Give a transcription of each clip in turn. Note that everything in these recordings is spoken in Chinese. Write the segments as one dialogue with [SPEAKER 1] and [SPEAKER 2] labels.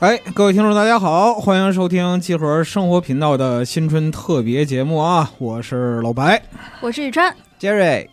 [SPEAKER 1] 哎，各位听众，大家好，欢迎收听集合生活频道的新春特别节目啊！我是老白
[SPEAKER 2] 我是宇川，
[SPEAKER 3] Jerry，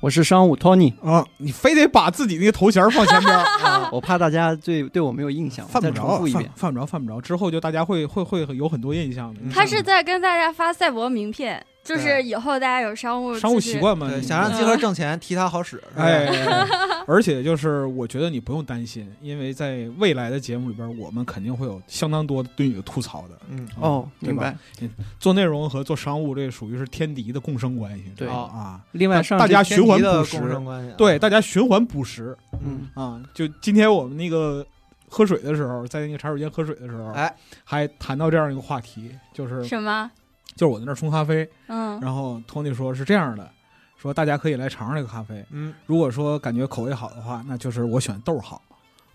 [SPEAKER 4] 我是商务 Tony，
[SPEAKER 1] 啊，你非得把自己那个头衔放前边 儿，
[SPEAKER 2] 啊
[SPEAKER 4] 我怕大家对对我没有印象，我
[SPEAKER 1] 犯不
[SPEAKER 4] 再重
[SPEAKER 1] 着，
[SPEAKER 4] 复一
[SPEAKER 1] 犯
[SPEAKER 4] 遍。
[SPEAKER 1] 犯不着，犯不着。之后就大家会会会有很多印象的。
[SPEAKER 2] 他是在跟大家发赛博名片，就是以后大家有商务
[SPEAKER 1] 商务
[SPEAKER 2] 咨询
[SPEAKER 1] 习，惯嘛，
[SPEAKER 3] 对，
[SPEAKER 1] 你
[SPEAKER 3] 想让集合挣钱，提他好使。是吧
[SPEAKER 1] 嗯哎，，而且就是我觉得你不用担心，因为在未来的节目里边，我们肯定会有相当多对你的吐槽的。
[SPEAKER 3] 嗯，
[SPEAKER 4] 哦，
[SPEAKER 1] 对
[SPEAKER 4] 明
[SPEAKER 1] 吧
[SPEAKER 4] 白。
[SPEAKER 1] 做内容和做商务，这属于是天敌的共生关系。
[SPEAKER 4] 对
[SPEAKER 1] 啊啊，
[SPEAKER 4] 另外上
[SPEAKER 1] 大
[SPEAKER 4] 这
[SPEAKER 1] 家
[SPEAKER 3] 天
[SPEAKER 1] 循
[SPEAKER 3] 敌
[SPEAKER 1] 环
[SPEAKER 3] 的
[SPEAKER 1] 捕
[SPEAKER 3] 共
[SPEAKER 1] 食
[SPEAKER 3] 生，关系啊，
[SPEAKER 1] 对，大家循环捕食。
[SPEAKER 4] 嗯，
[SPEAKER 1] 啊，就今天我们那个喝水的时候，在那个茶水间喝水的时候，
[SPEAKER 3] 哎，
[SPEAKER 1] 还谈到这样一个话题，就是
[SPEAKER 2] 什么？
[SPEAKER 1] 就是我在那儿冲咖啡，
[SPEAKER 2] 嗯，
[SPEAKER 1] 然后托尼说是这样的，说大家可以来尝尝这个咖啡，
[SPEAKER 3] 嗯，
[SPEAKER 1] 如果说感觉口味好的话，那就是我选豆儿好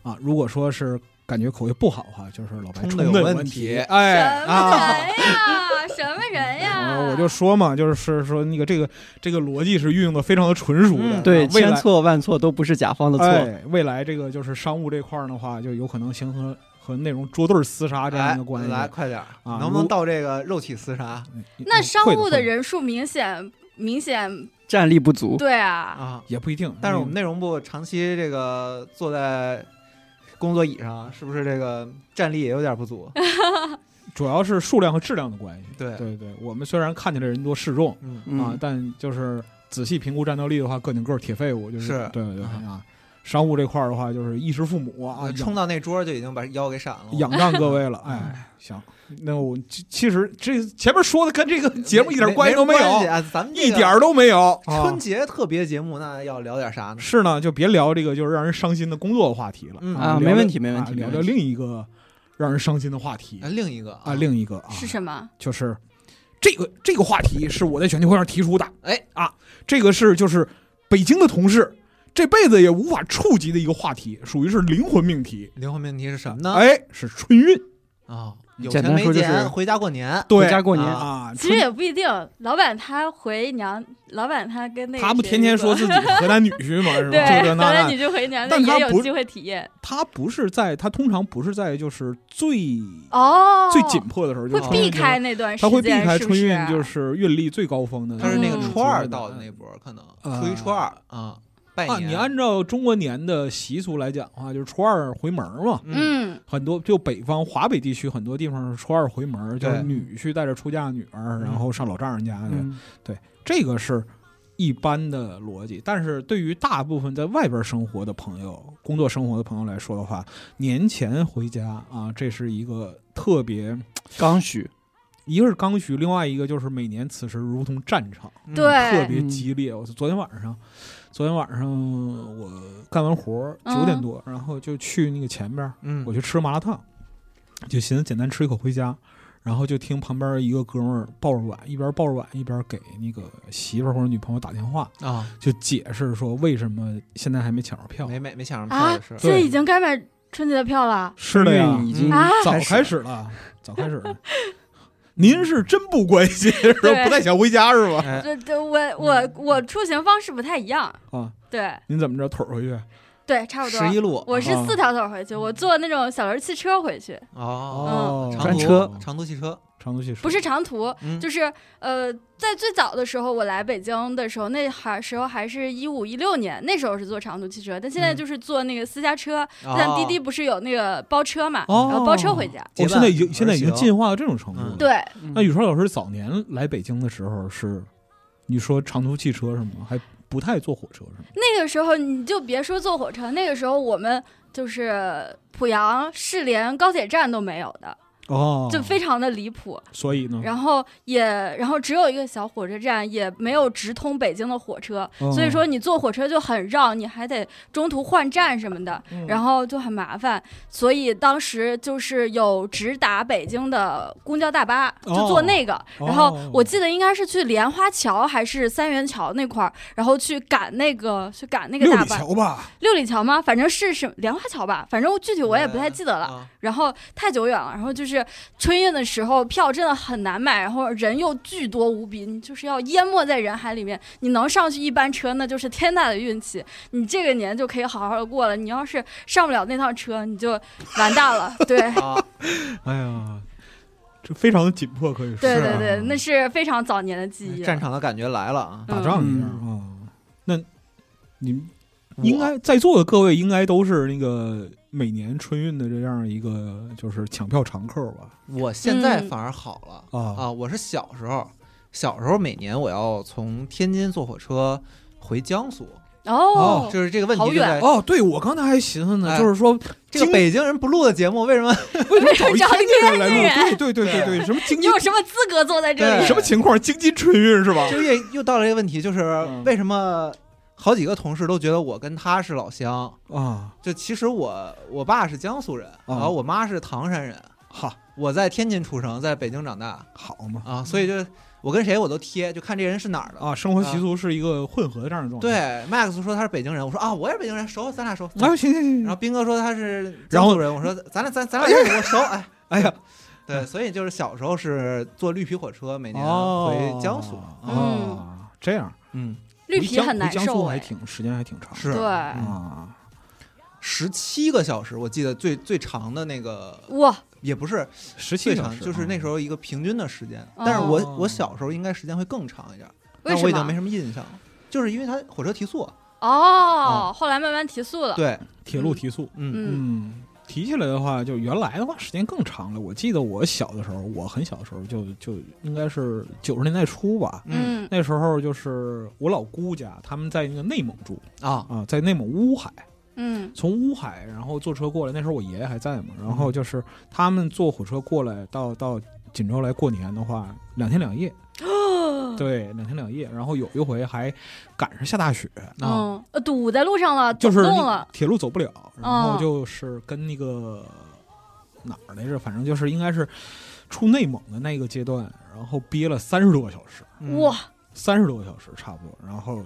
[SPEAKER 1] 啊，如果说是感觉口味不好的话，就是老白
[SPEAKER 3] 冲
[SPEAKER 1] 冲
[SPEAKER 3] 的
[SPEAKER 1] 的
[SPEAKER 3] 有问
[SPEAKER 1] 问
[SPEAKER 3] 题
[SPEAKER 1] 哎
[SPEAKER 2] 什么
[SPEAKER 1] 啊。
[SPEAKER 2] 人呀？什么人呀？
[SPEAKER 1] 嗯我就说嘛，就是是说那个这个这个逻辑是运用的非常的纯熟的，
[SPEAKER 3] 嗯
[SPEAKER 4] 对，
[SPEAKER 1] 啊未
[SPEAKER 4] 千
[SPEAKER 1] 来
[SPEAKER 4] 错万错都不是甲方的错。
[SPEAKER 1] 哎，未来这个就是商务这块儿的话，就有可能形成和内容捉对儿厮杀这样一
[SPEAKER 3] 哎
[SPEAKER 1] 个关系。
[SPEAKER 3] 来快点儿，
[SPEAKER 1] 啊
[SPEAKER 3] 能不能到这个肉体厮杀
[SPEAKER 2] 那商务
[SPEAKER 1] 嗯的
[SPEAKER 2] 的人数明显明显
[SPEAKER 4] 战力不足，
[SPEAKER 2] 对啊，
[SPEAKER 3] 啊？
[SPEAKER 1] 也不一定，
[SPEAKER 3] 但是我们内容部长期这个坐在工作椅上，是不是这个战力也有点不足？
[SPEAKER 1] 那嗯主要是数量和质量的关系。
[SPEAKER 3] 对
[SPEAKER 1] 对对，我们虽然看起来人多势众
[SPEAKER 3] 嗯，
[SPEAKER 1] 啊
[SPEAKER 4] 嗯，，
[SPEAKER 1] 但就是仔细评估战斗力的话，个顶个儿铁肺我就是对对对
[SPEAKER 3] 啊
[SPEAKER 1] 啊。商务这块儿的话，就是衣食父母啊，
[SPEAKER 3] 哎冲啊
[SPEAKER 1] 仰
[SPEAKER 3] 到那桌就已经把腰给闪了。
[SPEAKER 1] 仰仗各位了。哎，行，那我其其实这前面说的跟这个节目一点关系
[SPEAKER 3] 系
[SPEAKER 1] 都没有，
[SPEAKER 3] 啊，咱们这个
[SPEAKER 1] 一点儿都没有。啊
[SPEAKER 3] 春节特别节目，那要聊点啥呢？
[SPEAKER 1] 是呢，就别聊这个就是让人伤心的工作话题了
[SPEAKER 3] 嗯
[SPEAKER 4] 啊
[SPEAKER 1] 聊
[SPEAKER 4] 没
[SPEAKER 1] 聊
[SPEAKER 4] 问题没问题
[SPEAKER 1] 啊
[SPEAKER 4] 没
[SPEAKER 1] 聊
[SPEAKER 4] 问
[SPEAKER 1] 聊
[SPEAKER 4] 题哎
[SPEAKER 1] 另一个让人伤心的话题
[SPEAKER 3] 啊，另一个
[SPEAKER 1] 啊，另一个啊，
[SPEAKER 2] 是什么？
[SPEAKER 1] 就是这个这个话题是我在选题会上提出的，
[SPEAKER 3] 哎
[SPEAKER 1] 啊，这个是就是北京的同事这辈子也无法触及的一个话题，属于是灵魂命题。
[SPEAKER 3] 灵魂命题是什
[SPEAKER 4] 啊
[SPEAKER 3] 么呢？
[SPEAKER 1] 哎，嗯是春运，
[SPEAKER 3] 啊，有
[SPEAKER 4] 简
[SPEAKER 3] 钱
[SPEAKER 4] 单
[SPEAKER 3] 没
[SPEAKER 4] 说就是
[SPEAKER 3] 钱，回家过年。
[SPEAKER 1] 对，
[SPEAKER 4] 回家过年
[SPEAKER 3] 啊
[SPEAKER 1] 啊，
[SPEAKER 2] 其实
[SPEAKER 1] 春
[SPEAKER 2] 也不一定，老板他回娘，老板他跟那个
[SPEAKER 1] 他不
[SPEAKER 2] 谁
[SPEAKER 1] 天天说
[SPEAKER 2] 过
[SPEAKER 1] 自己河南女婿吗？是吧？
[SPEAKER 2] 对，
[SPEAKER 1] 这
[SPEAKER 2] 回
[SPEAKER 1] 这那
[SPEAKER 2] 来
[SPEAKER 1] 那
[SPEAKER 2] 你，就回娘，那
[SPEAKER 1] 但他
[SPEAKER 2] 也有
[SPEAKER 1] 不
[SPEAKER 2] 机会体验
[SPEAKER 1] 他不是在，他通常不是在就是最
[SPEAKER 2] 哦，
[SPEAKER 1] 最紧迫的时候，就
[SPEAKER 2] 会
[SPEAKER 1] 是
[SPEAKER 2] 避
[SPEAKER 1] 春运
[SPEAKER 2] 开那段时
[SPEAKER 1] 他
[SPEAKER 2] 间，
[SPEAKER 1] 会避开
[SPEAKER 2] 是啊
[SPEAKER 1] 春
[SPEAKER 2] 不是
[SPEAKER 1] 运，就是运力最高峰的。
[SPEAKER 3] 他是那个
[SPEAKER 2] 嗯
[SPEAKER 3] 初二到的那波儿，可能
[SPEAKER 1] 嗯
[SPEAKER 3] 初一、初二啊，拜
[SPEAKER 1] 啊，
[SPEAKER 3] 年。
[SPEAKER 1] 你按照中国年的习俗来讲的话，就是初二回门儿嘛。
[SPEAKER 3] 嗯
[SPEAKER 2] 嗯，
[SPEAKER 1] 很多就北方华北地区很多地方是初二回门儿，就是
[SPEAKER 3] 对
[SPEAKER 1] 女婿带着出嫁的女儿，
[SPEAKER 3] 嗯
[SPEAKER 1] 然后上老丈人家去。
[SPEAKER 4] 嗯，
[SPEAKER 1] 这个是一般的逻辑，但是对于大部分在外边生活的朋友、工作生活的朋友来说的话，年前回家啊，这是一个特别，
[SPEAKER 4] 刚需，
[SPEAKER 1] 一个是刚需，另外一个就是每年此时如同战场。
[SPEAKER 3] 嗯
[SPEAKER 1] 特
[SPEAKER 2] 对，
[SPEAKER 1] 别激烈。我昨天晚上，昨天晚上我干完活儿
[SPEAKER 2] 嗯
[SPEAKER 1] 九点多，然后就去那个前边儿，
[SPEAKER 3] 嗯
[SPEAKER 1] 我去吃麻辣烫，就寻思简单吃一口回家。然后就听旁边一个哥们儿抱着碗，一边抱着碗一边给那个媳妇儿或者女朋友打电话，
[SPEAKER 3] 啊，
[SPEAKER 1] 就解释说为什么现在还没抢着票。
[SPEAKER 3] 没没没想上票
[SPEAKER 2] 啊
[SPEAKER 3] 也是，，
[SPEAKER 2] 这已经该买春节的票了
[SPEAKER 1] 是的呀，
[SPEAKER 3] 嗯
[SPEAKER 4] 已经
[SPEAKER 2] 啊！
[SPEAKER 1] 嗯早开始了，早开始了。您是真不关 心，是吧？
[SPEAKER 2] 对
[SPEAKER 1] 不太想回家是 吧？
[SPEAKER 3] 哎
[SPEAKER 2] 这这我我我出行方式不太一样，
[SPEAKER 1] 啊，
[SPEAKER 2] 对
[SPEAKER 1] 您怎么着腿儿回去？
[SPEAKER 2] 对，差不多
[SPEAKER 3] 十。一路
[SPEAKER 2] 我是
[SPEAKER 1] 啊
[SPEAKER 2] 四条腿回去，我坐那种小轮汽车回去，哦
[SPEAKER 3] 哦，长
[SPEAKER 4] 专
[SPEAKER 3] 途
[SPEAKER 4] 车
[SPEAKER 3] 长途汽车，
[SPEAKER 1] 长途汽车
[SPEAKER 2] 不是长途，
[SPEAKER 3] 嗯，
[SPEAKER 2] 就是呃，在最早的时候，我来北京的时候，那还时候还是一五一六年，那时候是坐长途汽车，但现在
[SPEAKER 3] 嗯
[SPEAKER 2] 就是坐那个私家车，
[SPEAKER 3] 哦
[SPEAKER 2] 像滴滴不是有那个包车嘛，
[SPEAKER 1] 哦
[SPEAKER 2] 然后包车回家。
[SPEAKER 1] 我、
[SPEAKER 3] 结
[SPEAKER 1] 哦、
[SPEAKER 3] 伴
[SPEAKER 1] 现在已经现在已经
[SPEAKER 3] 而行
[SPEAKER 1] 进化到这种程度了。
[SPEAKER 3] 嗯，
[SPEAKER 2] 对，
[SPEAKER 4] 哎
[SPEAKER 1] 那宇川老师早年来北京的时候是，你说长途汽车是吗？还不太坐火车是吗？
[SPEAKER 2] 那个时候你就别说坐火车，那个时候我们就是濮阳市连高铁站都没有的，
[SPEAKER 1] 哦，
[SPEAKER 2] 就非常的离谱。
[SPEAKER 1] 所以呢，
[SPEAKER 2] 然后也，然后只有一个小火车站，也没有直通北京的火车，
[SPEAKER 1] 嗯
[SPEAKER 2] 所以说你坐火车就很绕，你还得中途换站什么的，
[SPEAKER 1] 嗯
[SPEAKER 2] 然后就很麻烦。所以当时就是有直达北京的公交大巴，就坐那个。
[SPEAKER 1] 哦
[SPEAKER 2] 然后我记得应该是去莲花桥还是三元桥那块儿，然后去赶那个去赶那个
[SPEAKER 1] 六
[SPEAKER 2] 大
[SPEAKER 1] 里
[SPEAKER 2] 巴。
[SPEAKER 1] 桥吧，
[SPEAKER 2] 六里桥吗？反正是什么莲花桥吧，反正具体我也
[SPEAKER 1] 哎
[SPEAKER 2] 不太记得了。
[SPEAKER 3] 啊
[SPEAKER 2] 然后太久远了，然后就是春运的时候票真的很难买，然后人又巨多无比，你就是要淹没在人海里面。你能上去一班车，那就是天大的运气，你这个年就可以好好的过了。你要是上不了那趟车，你就完蛋了。 对，
[SPEAKER 3] 啊，
[SPEAKER 1] 哎呀，这非常的紧迫，可以说
[SPEAKER 2] 对
[SPEAKER 1] 是
[SPEAKER 2] 对
[SPEAKER 1] 啊
[SPEAKER 2] 对，那是非常早年的记忆了。
[SPEAKER 3] 战场的感觉来了啊！
[SPEAKER 1] 打
[SPEAKER 2] 嗯
[SPEAKER 1] 仗一样啊、那你们
[SPEAKER 2] 嗯
[SPEAKER 1] 应该在座的各位应该都是那个每年春运的这样一个就是抢票常客吧？
[SPEAKER 3] 我现在
[SPEAKER 2] 嗯
[SPEAKER 3] 反而好了、
[SPEAKER 1] 啊
[SPEAKER 3] 啊！我是小时候，小时候每年我要从天津坐火车回江苏，
[SPEAKER 2] 哦，
[SPEAKER 3] 就是这个问题
[SPEAKER 2] 好
[SPEAKER 3] 就在
[SPEAKER 2] 远
[SPEAKER 1] 哦，对我刚才还寻思呢，
[SPEAKER 3] 哎
[SPEAKER 1] 就是说
[SPEAKER 3] 这个
[SPEAKER 1] 京
[SPEAKER 3] 北京人不录的节目，为什么
[SPEAKER 1] 为什么
[SPEAKER 2] 找
[SPEAKER 1] 找一
[SPEAKER 2] 一
[SPEAKER 1] 天津人来
[SPEAKER 2] 天津
[SPEAKER 1] 录？
[SPEAKER 2] 人
[SPEAKER 1] 对对对对对，什么京津
[SPEAKER 2] 你有什么资格坐在这里
[SPEAKER 3] 对？
[SPEAKER 1] 什么情况？京津春运是吧？
[SPEAKER 3] 就又又到了这个问题，就是
[SPEAKER 1] 嗯
[SPEAKER 3] 为什么好几个同事都觉得我跟他是老乡？
[SPEAKER 1] 啊，
[SPEAKER 3] 就其实我我爸是江苏人，
[SPEAKER 1] 哦
[SPEAKER 3] 然后我妈是唐山人，
[SPEAKER 1] 好，
[SPEAKER 3] 我在天津出生，在北京长大
[SPEAKER 1] 好嘛
[SPEAKER 3] 啊，所以
[SPEAKER 1] 嗯
[SPEAKER 3] 就我跟谁我都贴，就看这人是哪儿的。
[SPEAKER 1] 啊，生活习俗是一个混合的这样的状态。
[SPEAKER 3] 对，Max 说他是北京人，我说啊，我也是北京人，熟，咱俩熟。
[SPEAKER 1] 啊，行行行
[SPEAKER 3] 然后
[SPEAKER 1] 行，
[SPEAKER 3] 斌哥说 他是
[SPEAKER 1] 然
[SPEAKER 3] 江
[SPEAKER 1] 后
[SPEAKER 3] 苏人，我说咱俩咱咱俩认识我熟，哎，
[SPEAKER 1] 哎呀，
[SPEAKER 3] 对，所以就是小时候是坐绿皮火车，每年
[SPEAKER 1] 哦，
[SPEAKER 3] 回江苏，
[SPEAKER 1] 啊，这样
[SPEAKER 3] 嗯，
[SPEAKER 2] 绿
[SPEAKER 1] 回
[SPEAKER 2] 皮
[SPEAKER 1] 江
[SPEAKER 2] 很难
[SPEAKER 1] 回江苏
[SPEAKER 2] 受
[SPEAKER 1] 还
[SPEAKER 2] 哎。
[SPEAKER 1] 挺时间还挺长的，
[SPEAKER 3] 是哎
[SPEAKER 2] 对，
[SPEAKER 1] 啊，
[SPEAKER 3] 十七个小时，我记得最最长的那个
[SPEAKER 2] 哇，
[SPEAKER 3] 也不是
[SPEAKER 1] 十七
[SPEAKER 3] 最
[SPEAKER 1] 个小
[SPEAKER 3] 长，
[SPEAKER 1] 时啊
[SPEAKER 2] 嗯
[SPEAKER 3] 就是那时
[SPEAKER 1] 候
[SPEAKER 3] 候一个平均的时间。但是我我小时候应该时间会更长一点，
[SPEAKER 2] 哦为
[SPEAKER 3] 但
[SPEAKER 2] 什
[SPEAKER 3] 我已经
[SPEAKER 2] 么？
[SPEAKER 3] 没什么印象了，就是因为它火车提速。啊
[SPEAKER 2] 哦，后来慢慢提速了。
[SPEAKER 3] 对，
[SPEAKER 1] 铁路提速，
[SPEAKER 3] 嗯
[SPEAKER 2] 啊嗯
[SPEAKER 1] 嗯，提起来的话，就原来的话时间更长了。我记得我小的时候，我很小的时候就就应该是九十年代初吧。
[SPEAKER 3] 嗯
[SPEAKER 2] 嗯
[SPEAKER 1] 那时候就是我老姑家，他们在那个内蒙住
[SPEAKER 3] 啊
[SPEAKER 1] 啊，在内蒙乌海，
[SPEAKER 2] 嗯
[SPEAKER 1] 从乌海然后坐车过来。那时候我爷爷还在嘛，然后就是他们坐火车过来到到锦州来过年的话，两天两夜，
[SPEAKER 2] 哦
[SPEAKER 1] 对，两天两夜。然后有一回还赶上下大雪，
[SPEAKER 3] 啊
[SPEAKER 2] 嗯，呃堵在路上了，
[SPEAKER 1] 就
[SPEAKER 2] 走不
[SPEAKER 1] 是那
[SPEAKER 2] 动
[SPEAKER 1] 个
[SPEAKER 2] 了。
[SPEAKER 1] 铁路走不了，然后
[SPEAKER 2] 哦
[SPEAKER 1] 就是跟那个哪儿来着，反正就是应该是出内蒙的那个阶段，然后憋了三十多个小时，
[SPEAKER 3] 嗯
[SPEAKER 2] 哇，
[SPEAKER 1] 三十多个小时差不多，然后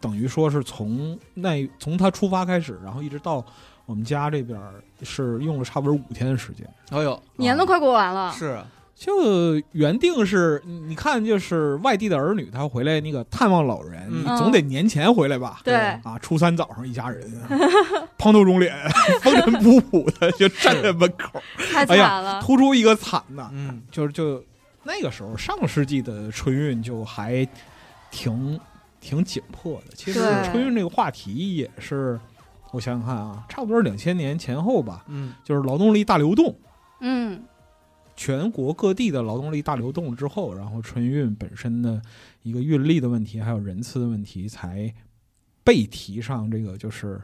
[SPEAKER 1] 等于说是从那从他出发开始，然后一直到我们家这边儿是用了差不多五天的时间，
[SPEAKER 3] 哎呦，
[SPEAKER 2] 年都快过完了。
[SPEAKER 3] 是啊
[SPEAKER 1] 就原定是，你你看，就是外地的儿女，他回来那个探望老人，
[SPEAKER 3] 嗯
[SPEAKER 1] 你总得年前回来吧？
[SPEAKER 2] 对
[SPEAKER 1] 啊，初三早上一家人， 胖头肿脸， 风尘仆仆的就站在门口，
[SPEAKER 2] 太
[SPEAKER 1] 哎呀
[SPEAKER 2] 惨了。
[SPEAKER 1] 突出一个惨呐，
[SPEAKER 3] 嗯
[SPEAKER 1] 就是就那个时候，上世纪的春运就还挺挺紧迫的。其实
[SPEAKER 2] 对
[SPEAKER 1] 春运这个话题也是，我想想看啊，差不多两千年前后吧，
[SPEAKER 3] 嗯
[SPEAKER 1] 就是劳动力大流动。
[SPEAKER 2] 嗯
[SPEAKER 1] 全国各地的劳动力大流动之后，然后春运本身的一个运力的问题，还有人次的问题，才被提上这个就是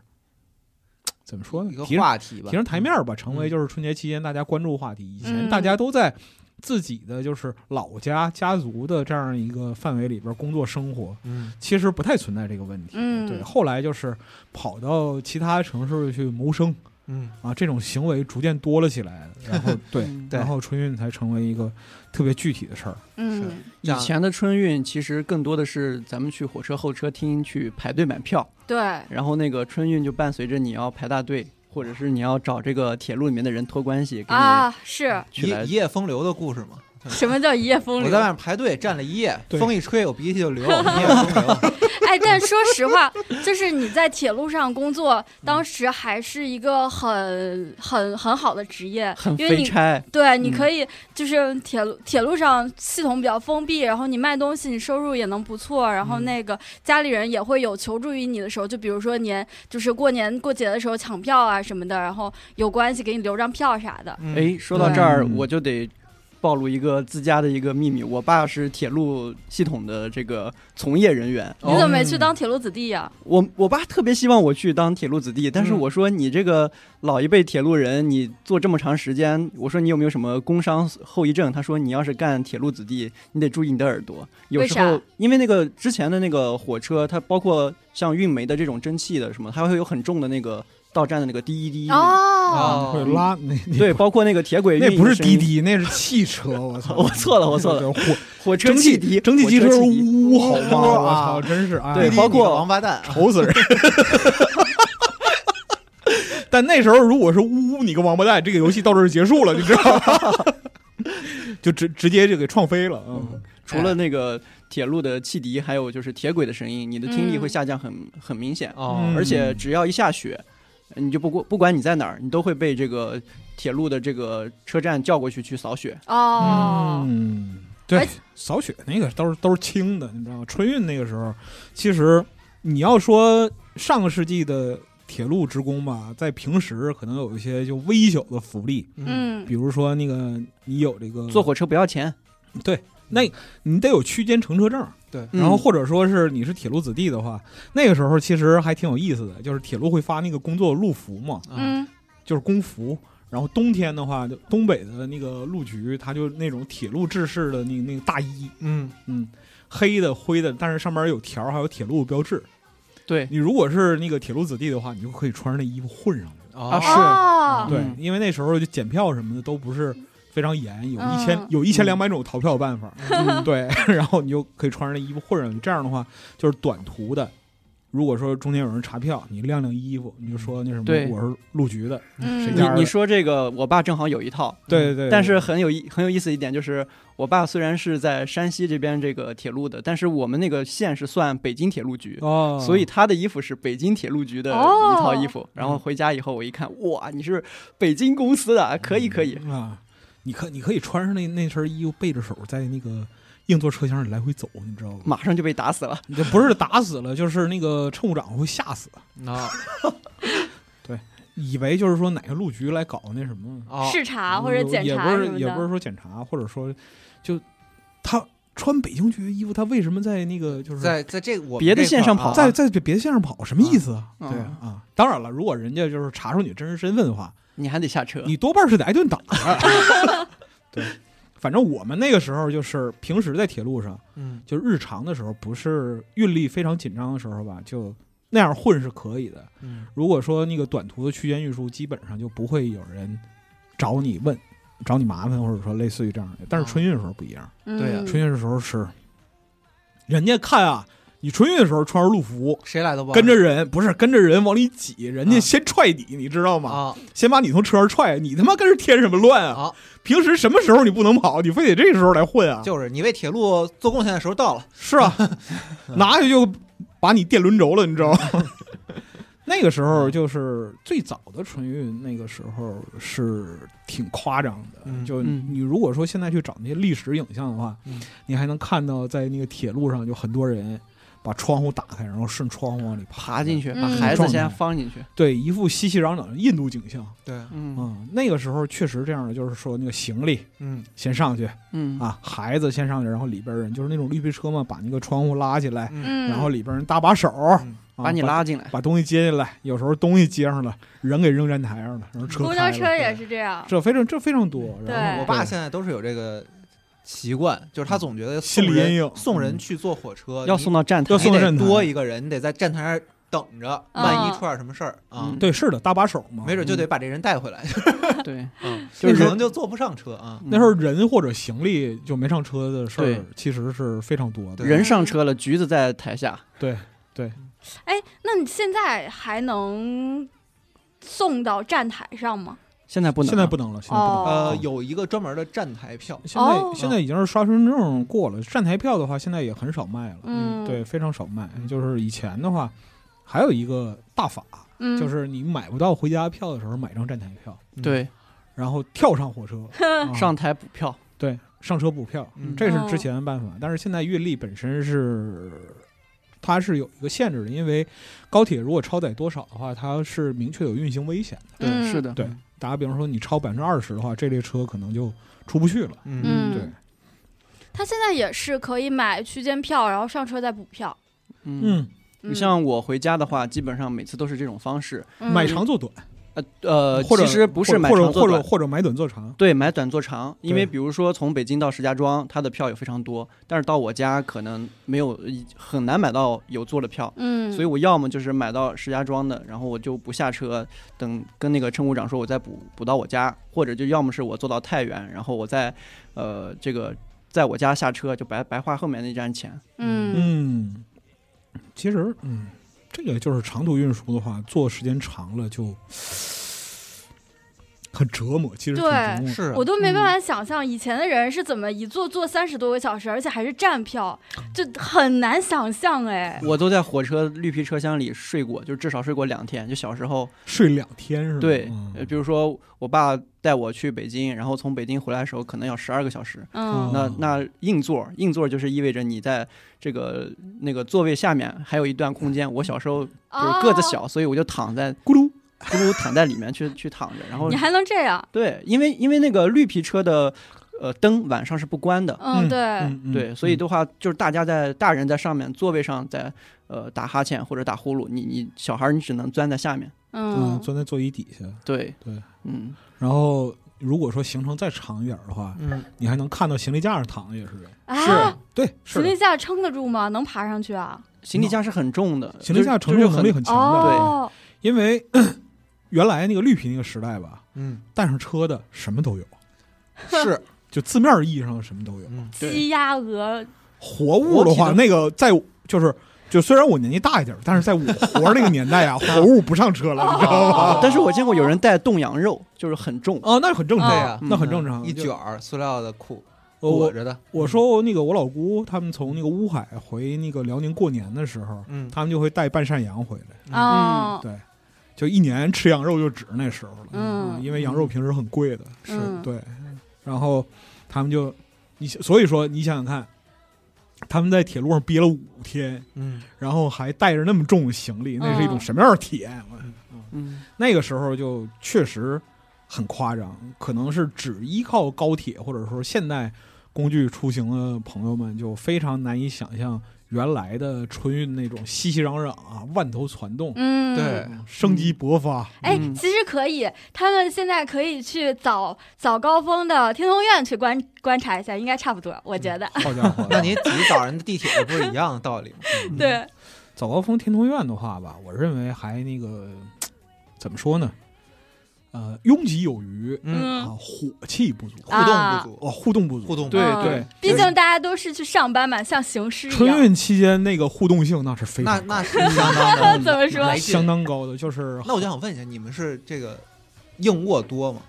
[SPEAKER 1] 嘖怎么说呢
[SPEAKER 3] 一个？
[SPEAKER 1] 提上
[SPEAKER 3] 话题吧，
[SPEAKER 1] 提上台面儿吧，成为
[SPEAKER 3] 嗯
[SPEAKER 1] 就是春节期间大家关注话题。以前
[SPEAKER 2] 嗯
[SPEAKER 1] 大家都在自己的就是老家家族的这样一个范围里边工作生活，
[SPEAKER 3] 嗯
[SPEAKER 1] 其实不太存在这个问题。
[SPEAKER 2] 嗯，
[SPEAKER 1] 对，后来就是跑到其他城市去谋生
[SPEAKER 3] 嗯
[SPEAKER 1] 啊，这种行为逐渐多了起来。然 后对，
[SPEAKER 4] 嗯
[SPEAKER 3] 对
[SPEAKER 1] 然后春运才成为一个特别具体的事儿。
[SPEAKER 2] 嗯，
[SPEAKER 4] 以前的春运其实更多的是咱们去火车候车厅去排队买票，
[SPEAKER 2] 对，
[SPEAKER 4] 然后那个春运就伴随着你要排大队，或者是你要找这个铁路里面的人托关系给你
[SPEAKER 2] 啊，是
[SPEAKER 4] 去
[SPEAKER 3] 一
[SPEAKER 4] 来
[SPEAKER 3] 一夜风流的故事嘛。
[SPEAKER 2] 什么叫一夜风
[SPEAKER 3] 嗯我在外
[SPEAKER 2] 流？
[SPEAKER 3] 面排队站了一夜，
[SPEAKER 1] 对
[SPEAKER 3] 风一吹，我鼻涕就 流，一夜风
[SPEAKER 1] 啊
[SPEAKER 3] 流。
[SPEAKER 2] 哎，但说实话，就是你在铁路上工作，当时还是一个很很很好的职业
[SPEAKER 4] 很，
[SPEAKER 2] 因为
[SPEAKER 4] 飞
[SPEAKER 2] 你
[SPEAKER 4] 差。
[SPEAKER 2] 对，你
[SPEAKER 4] 嗯
[SPEAKER 2] 可以就是铁路铁路上系统比较封闭，然后你卖东西，你收入也能不错，然后
[SPEAKER 3] 嗯
[SPEAKER 2] 那个家里人也会有求助于你的时候，就比如说年就是过年过节的时候抢票啊什么的，然后有关系给你留张票啥的。
[SPEAKER 3] 嗯
[SPEAKER 4] 哎，说到这儿
[SPEAKER 1] 嗯
[SPEAKER 4] 我就得暴露一个自家的一个秘密，我爸是铁路系统的这个从业人员。
[SPEAKER 1] 哦
[SPEAKER 2] 你怎么没去当铁路子弟呀、
[SPEAKER 4] 我我爸特别希望我去当铁路子弟，但是
[SPEAKER 1] 嗯
[SPEAKER 4] 我说你这个老一辈铁路人，你做这么长时间，我说你有没有什么工伤后遗症？他说你要是干铁路子弟，你得注意你的耳朵。有
[SPEAKER 2] 为
[SPEAKER 4] 时
[SPEAKER 2] 啥
[SPEAKER 4] 候因为那个之前的那个火车，它包括像运煤的这种蒸汽的什么，它会有很重的那个到站的那个滴滴滴。
[SPEAKER 2] 哦，
[SPEAKER 4] 哦
[SPEAKER 1] 会拉那那
[SPEAKER 4] 对，包括那个铁轨运
[SPEAKER 1] 那
[SPEAKER 4] 营
[SPEAKER 1] 不
[SPEAKER 4] 的
[SPEAKER 1] 是
[SPEAKER 4] 声
[SPEAKER 1] 滴
[SPEAKER 4] 音，
[SPEAKER 1] 滴，那是汽车。我操！
[SPEAKER 4] 我错了我错了
[SPEAKER 1] 对。火
[SPEAKER 4] 火车
[SPEAKER 1] 蒸汽
[SPEAKER 4] 汽笛，
[SPEAKER 1] 蒸汽
[SPEAKER 4] 火
[SPEAKER 1] 机
[SPEAKER 4] 车
[SPEAKER 1] 车
[SPEAKER 4] 汽笛
[SPEAKER 1] 呜好吗？我
[SPEAKER 3] 哇
[SPEAKER 1] 操，真是哎，
[SPEAKER 4] 对
[SPEAKER 3] 滴滴
[SPEAKER 4] 包括
[SPEAKER 3] 你个王八蛋，啊
[SPEAKER 1] 愁死人。 但那时候如果是呜呜你个王八蛋，这个游戏到这儿就结束了，你知道吗？ 就直直接就给撞飞了。嗯，
[SPEAKER 4] 除了那个铁路的汽笛，还有就是铁轨的声音，你的听力会下降很、很明显。啊
[SPEAKER 3] 哦
[SPEAKER 1] 嗯
[SPEAKER 4] 而且只要一下雪，你就不过不管你在哪儿，你都会被这个铁路的这个车站叫过去去扫雪。
[SPEAKER 2] 哦，
[SPEAKER 1] 嗯，对
[SPEAKER 2] 而且，
[SPEAKER 1] 扫雪那个都是都是轻的，你知道吗？春运那个时候，其实你要说上个世纪的铁路职工吧，在平时可能有一些就微小的福利，
[SPEAKER 2] 嗯
[SPEAKER 1] 比如说那个你有这个
[SPEAKER 4] 坐火车不要钱，
[SPEAKER 1] 你得有区间乘车证，
[SPEAKER 3] 对
[SPEAKER 2] 嗯
[SPEAKER 1] 然后或者说是你是铁路子弟的话，那个时候其实还挺有意思的，就是铁路会发那个工作路服嘛，
[SPEAKER 3] 嗯
[SPEAKER 2] 嗯
[SPEAKER 1] 就是工服。然后冬天的话，就东北的那个路局，它就那种铁路制式的那那个大衣，
[SPEAKER 3] 嗯
[SPEAKER 1] 嗯，黑的灰的，但是上面有条儿，还有铁路标志。
[SPEAKER 4] 对
[SPEAKER 1] 你如果是那个铁路子弟的话，你就可以穿着那衣服混上去。
[SPEAKER 3] 啊
[SPEAKER 4] 是
[SPEAKER 2] 哦，
[SPEAKER 1] 对
[SPEAKER 4] 嗯，
[SPEAKER 1] 因为那时候就检票什么的都不是非常严，有一千、
[SPEAKER 2] 嗯
[SPEAKER 1] 有一千两百种逃票办 法。
[SPEAKER 4] 嗯
[SPEAKER 1] 对，然后你就可以穿着那衣服混上去。这样的话，就是短途的。如果说中间有人查票，你晾晾衣服，你就说那什么，
[SPEAKER 4] 对
[SPEAKER 1] 我是路局的。
[SPEAKER 2] 嗯
[SPEAKER 1] 谁
[SPEAKER 4] 你
[SPEAKER 1] 家的
[SPEAKER 4] 你说这个，我爸正好有一套。
[SPEAKER 1] 对对对，
[SPEAKER 4] 但是很有意很有意思一点就是，我爸虽然是在山西这边这个铁路的，但是我们那个县是算北京铁路局，
[SPEAKER 1] 哦，
[SPEAKER 4] 所以他的衣服是北京铁路局的
[SPEAKER 2] 哦
[SPEAKER 4] 一套衣服。
[SPEAKER 1] 嗯
[SPEAKER 4] 然后回家以后我一看，哇，你是北京公司的，可以可以。
[SPEAKER 1] 啊，你可你可以穿上那那身衣服，背着手在那个硬座车厢里来回走，你知道吗？
[SPEAKER 4] 马上就被打死了，
[SPEAKER 1] 你这不是打死了，就是那个乘务长会吓死，
[SPEAKER 3] 啊
[SPEAKER 1] 以为就是说哪个路局来搞那什么
[SPEAKER 3] 啊
[SPEAKER 2] 视察或者检
[SPEAKER 1] 嗯也
[SPEAKER 2] 查
[SPEAKER 1] 不
[SPEAKER 2] 什
[SPEAKER 1] 是
[SPEAKER 2] 么
[SPEAKER 1] 也不是
[SPEAKER 2] 的，
[SPEAKER 1] 说检查，或者说就他穿北京局的衣服，他为什么在那个就是
[SPEAKER 3] 在在这个我们
[SPEAKER 4] 别的
[SPEAKER 3] 这
[SPEAKER 4] 线
[SPEAKER 3] 块
[SPEAKER 4] 上
[SPEAKER 3] 啊
[SPEAKER 4] 跑
[SPEAKER 1] 在在别的线上跑，什么意思啊？
[SPEAKER 4] 啊
[SPEAKER 1] 对啊，当然了，如果人家就是查出你真实身份的话，
[SPEAKER 4] 你还得下车。
[SPEAKER 1] 你多半是得挨顿打的 对，反正我们那个时候就是平时在铁路上，
[SPEAKER 3] 嗯
[SPEAKER 1] 就日常的时候，不是运力非常紧张的时候吧，就那样混是可以的。
[SPEAKER 3] 嗯
[SPEAKER 1] 如果说那个短途的区间运输，基本上就不会有人找你问、找你麻烦，或者说类似于这样的。但
[SPEAKER 3] 嗯
[SPEAKER 1] 是春运的时候不一样，
[SPEAKER 3] 对
[SPEAKER 2] 嗯
[SPEAKER 1] 春运的时候是人家看啊，你春运的时候穿着路服。
[SPEAKER 3] 谁来都不好
[SPEAKER 1] 跟着人不是跟着人往里挤，人家
[SPEAKER 3] 啊
[SPEAKER 1] 先踹你，你知道吗？
[SPEAKER 3] 啊
[SPEAKER 1] 先把你从车上踹，你他妈跟着添什么乱啊？
[SPEAKER 3] 啊，
[SPEAKER 1] 平时什么时候你不能跑，你非得这时候来混啊？
[SPEAKER 3] 就是你为铁路做贡献的时候到了，
[SPEAKER 1] 是啊， 拿下去就把你电轮轴了，你知道吗？ 那个时候就是最早的春运，那个时候是挺夸张的。
[SPEAKER 3] 嗯
[SPEAKER 1] 就
[SPEAKER 4] 嗯
[SPEAKER 1] 你如果说现在去找那些历史影像的话，
[SPEAKER 3] 嗯
[SPEAKER 1] 你还能看到在那个铁路上有很多人把窗户打开，然后顺窗户往里爬
[SPEAKER 4] 爬进
[SPEAKER 1] 去。
[SPEAKER 4] 去，
[SPEAKER 2] 嗯
[SPEAKER 4] 把孩子先放进去。
[SPEAKER 1] 对，一副熙熙攘攘的印度景象。
[SPEAKER 3] 对，
[SPEAKER 4] 嗯
[SPEAKER 1] 嗯，那个时候确实这样的，就是说那个行李
[SPEAKER 3] 嗯
[SPEAKER 1] 先上去
[SPEAKER 4] 嗯，
[SPEAKER 1] 啊，孩子先上去，然后里边人就是那种绿皮车嘛，把那个窗户拉起来，
[SPEAKER 3] 嗯
[SPEAKER 2] 嗯，
[SPEAKER 1] 然后里边人搭把手，
[SPEAKER 3] 嗯
[SPEAKER 1] 啊
[SPEAKER 4] 把你拉进来
[SPEAKER 1] 把，把东西接进来，有时候东西接上了，人给扔站台上了，然后车
[SPEAKER 2] 公
[SPEAKER 1] 开
[SPEAKER 2] 交
[SPEAKER 1] 了
[SPEAKER 2] 车也是这样，
[SPEAKER 1] 这非常这非常多。然后
[SPEAKER 2] 对
[SPEAKER 3] 我爸现在都是有这个习惯，就是他总觉得送
[SPEAKER 1] 嗯心理阴
[SPEAKER 3] 人
[SPEAKER 1] 影
[SPEAKER 3] 送人
[SPEAKER 1] 嗯
[SPEAKER 3] 去坐火车
[SPEAKER 4] 要
[SPEAKER 3] 你
[SPEAKER 4] 送到站台
[SPEAKER 1] 要。送
[SPEAKER 3] 你
[SPEAKER 1] 站
[SPEAKER 3] 得
[SPEAKER 1] 台
[SPEAKER 3] 多一个人，你得在站台上等着，
[SPEAKER 2] 嗯
[SPEAKER 3] 万一出点什么事儿啊
[SPEAKER 4] 嗯，
[SPEAKER 1] 对是的搭把手嘛，
[SPEAKER 3] 没准就得把这人带回 来，
[SPEAKER 4] 对，嗯
[SPEAKER 3] 嗯，
[SPEAKER 1] 嗯就是
[SPEAKER 3] 可能就坐不上车啊。
[SPEAKER 1] 那时候人或者行李就没上车的事
[SPEAKER 4] 对
[SPEAKER 1] 儿，其实是非常多的。
[SPEAKER 3] 对
[SPEAKER 4] 人上车了，橘子在台下。
[SPEAKER 1] 对，
[SPEAKER 2] 哎，那你现在还能送到站台上吗？
[SPEAKER 4] 现在不能，
[SPEAKER 1] 现在不能了，现在不能了。
[SPEAKER 3] 呃
[SPEAKER 2] 哦，
[SPEAKER 3] 有一个专门的站台票，
[SPEAKER 1] 现在、
[SPEAKER 2] 哦
[SPEAKER 1] 现在已经是刷身份证过了，站台票的话现在也很少卖了，
[SPEAKER 2] 嗯，
[SPEAKER 1] 对，，非常少卖。
[SPEAKER 3] 嗯
[SPEAKER 1] 就是以前的话，还有一个大法，
[SPEAKER 2] 嗯，
[SPEAKER 1] 就是你买不到回家票的时候，买张站台票，
[SPEAKER 4] 对，
[SPEAKER 1] 然后跳上火 车，啊
[SPEAKER 4] 上台补票。
[SPEAKER 1] 对上车补票，
[SPEAKER 3] 嗯
[SPEAKER 1] 这是之前的办法。但是现在运力本身是它是有一个限制的，因为高铁如果超载多少的话，它是明确有运行危险的。
[SPEAKER 2] 嗯
[SPEAKER 4] 是的，
[SPEAKER 1] 对，打个比方说，你超百分之二十的话，这类车可能就出不去了。
[SPEAKER 3] 嗯，
[SPEAKER 2] 嗯，
[SPEAKER 1] 对，
[SPEAKER 2] 他现在也是可以买区间票，然后上车再补票。
[SPEAKER 4] 嗯，
[SPEAKER 1] 嗯，
[SPEAKER 2] 嗯、
[SPEAKER 4] 像我回家的话，基本上每次都是这种方式。
[SPEAKER 2] 嗯
[SPEAKER 1] 买长做短，
[SPEAKER 4] 呃呃，
[SPEAKER 1] 或者
[SPEAKER 4] 其实不是买
[SPEAKER 1] 或者
[SPEAKER 4] 长做
[SPEAKER 1] 或者
[SPEAKER 4] 短，
[SPEAKER 1] 或者买短做长。
[SPEAKER 4] 对，买短做长，因为
[SPEAKER 1] 对
[SPEAKER 4] 比如说从北京到石家庄，它的票有非常多，但是到我家可能没有，很难买到有座的票。
[SPEAKER 2] 嗯，
[SPEAKER 4] 所以我要么就是买到石家庄的，然后我就不下车，等跟那个乘务长说我再补补到我家，或者就要么是我坐到太原，然后我再呃这个在我家下车，就白白花后面那站钱。
[SPEAKER 2] 嗯
[SPEAKER 1] 嗯，其实嗯，这个就是长途运输的话，坐时间长了就很折磨，其实挺折磨
[SPEAKER 2] 对
[SPEAKER 1] 的。
[SPEAKER 3] 是啊
[SPEAKER 2] 我都没办法想象以前的人是怎么一坐坐三十多个小时，而且还是站票，就很难想象哎。
[SPEAKER 4] 我都在火车绿皮车厢里睡过，就至少睡过两天。就小时候，
[SPEAKER 1] 睡两天是吧？
[SPEAKER 4] 对，
[SPEAKER 1] 嗯
[SPEAKER 4] 呃比如说我爸带我去北京，然后从北京回来的时候可能要十二个小时。
[SPEAKER 2] 嗯
[SPEAKER 4] 那
[SPEAKER 1] 哦
[SPEAKER 4] 那硬座，硬座就是意味着你在这个那个座位下面还有一段空间。我小时候
[SPEAKER 1] 嗯
[SPEAKER 4] 就是个子
[SPEAKER 2] 哦
[SPEAKER 4] 小，所以我就躺在
[SPEAKER 1] 咕噜，
[SPEAKER 4] 咕噜躺在里面去去躺着，然后
[SPEAKER 2] 哦你还能这样？
[SPEAKER 4] 对，因为因为那个绿皮车的呃灯晚上是不关的，
[SPEAKER 2] 嗯，对，
[SPEAKER 1] 嗯嗯
[SPEAKER 4] 对，所以的话就是大家在大人在上面座位上在呃打哈欠或者打呼噜，你你小孩儿你只能钻在下面，
[SPEAKER 1] 嗯，
[SPEAKER 2] 嗯
[SPEAKER 1] 钻在座椅底下。
[SPEAKER 4] 对
[SPEAKER 1] 对，
[SPEAKER 4] 嗯，
[SPEAKER 1] 然后如果说行程再长一点的话，
[SPEAKER 3] 嗯，
[SPEAKER 1] 你还能看到行李架上躺的也是人。
[SPEAKER 2] 啊，
[SPEAKER 1] 对，是
[SPEAKER 2] 行
[SPEAKER 1] 的
[SPEAKER 2] 李架撑得住吗？能爬上去啊？
[SPEAKER 4] 行李架是很重的，
[SPEAKER 1] 行李架
[SPEAKER 4] 就
[SPEAKER 1] 承
[SPEAKER 4] 是就
[SPEAKER 1] 重
[SPEAKER 4] 是
[SPEAKER 1] 能力很强的，
[SPEAKER 2] 哦，
[SPEAKER 1] 因为 咳原来那个绿皮那个时代吧，
[SPEAKER 3] 嗯，
[SPEAKER 1] 带上车的什么都有，
[SPEAKER 3] 是，
[SPEAKER 1] 就字面意义上的什么都有。
[SPEAKER 3] 嗯，
[SPEAKER 4] 对
[SPEAKER 2] 鸡鸭鹅，
[SPEAKER 1] 活物的话，
[SPEAKER 4] 活体的
[SPEAKER 1] 那个在就是就虽然我年纪大一点，但是在我活儿那个年代啊，活物不上车了，你知
[SPEAKER 3] 哦
[SPEAKER 1] 道吗？
[SPEAKER 4] 很但是我见过有人带冻羊肉，就是很重，
[SPEAKER 1] 哦，那很正常
[SPEAKER 2] 对
[SPEAKER 3] 啊
[SPEAKER 1] 那很正常。
[SPEAKER 3] 一
[SPEAKER 1] 嗯就哦
[SPEAKER 3] 卷儿塑料的裤
[SPEAKER 1] 我
[SPEAKER 3] 裹
[SPEAKER 1] 我
[SPEAKER 3] 着的，
[SPEAKER 1] 我说那个我老姑他们从那个乌海回那个辽宁过年的时候，
[SPEAKER 3] 嗯，
[SPEAKER 1] 他们就会带半扇羊回来，
[SPEAKER 3] 嗯
[SPEAKER 2] 哦，
[SPEAKER 1] 对，就一年吃羊肉就指那时候了，
[SPEAKER 2] 嗯
[SPEAKER 1] 因为羊肉平时很贵的，
[SPEAKER 3] 是
[SPEAKER 2] 嗯
[SPEAKER 1] 对，然后他们就你所以说你想想看，他们在铁路上憋了五天，
[SPEAKER 3] 嗯，
[SPEAKER 1] 然后还带着那么重的行李，那是一种
[SPEAKER 2] 嗯
[SPEAKER 1] 什么样的体验？我
[SPEAKER 4] 嗯，
[SPEAKER 1] 那个时候就确实很夸张，可能是只依靠高铁或者说现代工具出行的朋友们，就非常难以想象原来的春运那种熙熙攘攘啊，万头攒动，
[SPEAKER 2] 嗯，
[SPEAKER 3] 对，！
[SPEAKER 1] 生机勃发。
[SPEAKER 2] 哎，
[SPEAKER 4] 嗯
[SPEAKER 2] 其实可以，他们现在可以去早早高峰的天通苑去观观察一下，应该差不多，我觉得。
[SPEAKER 1] 好家伙
[SPEAKER 3] 那你挤早上的地铁不是一样的道理吗？嗯
[SPEAKER 2] 对，
[SPEAKER 1] 早高峰天通苑的话吧，我认为还那个怎么说呢？呃，拥挤有余
[SPEAKER 3] 嗯，
[SPEAKER 1] 啊，火气不足，
[SPEAKER 3] 互动不足，
[SPEAKER 1] 哦，互动不足，
[SPEAKER 3] 互动不足
[SPEAKER 4] 对
[SPEAKER 2] 嗯
[SPEAKER 4] 对，
[SPEAKER 2] 毕竟大家都是去上班嘛，像行尸一
[SPEAKER 1] 春
[SPEAKER 2] 样。
[SPEAKER 1] 运期间那个互动性那是非
[SPEAKER 3] 那
[SPEAKER 1] 常
[SPEAKER 3] 那是相当
[SPEAKER 2] 怎
[SPEAKER 3] 的，
[SPEAKER 2] 么说？
[SPEAKER 3] 来劲
[SPEAKER 1] 相。当高的，就是
[SPEAKER 3] 那我就想问一下，你们是这个硬卧多吗？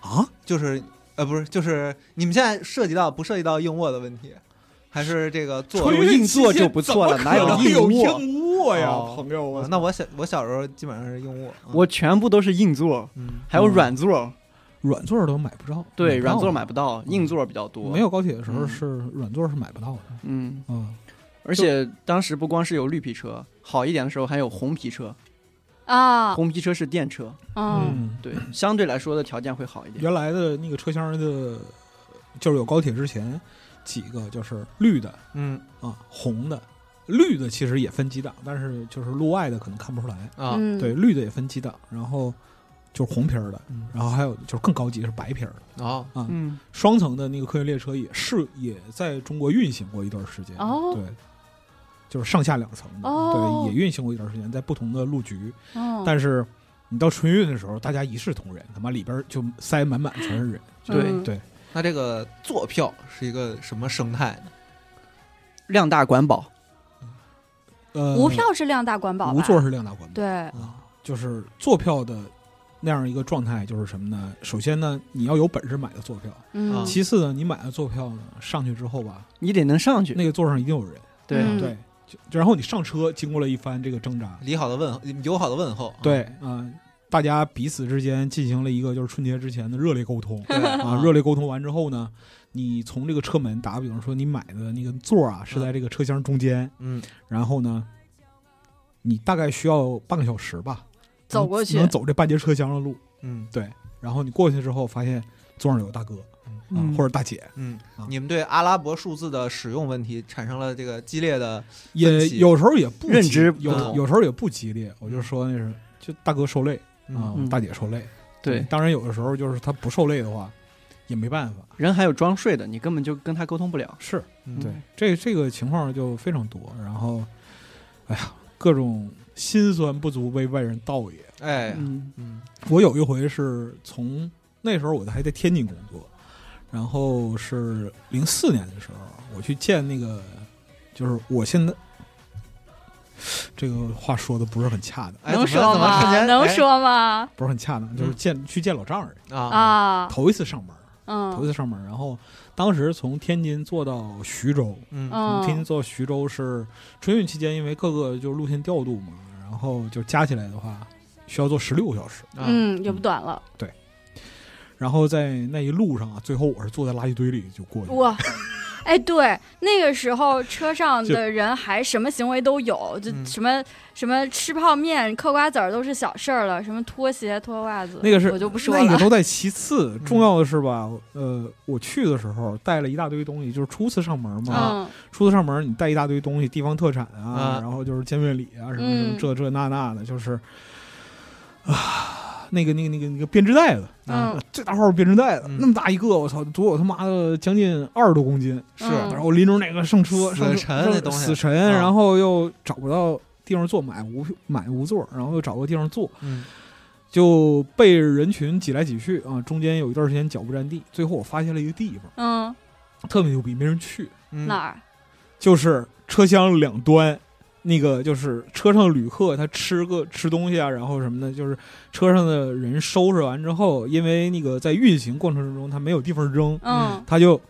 [SPEAKER 1] 啊，
[SPEAKER 3] 就是呃，不是，就是你们现在涉及到不涉及到硬卧的问题，还是这个坐
[SPEAKER 1] 春
[SPEAKER 4] 有
[SPEAKER 1] 运
[SPEAKER 4] 硬座就不错了，
[SPEAKER 1] 期间
[SPEAKER 4] 哪
[SPEAKER 1] 怎么可能
[SPEAKER 4] 硬
[SPEAKER 1] 有
[SPEAKER 4] 座？
[SPEAKER 1] 硬卧呀，
[SPEAKER 3] 哦
[SPEAKER 1] 朋友
[SPEAKER 3] 啊
[SPEAKER 1] 们？
[SPEAKER 3] 那我小我小时候基本上是硬卧，嗯
[SPEAKER 4] 我全部都是硬座，
[SPEAKER 3] 嗯
[SPEAKER 4] 还有软座，
[SPEAKER 1] 软座都买不着，
[SPEAKER 4] 对，
[SPEAKER 1] 不到
[SPEAKER 4] 软座买不到，硬座比较多，
[SPEAKER 1] 没有高铁的时候
[SPEAKER 4] 嗯
[SPEAKER 1] 是软座是买不到的，
[SPEAKER 4] 嗯。
[SPEAKER 1] 嗯，
[SPEAKER 4] 而且当时不光是有绿皮车，好一点的时候还有红皮车，
[SPEAKER 2] 啊，
[SPEAKER 4] 红皮车是电车，
[SPEAKER 2] 嗯，
[SPEAKER 4] 对，相对来说的条件会好一点。
[SPEAKER 1] 原来的那个车厢的，就是有高铁之前，几个就是绿的
[SPEAKER 3] 嗯
[SPEAKER 1] 啊、红的，绿的其实也分几档，但是就是路外的可能看不出来。
[SPEAKER 3] 啊，
[SPEAKER 2] 嗯
[SPEAKER 1] 对，，绿的也分几档，然后就是红皮儿的，
[SPEAKER 3] 嗯
[SPEAKER 1] 然后还有就是更高级的是白皮儿的。
[SPEAKER 3] 哦，
[SPEAKER 4] 嗯，
[SPEAKER 1] 双层的那个客运列车也是也在中国运行过一段时间，
[SPEAKER 2] 哦
[SPEAKER 1] 对，就是上下两层的，
[SPEAKER 2] 哦
[SPEAKER 1] 对，也运行过一段时间，在不同的路局，
[SPEAKER 2] 哦
[SPEAKER 1] 但是。你到春运的时候，大家一视同仁，他妈里边就塞满满全是人，
[SPEAKER 4] 对
[SPEAKER 2] 嗯
[SPEAKER 1] 对，
[SPEAKER 3] 那这个坐票是一个什么生态呢？
[SPEAKER 4] 量大管饱，
[SPEAKER 1] 呃，
[SPEAKER 2] 无票是量大管饱吧？
[SPEAKER 1] 无座是量大管饱，
[SPEAKER 2] 对，
[SPEAKER 1] 啊，就是坐票的那样一个状态就是什么呢？首先呢，你要有本事买的坐票，
[SPEAKER 2] 嗯，
[SPEAKER 1] 其次呢，你买的坐票呢，上去之后吧，
[SPEAKER 4] 你得能上去。
[SPEAKER 1] 那个座上一定有人，
[SPEAKER 4] 对
[SPEAKER 2] 嗯
[SPEAKER 1] 对，就就然后你上车，经过了一番这个挣扎，
[SPEAKER 3] 礼好的问友好的问候，
[SPEAKER 1] 对，啊、大家彼此之间进行了一个就是春节之前的热烈沟 通
[SPEAKER 3] 对
[SPEAKER 1] 啊，热烈沟通完之后呢，你从这个车门打个比方说，你买的那个座儿啊是在这个车厢中间，
[SPEAKER 3] 嗯
[SPEAKER 1] 然后呢，你大概需要半个小时吧，
[SPEAKER 2] 走
[SPEAKER 1] 能
[SPEAKER 2] 过去
[SPEAKER 1] 能走这半截车厢的路，
[SPEAKER 3] 嗯，
[SPEAKER 1] 然后你过去之后发现桌上有大哥啊
[SPEAKER 4] 嗯
[SPEAKER 1] 或者大姐，
[SPEAKER 3] 嗯
[SPEAKER 1] 啊，
[SPEAKER 3] 你们对阿拉伯数字的使用问题产生了这个激烈的，
[SPEAKER 1] 也
[SPEAKER 3] 分歧
[SPEAKER 1] 有时候也不
[SPEAKER 4] 认
[SPEAKER 1] 激
[SPEAKER 4] 知不
[SPEAKER 1] 有
[SPEAKER 3] 同
[SPEAKER 1] 有时候也不激烈。我就说那是就大哥受累啊
[SPEAKER 3] 嗯，
[SPEAKER 4] 嗯
[SPEAKER 1] 大姐受累。
[SPEAKER 4] 对，
[SPEAKER 1] 当然有的时候就是他不受累的话，也没办法。
[SPEAKER 4] 人还有装睡的，你根本就跟他沟通不了。
[SPEAKER 1] 是
[SPEAKER 3] 嗯
[SPEAKER 1] 对这这个情况就非常多。然后，哎呀，各种心酸不足为外人道也。
[SPEAKER 3] 哎呀，
[SPEAKER 4] 嗯，
[SPEAKER 3] 嗯
[SPEAKER 1] 我有一回是从那时候我还在天津工作，然后是零四年的时候，我去见那个，就是我现在这个话说的不是很恰当，
[SPEAKER 3] 哎
[SPEAKER 2] 能
[SPEAKER 3] 怎么
[SPEAKER 2] 说
[SPEAKER 3] 怎么瞬
[SPEAKER 2] 吗？
[SPEAKER 3] 间
[SPEAKER 2] 能
[SPEAKER 3] 哎
[SPEAKER 2] 说吗？
[SPEAKER 1] 不是很恰当，就是见、去见老丈人，
[SPEAKER 3] 啊
[SPEAKER 2] 啊，
[SPEAKER 1] 头一次上班，头一
[SPEAKER 2] 嗯
[SPEAKER 1] 次上班，然后当时从天津坐到徐州，
[SPEAKER 3] 嗯
[SPEAKER 1] 从天津
[SPEAKER 2] 嗯
[SPEAKER 1] 坐到徐州是春运期间，因为各个就是路线调度嘛，然后就加起来的话需要坐十六个小时。
[SPEAKER 3] 啊
[SPEAKER 2] 嗯，也不短了，
[SPEAKER 1] 然后在那一路上啊，最后我是坐在垃圾堆里就过去了。
[SPEAKER 2] 哇。 哎，对，那个时候车上
[SPEAKER 1] 就
[SPEAKER 2] 的人还什么行为都有，就
[SPEAKER 3] 嗯
[SPEAKER 2] 什么、什么吃泡面、嗑瓜子儿都是小事儿了，什么脱鞋、脱袜子，
[SPEAKER 1] 那个是
[SPEAKER 2] 我就不说
[SPEAKER 1] 那个
[SPEAKER 2] 了。嗯
[SPEAKER 1] 都在其次，重要的是吧？呃，我去的时候带了一大堆东西，就是初次上门嘛，
[SPEAKER 3] 啊
[SPEAKER 2] 嗯，
[SPEAKER 1] 初次上门你带一大堆东西，地方特产啊，
[SPEAKER 3] 啊
[SPEAKER 1] 然后就是见面礼啊，什么什么
[SPEAKER 2] 嗯
[SPEAKER 1] 这这那那的，就是啊，那个那个那个那个编织袋子，
[SPEAKER 3] 啊
[SPEAKER 2] 嗯，
[SPEAKER 1] 最大号编织袋子、
[SPEAKER 3] 嗯
[SPEAKER 1] 那么大一个，我操，足有他妈的将近二十多公斤，
[SPEAKER 3] 是
[SPEAKER 2] 嗯
[SPEAKER 1] 然后拎着那个上车，
[SPEAKER 3] 死
[SPEAKER 1] 上车
[SPEAKER 3] 沉
[SPEAKER 1] 上
[SPEAKER 3] 那东西
[SPEAKER 1] 死沉，
[SPEAKER 3] 啊
[SPEAKER 1] 然后又找不到地方坐，买无买无座，然后又找不到地方坐，
[SPEAKER 3] 嗯
[SPEAKER 1] 就被人群挤来挤去啊。中间有一段时间脚不沾地，最后我发现了一个地方
[SPEAKER 2] 嗯，
[SPEAKER 1] 特别牛逼，没人去，
[SPEAKER 3] 嗯
[SPEAKER 2] 哪儿？
[SPEAKER 1] 就是车厢两端。那个就是车上旅客，他吃个吃东西啊，然后什么的，就是车上的人收拾完之后，因为那个在运行过程中他没有地方扔，
[SPEAKER 2] 嗯，
[SPEAKER 1] 他就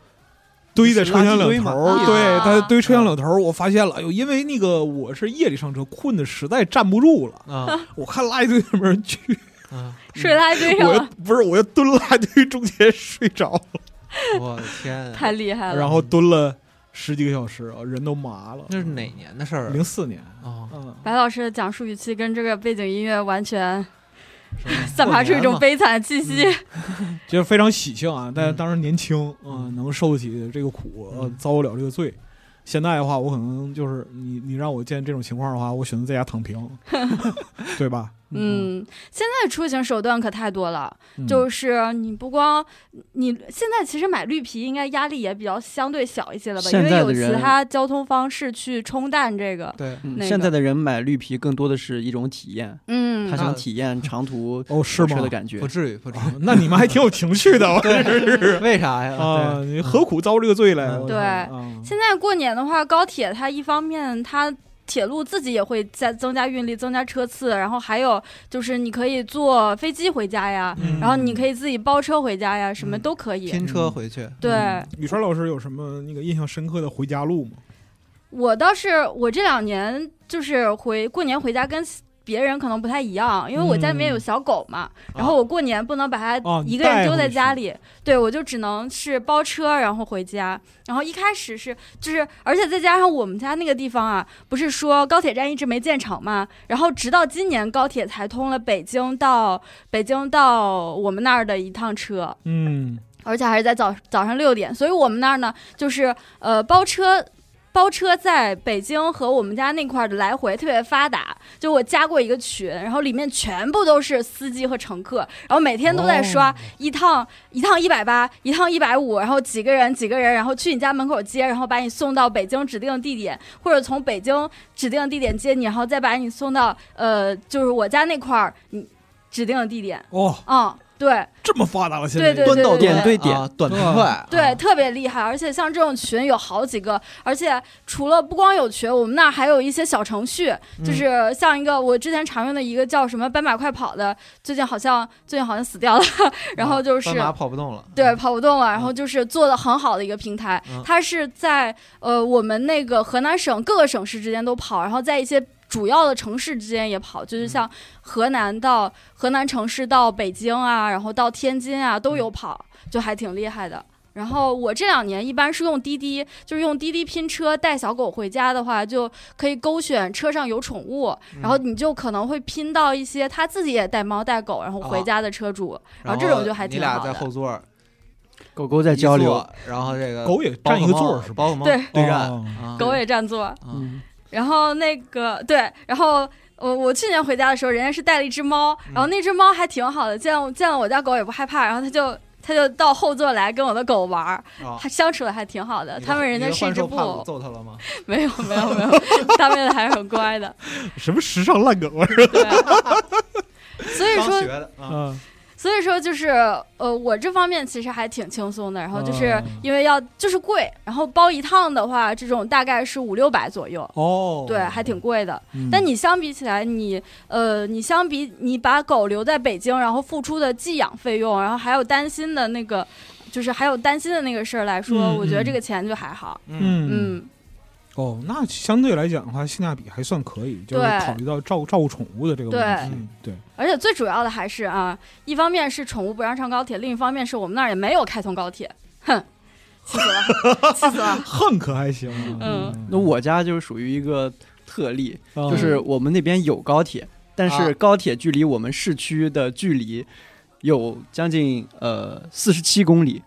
[SPEAKER 1] 堆在车厢
[SPEAKER 4] 就是垃圾堆
[SPEAKER 1] 两
[SPEAKER 4] 嘛
[SPEAKER 1] 头儿，
[SPEAKER 2] 啊
[SPEAKER 1] 对他堆车厢两头儿，我发现了，哎呦，因为那个我是夜里上车，困的实在站不住了，
[SPEAKER 3] 啊
[SPEAKER 1] 我看垃圾堆上面去，
[SPEAKER 3] 啊！
[SPEAKER 2] 睡垃圾堆上
[SPEAKER 1] 嗯 我又
[SPEAKER 2] 了，
[SPEAKER 1] 不是我又蹲垃圾堆中间睡着了，
[SPEAKER 3] 我的天啊，
[SPEAKER 2] 太厉害了。
[SPEAKER 1] 然后蹲了十几个小时啊，人都麻了。
[SPEAKER 3] 那是哪年的事儿
[SPEAKER 1] 零四年，
[SPEAKER 3] 啊？
[SPEAKER 1] 嗯，
[SPEAKER 2] 白老师的讲述语气跟这个背景音乐完全
[SPEAKER 3] 是吧
[SPEAKER 2] 散发出一种
[SPEAKER 3] 过年嘛
[SPEAKER 2] 悲惨气
[SPEAKER 1] 嗯
[SPEAKER 2] 息。嗯
[SPEAKER 1] 就是非常喜庆啊，但是
[SPEAKER 3] 嗯
[SPEAKER 1] 当时年轻啊，
[SPEAKER 3] 嗯
[SPEAKER 1] 能受起这个苦，呃
[SPEAKER 3] 嗯
[SPEAKER 1] 遭不了这个罪。现在的话，我可能就是你，你让我见这种情况的话，我选择在家躺平，对吧？
[SPEAKER 2] 嗯，现在出行手段可太多了，
[SPEAKER 1] 嗯
[SPEAKER 2] 就是你不光你现在其实买绿皮应该压力也比较相对小一些了吧，因
[SPEAKER 4] 现
[SPEAKER 2] 为
[SPEAKER 4] 在
[SPEAKER 2] 有
[SPEAKER 4] 的
[SPEAKER 2] 其
[SPEAKER 4] 人
[SPEAKER 2] 他交通方式去冲淡这个。
[SPEAKER 3] 对，
[SPEAKER 4] 嗯，
[SPEAKER 2] 那
[SPEAKER 4] 现在
[SPEAKER 2] 个
[SPEAKER 4] 的人买绿皮更多的是一种体验，
[SPEAKER 2] 嗯
[SPEAKER 4] 他，
[SPEAKER 3] 那
[SPEAKER 4] 想体验长途
[SPEAKER 1] 哦，是吗
[SPEAKER 4] 车？的感觉
[SPEAKER 3] 不。至于不至
[SPEAKER 1] 啊 那你们还挺有情趣的，我
[SPEAKER 2] 嗯
[SPEAKER 3] 于，为啥呀？
[SPEAKER 1] 啊，
[SPEAKER 3] 对
[SPEAKER 1] 你何苦遭这个罪来？
[SPEAKER 3] 嗯
[SPEAKER 1] 我
[SPEAKER 2] 对
[SPEAKER 1] 啊
[SPEAKER 2] 现在过年的话，高铁它一方面它。铁路自己也会再增加运力、增加车次，然后还有就是你可以坐飞机回家呀，
[SPEAKER 3] 嗯
[SPEAKER 2] 然后你可以自己包车回家呀，什么
[SPEAKER 3] 嗯
[SPEAKER 2] 都可以。
[SPEAKER 3] 拼车回去，
[SPEAKER 2] 对、
[SPEAKER 1] 嗯宇川老师有什么那个印象深刻的回家路吗？
[SPEAKER 2] 我倒是，我这两年就是回过年回家跟别人可能不太一样，因为我家里面有小狗嘛，然后我过年不能把
[SPEAKER 1] 嗯啊哦
[SPEAKER 2] 它
[SPEAKER 1] 你
[SPEAKER 2] 一个人
[SPEAKER 1] 带
[SPEAKER 2] 丢在
[SPEAKER 1] 回去
[SPEAKER 2] 家里，对我就只能是包车然后回家。然后一开始是就是，而且再加上我们家那个地方啊，不是说高铁站一直没建成嘛，然后直到今年高铁才通了北京到北京到我们那儿的一趟车，
[SPEAKER 1] 嗯，
[SPEAKER 2] 而且还是在早早上六点，所以我们那儿呢，就是呃包车。包车在北京和我们家那块儿的来回特别发达，就我加过一个群，然后里面全部都是司机和乘客，然后每天都在刷、一趟一趟一百八，一趟一百五，然后几个人几个人，然后去你家门口接，然后把你送到北京指定的地点，或者从北京指定的地点接你，然后再把你送到呃就是我家那块儿你指定的地点，
[SPEAKER 1] 哦，
[SPEAKER 2] 嗯，对，
[SPEAKER 1] 这么发达了，现在
[SPEAKER 2] 对对
[SPEAKER 3] 端到
[SPEAKER 4] 点对
[SPEAKER 3] 啊短平
[SPEAKER 1] 对
[SPEAKER 3] 快啊，
[SPEAKER 2] 对，特别厉害，而且像这种群有好几个，而且除了不光有群，我们那儿还有一些小程序，
[SPEAKER 3] 嗯
[SPEAKER 2] 就是像一个我之前常用的一个叫什么“斑马快跑”的，最近好像最近好像死掉了， 然后就是
[SPEAKER 3] 啊斑马跑不动了，
[SPEAKER 2] 对，跑不动了，然后就是做的很好的一个平台
[SPEAKER 3] 嗯，
[SPEAKER 2] 它是在呃我们那个河南省各个省市之间都跑，然后在一些主要的城市之间也跑，就是像河南到河南城市到北京啊，然后到天津啊都有跑，就还挺厉害的。然后我这两年一般是用滴滴，就是用滴滴拼车带小狗回家的话，就可以勾选车上有宠物，
[SPEAKER 3] 嗯
[SPEAKER 2] 然后你就可能会拼到一些他自己也带猫带狗，然后回家的车主，然后这种就还
[SPEAKER 3] 你
[SPEAKER 2] 挺
[SPEAKER 3] 俩
[SPEAKER 2] 好
[SPEAKER 3] 在
[SPEAKER 2] 的。
[SPEAKER 3] 后座儿
[SPEAKER 4] 狗狗在
[SPEAKER 3] 一
[SPEAKER 4] 交流，
[SPEAKER 3] 坐，然后这个
[SPEAKER 1] 狗也
[SPEAKER 3] 宝
[SPEAKER 1] 占一
[SPEAKER 3] 可
[SPEAKER 1] 个
[SPEAKER 3] 梦
[SPEAKER 1] 座儿是吧？
[SPEAKER 3] 宝可梦
[SPEAKER 2] 对
[SPEAKER 3] 对战，
[SPEAKER 1] 哦
[SPEAKER 3] 啊
[SPEAKER 2] 狗也占座，
[SPEAKER 3] 啊
[SPEAKER 4] 嗯，
[SPEAKER 2] 然后那个对，然后我我去年回家的时候，人家是带了一只猫，然后那只猫还挺好的，见我见了我家狗也不害怕，然后它就它就到后座来跟我的狗玩儿，
[SPEAKER 3] 啊
[SPEAKER 2] 它相处的还挺好的。
[SPEAKER 3] 你
[SPEAKER 2] 他们人
[SPEAKER 3] 你
[SPEAKER 2] 家
[SPEAKER 3] 的
[SPEAKER 2] 是一
[SPEAKER 3] 幻
[SPEAKER 2] 只
[SPEAKER 3] 兽帕鲁
[SPEAKER 2] 布，
[SPEAKER 3] 揍他了吗？
[SPEAKER 2] 没有没有没有，他们还是很乖的。
[SPEAKER 1] 什么时尚烂梗啊？
[SPEAKER 2] 对，所以
[SPEAKER 3] 刚
[SPEAKER 2] 说
[SPEAKER 3] 学的啊，
[SPEAKER 1] 嗯
[SPEAKER 2] 所以说就是呃，我这方面其实还挺轻松的。然后就是
[SPEAKER 1] 嗯
[SPEAKER 2] 因为要就是贵，然后包一趟的话，这种大概是五六百左右，
[SPEAKER 1] 哦，
[SPEAKER 2] 对，还挺贵的。
[SPEAKER 1] 嗯。
[SPEAKER 2] 但你相比起来，你呃，你相比你把狗留在北京，然后付出的寄养费用，然后还有担心的那个，就是还有担心的那个事儿来说，
[SPEAKER 1] 嗯
[SPEAKER 2] 我觉得这
[SPEAKER 1] 嗯
[SPEAKER 2] 个钱就还好。
[SPEAKER 3] 嗯
[SPEAKER 1] 嗯
[SPEAKER 2] 嗯，
[SPEAKER 1] 哦，那相对来讲的话，性价比还算可以，就是
[SPEAKER 2] 对
[SPEAKER 1] 考虑到照顾照顾宠物的这个问题，对，
[SPEAKER 2] 而且最主要的还是啊，一方面是宠物不让上高铁，另一方面是我们那儿也没有开通高铁， 哼，气 死了，气死了。
[SPEAKER 1] 恨可还行啊，
[SPEAKER 2] 嗯
[SPEAKER 4] 那我家就是属于一个特例，
[SPEAKER 1] 嗯啊
[SPEAKER 4] 就是我们那边有高铁，但是高铁距离我们市区的距离有将近呃四十七公里，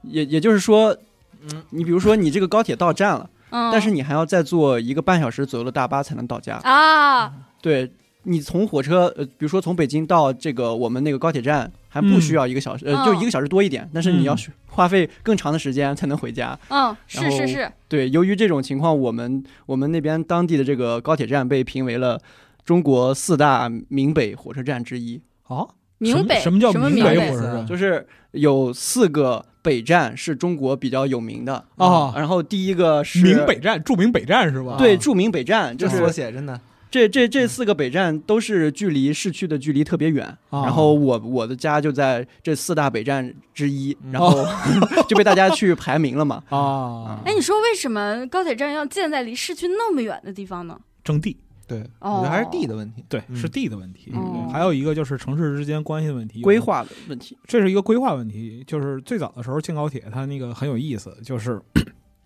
[SPEAKER 4] 也也就是说，
[SPEAKER 3] 嗯，
[SPEAKER 4] 你比如说你这个高铁到站了，
[SPEAKER 2] 嗯，
[SPEAKER 4] 但是你还要再坐一个半小时左右的大巴才能到家。
[SPEAKER 2] 啊，
[SPEAKER 4] 对你从火车，呃，比如说从北京到这个我们那个高铁站，还不
[SPEAKER 1] 嗯
[SPEAKER 4] 需要一个小时，
[SPEAKER 2] 嗯
[SPEAKER 4] 呃，就一个小时多一点，但是你要
[SPEAKER 1] 嗯
[SPEAKER 4] 是花费更长的时间才能回家。
[SPEAKER 2] 嗯，是
[SPEAKER 4] 然后
[SPEAKER 2] 是是，
[SPEAKER 4] 对，由于这种情况，我们我们那边当地的这个高铁站被评为了中国四大闽北火车站之一，
[SPEAKER 1] 啊，
[SPEAKER 2] 明北
[SPEAKER 1] 什么叫
[SPEAKER 2] 什么
[SPEAKER 1] 明
[SPEAKER 2] 明
[SPEAKER 1] 北火车啊
[SPEAKER 3] 北
[SPEAKER 1] 站？
[SPEAKER 4] 就是有四个北站是中国比较有名的啊
[SPEAKER 1] 哦
[SPEAKER 4] 然后第一个是
[SPEAKER 1] 明北站，著名北站是吧？
[SPEAKER 4] 对，
[SPEAKER 1] 啊
[SPEAKER 4] 著名北站就
[SPEAKER 3] 这缩
[SPEAKER 4] 是
[SPEAKER 3] 写真的
[SPEAKER 4] 这这这四个北站都是距离市区的距离特别远，
[SPEAKER 1] 啊
[SPEAKER 4] 然后我我的家就在这四大北站之一，
[SPEAKER 3] 嗯
[SPEAKER 4] 然后 就被大家去排名 了嘛。
[SPEAKER 1] 啊，
[SPEAKER 2] 哎，你说为什么高铁站要建在离市区那么远的地方呢？
[SPEAKER 1] 征地，
[SPEAKER 3] 对，
[SPEAKER 2] 哦
[SPEAKER 3] 我觉得还是地的问题。
[SPEAKER 1] 对，
[SPEAKER 3] 嗯
[SPEAKER 1] 是地的问题，
[SPEAKER 2] 嗯
[SPEAKER 1] 对还有一个就是城市之间关系的问题，
[SPEAKER 4] 规划的问题，
[SPEAKER 1] 这是一个规划问题，就是最早的时候建高铁，它那个很有意思，就是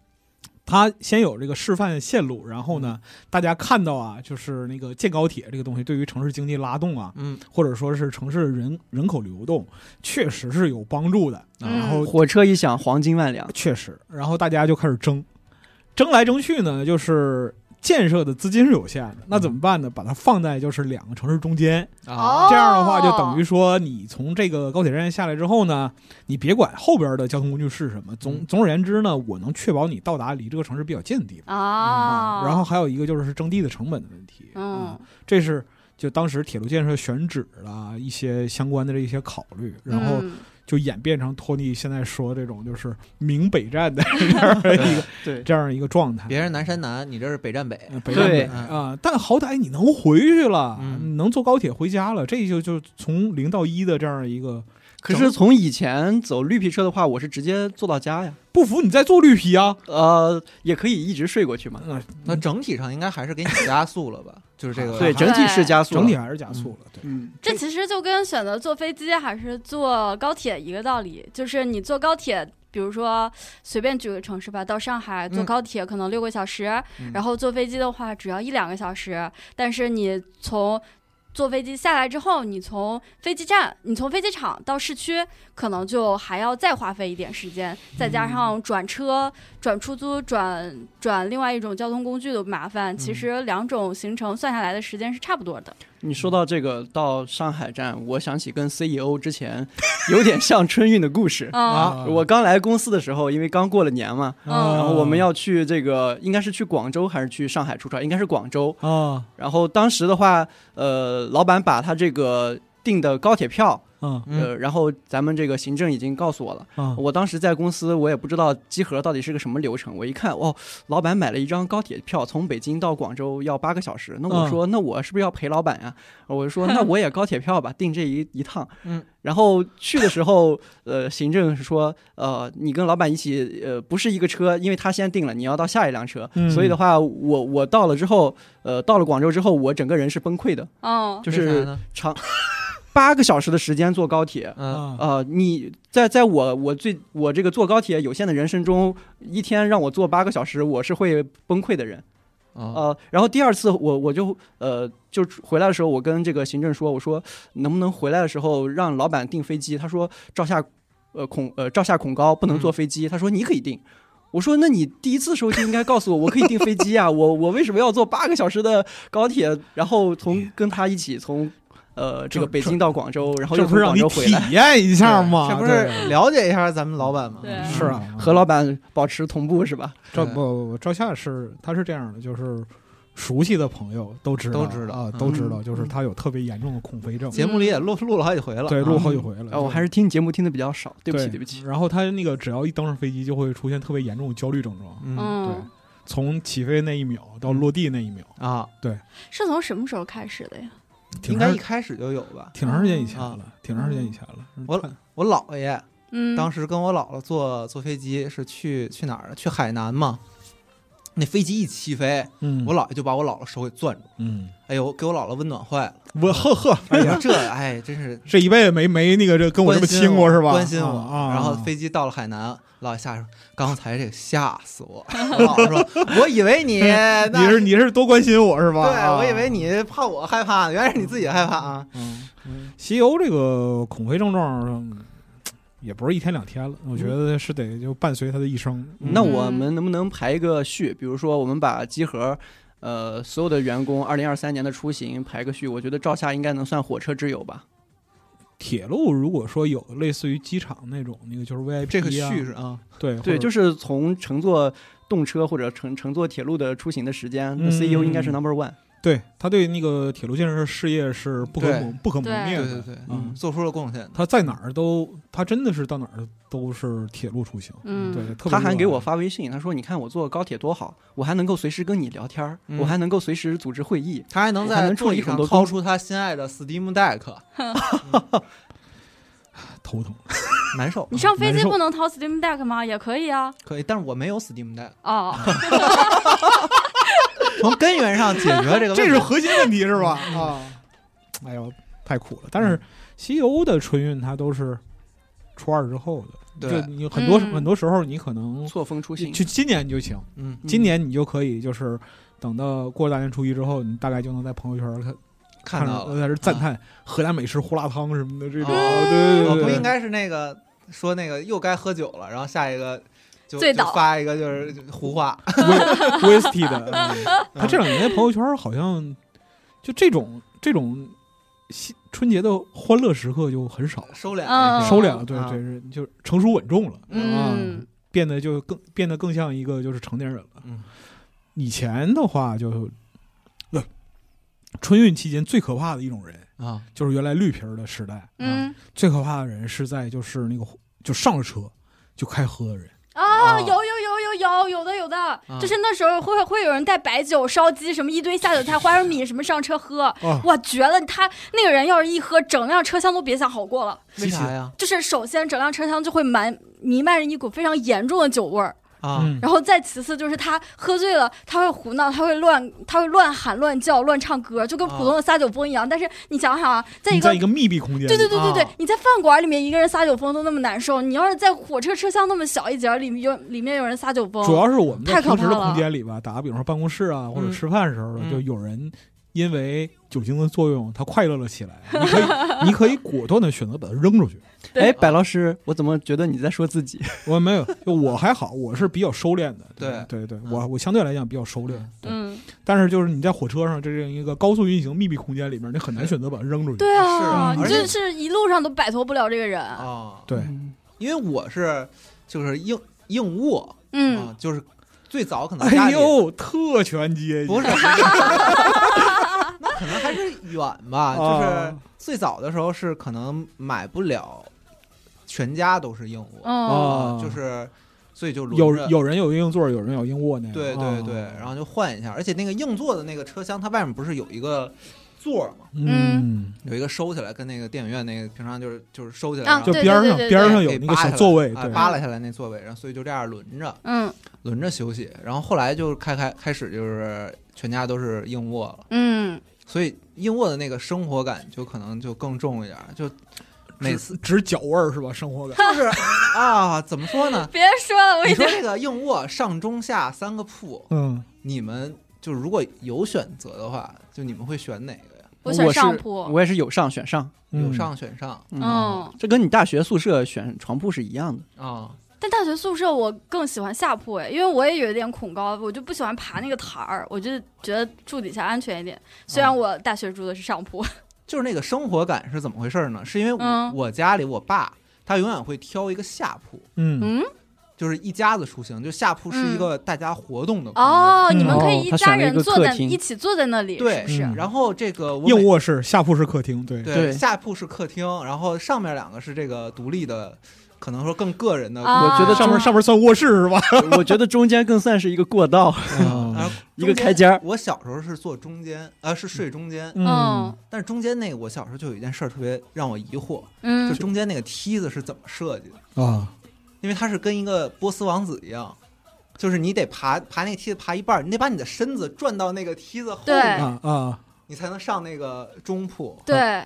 [SPEAKER 1] 它先有这个示范线路，然后呢，大家看到啊，就是那个建高铁这个东西对于城市经济拉动啊，
[SPEAKER 3] 嗯，
[SPEAKER 1] 或者说是城市人人口流动，确实是有帮助的。
[SPEAKER 2] 嗯
[SPEAKER 1] 然后
[SPEAKER 4] 火车一响，黄金万两。
[SPEAKER 1] 确实，然后大家就开始争，争来争去呢，就是。建设的资金是有限的，
[SPEAKER 2] 嗯
[SPEAKER 1] 那怎么办呢？把它放在就是两个城市中间，
[SPEAKER 3] 啊
[SPEAKER 2] 哦
[SPEAKER 1] 这样的话，就等于说你从这个高铁站下来之后呢，你别管后边的交通工具是什么，总
[SPEAKER 3] 嗯
[SPEAKER 1] 总而言之呢，我能确保你到达离这个城市比较近的地方。
[SPEAKER 2] 啊，
[SPEAKER 1] 嗯然后还有一个就是征地的成本的问题，
[SPEAKER 2] 嗯，
[SPEAKER 1] 这是就当时铁路建设选址啦一些相关的这一些考虑，然后
[SPEAKER 2] 嗯
[SPEAKER 1] 就演变成托尼现在说这种就是明北站的这样 的一个
[SPEAKER 4] 对，
[SPEAKER 1] 这样一个状态。
[SPEAKER 3] 别人南山南，你这是北站嗯北。
[SPEAKER 1] 呃北站
[SPEAKER 4] 对
[SPEAKER 1] 北啊，但好歹你能回去了，
[SPEAKER 3] 嗯
[SPEAKER 1] 你能坐高铁回家了，这就就从零到一的这样一个
[SPEAKER 4] 可是从以前走绿皮车的话，我是直接坐到家呀。
[SPEAKER 1] 不服你再做绿皮啊！
[SPEAKER 4] 呃，也可以一直睡过去嘛。
[SPEAKER 1] 嗯，
[SPEAKER 3] 那整体上应该还是给你加速了吧？就是这个
[SPEAKER 4] 对，
[SPEAKER 1] 还
[SPEAKER 4] 整体是加速了。
[SPEAKER 1] 整体还是加速了，对。
[SPEAKER 4] 嗯，
[SPEAKER 2] 这其实就跟选择坐飞机还是坐高铁一个道理，就是你坐高铁。比如说，随便举个城市吧，到上海坐
[SPEAKER 3] 嗯
[SPEAKER 2] 高铁可能六个小时，
[SPEAKER 3] 嗯
[SPEAKER 2] 然后坐飞机的话只要一两个小时。但是你从坐飞机下来之后，你从飞机站，你从飞机场到市区，可能就还要再花费一点时间，再加上转车、转出租、转转另外一种交通工具的麻烦。其实两种行程算下来的时间是差不多的。
[SPEAKER 4] 你说到这个到上海站，我想起跟 CEO 之前有点像春运的故 事。
[SPEAKER 2] 嗯
[SPEAKER 4] 啊我刚来公司的时候，因为刚过了年嘛，
[SPEAKER 2] 嗯
[SPEAKER 1] 啊
[SPEAKER 4] 然后我们要去这个，应该是去广州还是去上海出差？应该是广州。
[SPEAKER 1] 啊，
[SPEAKER 4] 然后当时的话，呃，老板把他这个订的高铁票，
[SPEAKER 1] 嗯
[SPEAKER 4] 呃，然后咱们这个行政已经告诉我了。
[SPEAKER 3] 嗯
[SPEAKER 1] 啊，
[SPEAKER 4] 我当时在公司，我也不知道集合到底是个什么流程。我一看，哦，老板买了一张高铁票，从北京到广州要八个小时。那我
[SPEAKER 1] 嗯
[SPEAKER 4] 说，那我是不是要陪老板呀、我 就说，那我也高铁票吧，订这一一趟。
[SPEAKER 3] 嗯。
[SPEAKER 4] 然后去的时候，呃，行政是说，呃，你跟老板一起，呃，不是一个车，因为他先订了，你要到下一辆车。
[SPEAKER 1] 嗯
[SPEAKER 4] 所以的话，我我到了之后，呃，到了广州之后，我整个人是崩溃的，
[SPEAKER 2] 嗯
[SPEAKER 4] 就
[SPEAKER 3] 为啥
[SPEAKER 4] 是
[SPEAKER 3] 呢
[SPEAKER 4] 长。八个小时的时间坐高铁。
[SPEAKER 3] 嗯，
[SPEAKER 1] 啊
[SPEAKER 4] 呃，你在在我我最我这个坐高铁有限的人生中，一天让我坐八个小时，我是会崩溃的人。
[SPEAKER 3] 哦
[SPEAKER 4] 呃，然后第二次我我就呃就回来的时候，我跟这个行政说，我说能不能回来的时候让老板订飞机？他说照下呃恐呃照下恐高，不能
[SPEAKER 1] 嗯
[SPEAKER 4] 坐飞机。他说你可以订。我说，那你第一次的时候就应该告诉我，我可以订飞机啊！我我为什么要坐八个小时的高铁，然后
[SPEAKER 1] 哎
[SPEAKER 4] 从跟他一起从呃这个北京到广州，然后
[SPEAKER 1] 这
[SPEAKER 4] 又
[SPEAKER 1] 不
[SPEAKER 4] 从
[SPEAKER 1] 是让
[SPEAKER 4] 广
[SPEAKER 1] 你
[SPEAKER 4] 州回
[SPEAKER 1] 体
[SPEAKER 4] 来，
[SPEAKER 1] 验一下吗？
[SPEAKER 3] 这不
[SPEAKER 1] 对
[SPEAKER 3] 是了解一下咱们老板吗？嗯
[SPEAKER 2] 对
[SPEAKER 1] 是啊，
[SPEAKER 4] 和嗯老板保持同步是吧？
[SPEAKER 1] 赵
[SPEAKER 3] 对
[SPEAKER 1] 不不不，赵夏是他是这样的，就是熟悉的朋友都知道，
[SPEAKER 3] 都知道
[SPEAKER 1] 啊，
[SPEAKER 3] 嗯
[SPEAKER 1] 都知道，就是
[SPEAKER 4] 嗯
[SPEAKER 1] 他有特别严重的恐肥症，
[SPEAKER 3] 节目里也录录了好几回了，
[SPEAKER 1] 对，录
[SPEAKER 3] 啊
[SPEAKER 1] 好几回了。
[SPEAKER 4] 啊，我还是听节目听的比较少，
[SPEAKER 1] 嗯对
[SPEAKER 4] 对不起对不起。
[SPEAKER 1] 然后他那个只要一登上飞机，就会出现特别严重的焦虑症状，
[SPEAKER 3] 嗯
[SPEAKER 1] 对
[SPEAKER 2] 嗯，，
[SPEAKER 1] 从起飞那一秒到落地那一秒，
[SPEAKER 3] 啊，
[SPEAKER 2] 是从什么时候开始的呀？
[SPEAKER 1] 挺
[SPEAKER 3] 嗯应该
[SPEAKER 1] 长
[SPEAKER 3] 一开始就有吧。
[SPEAKER 1] 挺长时间以前
[SPEAKER 3] 啊嗯
[SPEAKER 1] 了，挺长时间以前了。
[SPEAKER 3] 我
[SPEAKER 1] 看
[SPEAKER 3] 我姥爷
[SPEAKER 2] 嗯，
[SPEAKER 3] 当时跟我姥姥坐坐飞机是去去哪儿啊？去海南嘛。那飞机一起飞，
[SPEAKER 1] 嗯，
[SPEAKER 3] 我姥爷就把我姥姥手给攥住，
[SPEAKER 1] 嗯，
[SPEAKER 3] 哎呦，给我姥姥温暖坏了。
[SPEAKER 1] 我呵呵，
[SPEAKER 3] 哎呀，这哎真是
[SPEAKER 1] 这一辈子没没那个这跟我这么
[SPEAKER 3] 关心
[SPEAKER 1] 亲过是吧？
[SPEAKER 3] 关心我。
[SPEAKER 1] 啊，啊
[SPEAKER 3] 然后飞机到了海南，老下说：“刚才这个吓死我！”我姥姥说：“我以 为你
[SPEAKER 1] 你
[SPEAKER 3] 你
[SPEAKER 1] 是你是多关心我是吧？
[SPEAKER 3] 对
[SPEAKER 1] 啊
[SPEAKER 3] 我以为你怕我害怕，原来是你自己害怕啊。
[SPEAKER 1] 嗯，西游这个恐飞症状嗯也不是一天两天了，我觉
[SPEAKER 3] 嗯
[SPEAKER 1] 得是得就伴随他的一生。
[SPEAKER 4] 那
[SPEAKER 1] 嗯
[SPEAKER 4] 我们能不能排一个序？比如说，我们把集合，呃，所有的员工二零二三年的出行排个序。我觉得赵夏应该能算火车之友吧。
[SPEAKER 1] 铁路如果说有类似于机场那种那个就是 VIP，、啊、
[SPEAKER 3] 这个序是啊，
[SPEAKER 1] 对
[SPEAKER 4] 对，就是是从乘坐动车或者乘乘坐铁路的出行的时间，那
[SPEAKER 1] 嗯
[SPEAKER 4] CEO 应该是 number one。
[SPEAKER 1] 对他对那个铁路建设事业是不可
[SPEAKER 3] 对
[SPEAKER 1] 磨不可磨灭
[SPEAKER 3] 对
[SPEAKER 1] 的。
[SPEAKER 3] 对对，
[SPEAKER 1] 嗯，
[SPEAKER 3] 做出了贡献。
[SPEAKER 1] 他在哪儿都，他真的是到哪儿都是铁路出行。
[SPEAKER 2] 嗯，
[SPEAKER 1] 对，特别
[SPEAKER 4] 他还给
[SPEAKER 1] 热
[SPEAKER 4] 我
[SPEAKER 1] 爱
[SPEAKER 4] 发微信，他说：“你看我坐高铁多好，我还能够随时跟你聊天儿，
[SPEAKER 3] 嗯
[SPEAKER 4] 我还能够随时组织会议。
[SPEAKER 3] 他还能
[SPEAKER 4] 还
[SPEAKER 3] 在
[SPEAKER 4] 能处
[SPEAKER 3] 座
[SPEAKER 4] 理
[SPEAKER 3] 椅上
[SPEAKER 4] 很多
[SPEAKER 3] 掏
[SPEAKER 4] 工
[SPEAKER 3] 出他心爱的 Steam Deck，
[SPEAKER 1] 头疼。
[SPEAKER 3] 难受
[SPEAKER 2] 你上飞
[SPEAKER 1] 难
[SPEAKER 2] 机
[SPEAKER 1] 受
[SPEAKER 2] 不能掏 Steam Deck 吗？也可以啊。
[SPEAKER 3] 可以，但是我没有 Steam Deck，
[SPEAKER 2] 哦，
[SPEAKER 3] 从根源上解决这个 问题。
[SPEAKER 1] 这是核心问题是吧？
[SPEAKER 3] 啊，
[SPEAKER 1] 哎呦，太苦了。但是西游的春运它都是初二之后的，
[SPEAKER 3] 对
[SPEAKER 1] 就你很多、
[SPEAKER 2] 嗯
[SPEAKER 1] 很多时候你可能
[SPEAKER 4] 错峰出行，
[SPEAKER 1] 去今年你就行，
[SPEAKER 3] 嗯，
[SPEAKER 4] 嗯
[SPEAKER 1] 今年你就可以就是等到过大年初一之后，你大概就能在朋友圈看
[SPEAKER 3] 看到
[SPEAKER 1] 着
[SPEAKER 3] 了。啊
[SPEAKER 1] 在这赞叹河南美食胡辣汤什么的这种。
[SPEAKER 3] 哦
[SPEAKER 1] 对
[SPEAKER 3] 我
[SPEAKER 1] 对
[SPEAKER 3] 不
[SPEAKER 1] 对
[SPEAKER 3] 应
[SPEAKER 1] 对，
[SPEAKER 3] 该是那个说那个又该喝酒了，然后下一个就
[SPEAKER 2] 醉倒
[SPEAKER 3] 就发一个就是胡话，
[SPEAKER 1] 威威士忌的。嗯他这两年朋友圈好像就这种这种西春节的欢乐时刻就很少了。
[SPEAKER 3] 收敛
[SPEAKER 2] 嗯
[SPEAKER 3] 一下
[SPEAKER 1] 收敛了，对
[SPEAKER 3] 啊
[SPEAKER 1] 对是，就成熟稳重了，
[SPEAKER 2] 嗯
[SPEAKER 1] 啊，变得就更变得更像一个就是成年人了。
[SPEAKER 3] 嗯，
[SPEAKER 1] 以前的话就，呃春运期间最可怕的一种人，
[SPEAKER 3] 啊，
[SPEAKER 1] 就是原来绿皮儿的时代，
[SPEAKER 2] 嗯
[SPEAKER 1] 最可怕的人是在就是那个就上了车就开喝的人，
[SPEAKER 2] 啊，
[SPEAKER 3] 哦
[SPEAKER 2] 有有有有有有的有的
[SPEAKER 3] 嗯，
[SPEAKER 2] 就是那时候会会有人带白酒、烧鸡什么一堆下酒菜、花生米什么上车喝
[SPEAKER 1] 哦，
[SPEAKER 2] 我觉得他那个人要是一喝，整辆车厢都别想好过了。
[SPEAKER 3] 为啥呀？
[SPEAKER 2] 就是首先整辆车厢就会满弥漫着一股非常严重的酒味儿，
[SPEAKER 3] 啊，
[SPEAKER 1] 嗯
[SPEAKER 2] 然后再其次就是他喝醉了，他会胡闹，他会乱，他会乱喊、乱叫、乱唱歌，就跟普通的撒酒疯一样。但是你想想啊，在一
[SPEAKER 1] 你
[SPEAKER 2] 个
[SPEAKER 1] 在一个密闭空间，
[SPEAKER 2] 对对对对对
[SPEAKER 3] 啊，
[SPEAKER 2] 你在饭馆里面一个人撒酒疯都那么难受，你要是在火车车厢那么小一节儿里面有里面有人撒酒疯，
[SPEAKER 1] 主要是我们在
[SPEAKER 2] 哦太可
[SPEAKER 1] 平时的
[SPEAKER 2] 怕了
[SPEAKER 1] 空间里吧，打个比方说办公室啊，或者
[SPEAKER 3] 嗯
[SPEAKER 1] 吃饭时候的，
[SPEAKER 3] 嗯
[SPEAKER 1] 就有人因为酒精的作用，他快乐了起来。你可以，你可以果断的选择把它扔出去。
[SPEAKER 2] 对
[SPEAKER 4] 哎，白老师，我怎么觉得你在说自己？
[SPEAKER 1] 我没有，就我还好，我是比较收敛的。对对，
[SPEAKER 3] 嗯
[SPEAKER 1] 我我相对来讲比较收敛。对，
[SPEAKER 2] 嗯，
[SPEAKER 1] 但是就是你在火车上这样一个高速运行密闭空间里面，你很难选择把它扔出去。
[SPEAKER 2] 对
[SPEAKER 3] 是
[SPEAKER 2] 啊
[SPEAKER 3] 啊，
[SPEAKER 2] 你
[SPEAKER 3] 而
[SPEAKER 2] 就
[SPEAKER 3] 且
[SPEAKER 2] 是一路上都摆脱不了这个人，
[SPEAKER 3] 啊，
[SPEAKER 1] 对
[SPEAKER 4] 嗯
[SPEAKER 3] 因为我是就是硬硬卧
[SPEAKER 2] 嗯
[SPEAKER 3] 啊，，就是最早可能家
[SPEAKER 1] 哎
[SPEAKER 3] 里
[SPEAKER 1] 呦，特权阶级
[SPEAKER 3] 不是， 那可能还是远吧，就是
[SPEAKER 1] 啊
[SPEAKER 3] 最早的时候是可能买不了，全家都是硬卧
[SPEAKER 2] 哦，
[SPEAKER 1] 啊，
[SPEAKER 3] 就是所以就轮
[SPEAKER 1] 有
[SPEAKER 3] 着
[SPEAKER 1] 有人有硬座，有人有硬卧那样。
[SPEAKER 3] 对对对，
[SPEAKER 1] 啊
[SPEAKER 3] 然后就换一下，而且那个硬座的那个车厢，它外面不是有一个座儿嘛，
[SPEAKER 1] 嗯，
[SPEAKER 3] 有一个收起来，跟那个电影院那个平常就是就是收起来，
[SPEAKER 2] 啊
[SPEAKER 3] 然后
[SPEAKER 1] 就
[SPEAKER 2] 对
[SPEAKER 1] 边儿上
[SPEAKER 2] 对对对对
[SPEAKER 1] 边儿上有那个小座位，
[SPEAKER 3] 啊
[SPEAKER 1] 对，
[SPEAKER 3] 扒拉下来那座位，然后所以就这样轮着
[SPEAKER 2] 嗯
[SPEAKER 3] 轮着休息，然后后来就开开开始就是全家都是硬卧了，
[SPEAKER 2] 嗯，
[SPEAKER 3] 所以硬卧的那个生活感就可能就更重一点儿，就每次
[SPEAKER 1] 只脚味儿是吧？生 活感。
[SPEAKER 3] 就是啊，怎么说呢？
[SPEAKER 2] 别说了， 我
[SPEAKER 3] 你
[SPEAKER 2] 已
[SPEAKER 3] 说
[SPEAKER 2] 经
[SPEAKER 3] 这个硬卧上中下三个铺，
[SPEAKER 1] 嗯，
[SPEAKER 3] 你们就如果有选择的话，就你们会选哪个呀？
[SPEAKER 2] 我
[SPEAKER 4] 我
[SPEAKER 2] 选上
[SPEAKER 4] 是
[SPEAKER 2] 铺，
[SPEAKER 4] 我也是有上选上，
[SPEAKER 1] 嗯
[SPEAKER 3] 有上选上啊、
[SPEAKER 2] 嗯，
[SPEAKER 4] 这跟你大学宿舍选床铺是一样的。
[SPEAKER 2] 但大学宿舍我更喜欢下铺哎，因为我也有一点恐高，我就不喜欢爬那个台儿，我就觉得住底下安全一点。虽然我大学住的是上铺，
[SPEAKER 3] 就是那个生活感是怎么回事呢？是因为我,、
[SPEAKER 2] 嗯
[SPEAKER 3] 我家里我爸他永远会挑一个下铺，
[SPEAKER 1] 嗯
[SPEAKER 2] 嗯，
[SPEAKER 3] 就是一家子出行，就下铺是一个大家活动的空间。
[SPEAKER 2] 哦，你们可以
[SPEAKER 4] 哦
[SPEAKER 2] 一
[SPEAKER 4] 他
[SPEAKER 2] 家
[SPEAKER 4] 选了一
[SPEAKER 2] 人
[SPEAKER 4] 个
[SPEAKER 2] 坐
[SPEAKER 4] 客
[SPEAKER 2] 在
[SPEAKER 4] 厅
[SPEAKER 2] 一起坐在那里，是
[SPEAKER 3] 对
[SPEAKER 2] 不是？
[SPEAKER 1] 嗯
[SPEAKER 3] 然后这个我
[SPEAKER 1] 硬
[SPEAKER 3] 每
[SPEAKER 1] 卧室，下铺是客厅，对，
[SPEAKER 3] 对
[SPEAKER 4] 对
[SPEAKER 3] 下铺是客厅，然后上面两个是这个独立的，可能说更个人的。
[SPEAKER 2] 啊
[SPEAKER 4] 我觉得
[SPEAKER 1] 上面上面算卧室是 吧？
[SPEAKER 4] 我觉得中间更算是一个过道，
[SPEAKER 3] 嗯然后
[SPEAKER 4] 一个
[SPEAKER 3] 中间
[SPEAKER 4] 开间儿。
[SPEAKER 3] 我小时候是坐中间，呃，是睡中间，
[SPEAKER 2] 嗯
[SPEAKER 3] 但是中间那个我小时候就有一件事儿特别让我疑惑，就
[SPEAKER 2] 嗯
[SPEAKER 3] 中间那个梯子是怎么设计的？
[SPEAKER 1] 啊，
[SPEAKER 3] 因为它是跟一个波斯王子一样，就是你得爬爬那个梯子爬一半儿，你得把你的身子转到那个梯子后
[SPEAKER 1] 啊
[SPEAKER 3] 面，
[SPEAKER 2] 对
[SPEAKER 1] 啊
[SPEAKER 3] 你才能上那个中铺。
[SPEAKER 2] 对，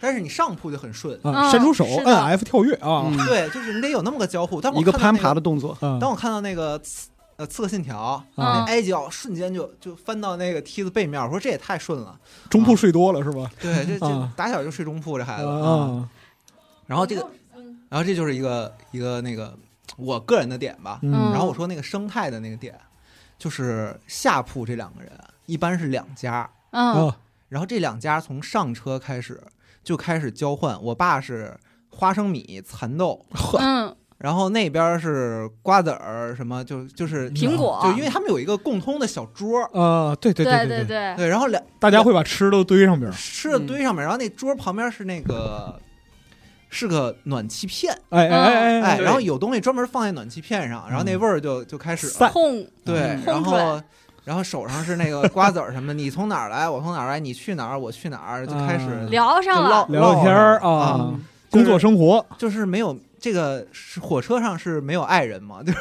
[SPEAKER 3] 但是你上铺就很顺，
[SPEAKER 1] 啊！伸出手，
[SPEAKER 2] 嗯是的
[SPEAKER 1] 摁 F 跳跃啊
[SPEAKER 4] 嗯，
[SPEAKER 3] 对，就是你得有那么个交互。但我
[SPEAKER 4] 一个
[SPEAKER 3] 看到
[SPEAKER 4] 攀
[SPEAKER 3] 那
[SPEAKER 4] 爬的动作。
[SPEAKER 1] 嗯
[SPEAKER 3] 当我看到那个刺呃《刺客信条》那
[SPEAKER 1] 啊
[SPEAKER 2] 嗯，
[SPEAKER 3] 埃及奥瞬间就就翻到那个梯子背面，我说这也太顺 了。
[SPEAKER 1] 中铺睡多了是吧？
[SPEAKER 3] 对，这这
[SPEAKER 4] 嗯
[SPEAKER 1] 啊
[SPEAKER 3] 打小就睡中铺这孩子。啊
[SPEAKER 1] 啊，
[SPEAKER 3] 然后这个，
[SPEAKER 2] 嗯
[SPEAKER 3] 然后这就是一个一个那个我个人的点吧。
[SPEAKER 1] 嗯
[SPEAKER 2] 嗯
[SPEAKER 3] 然后我说那个生态的那个点，就是下铺这两个人一般是两家，
[SPEAKER 2] 嗯
[SPEAKER 1] 啊
[SPEAKER 3] 然后这两家从上车开始就开始交换。我爸是花生米、蚕豆，
[SPEAKER 2] 嗯，
[SPEAKER 3] 然后那边是瓜子儿什么，就就是
[SPEAKER 2] 苹果
[SPEAKER 3] 就因为他们有一个共通的小桌儿，
[SPEAKER 1] 啊，对对
[SPEAKER 2] 嗯对
[SPEAKER 1] 对，
[SPEAKER 2] 对，嗯
[SPEAKER 3] 对，然后两
[SPEAKER 1] 大家会把吃的都堆上边儿，
[SPEAKER 3] 吃的堆上面，然后那桌旁边是那个是个暖气
[SPEAKER 2] 嗯
[SPEAKER 3] 片，
[SPEAKER 1] 哎哎
[SPEAKER 3] 哎，
[SPEAKER 1] 哎
[SPEAKER 4] 对
[SPEAKER 3] 然后有东西专门放在暖气片上，然后
[SPEAKER 2] 嗯
[SPEAKER 3] 那味儿就就开始了，
[SPEAKER 2] 哄
[SPEAKER 3] 对
[SPEAKER 2] 嗯，
[SPEAKER 3] 然
[SPEAKER 2] 烘出
[SPEAKER 3] 后
[SPEAKER 2] 来
[SPEAKER 3] 然后手上是那个瓜子儿什么的，你从哪儿来，我从哪儿来，你去哪儿，我去哪儿，就开
[SPEAKER 1] 啊
[SPEAKER 3] 始
[SPEAKER 2] 聊上
[SPEAKER 3] 就唠
[SPEAKER 2] 了，
[SPEAKER 1] 聊聊天儿
[SPEAKER 3] 啊
[SPEAKER 1] 啊，
[SPEAKER 3] 就
[SPEAKER 1] 工
[SPEAKER 3] 是
[SPEAKER 1] 作生活，
[SPEAKER 3] 就是没有这个是火车上是没有爱人嘛， 就是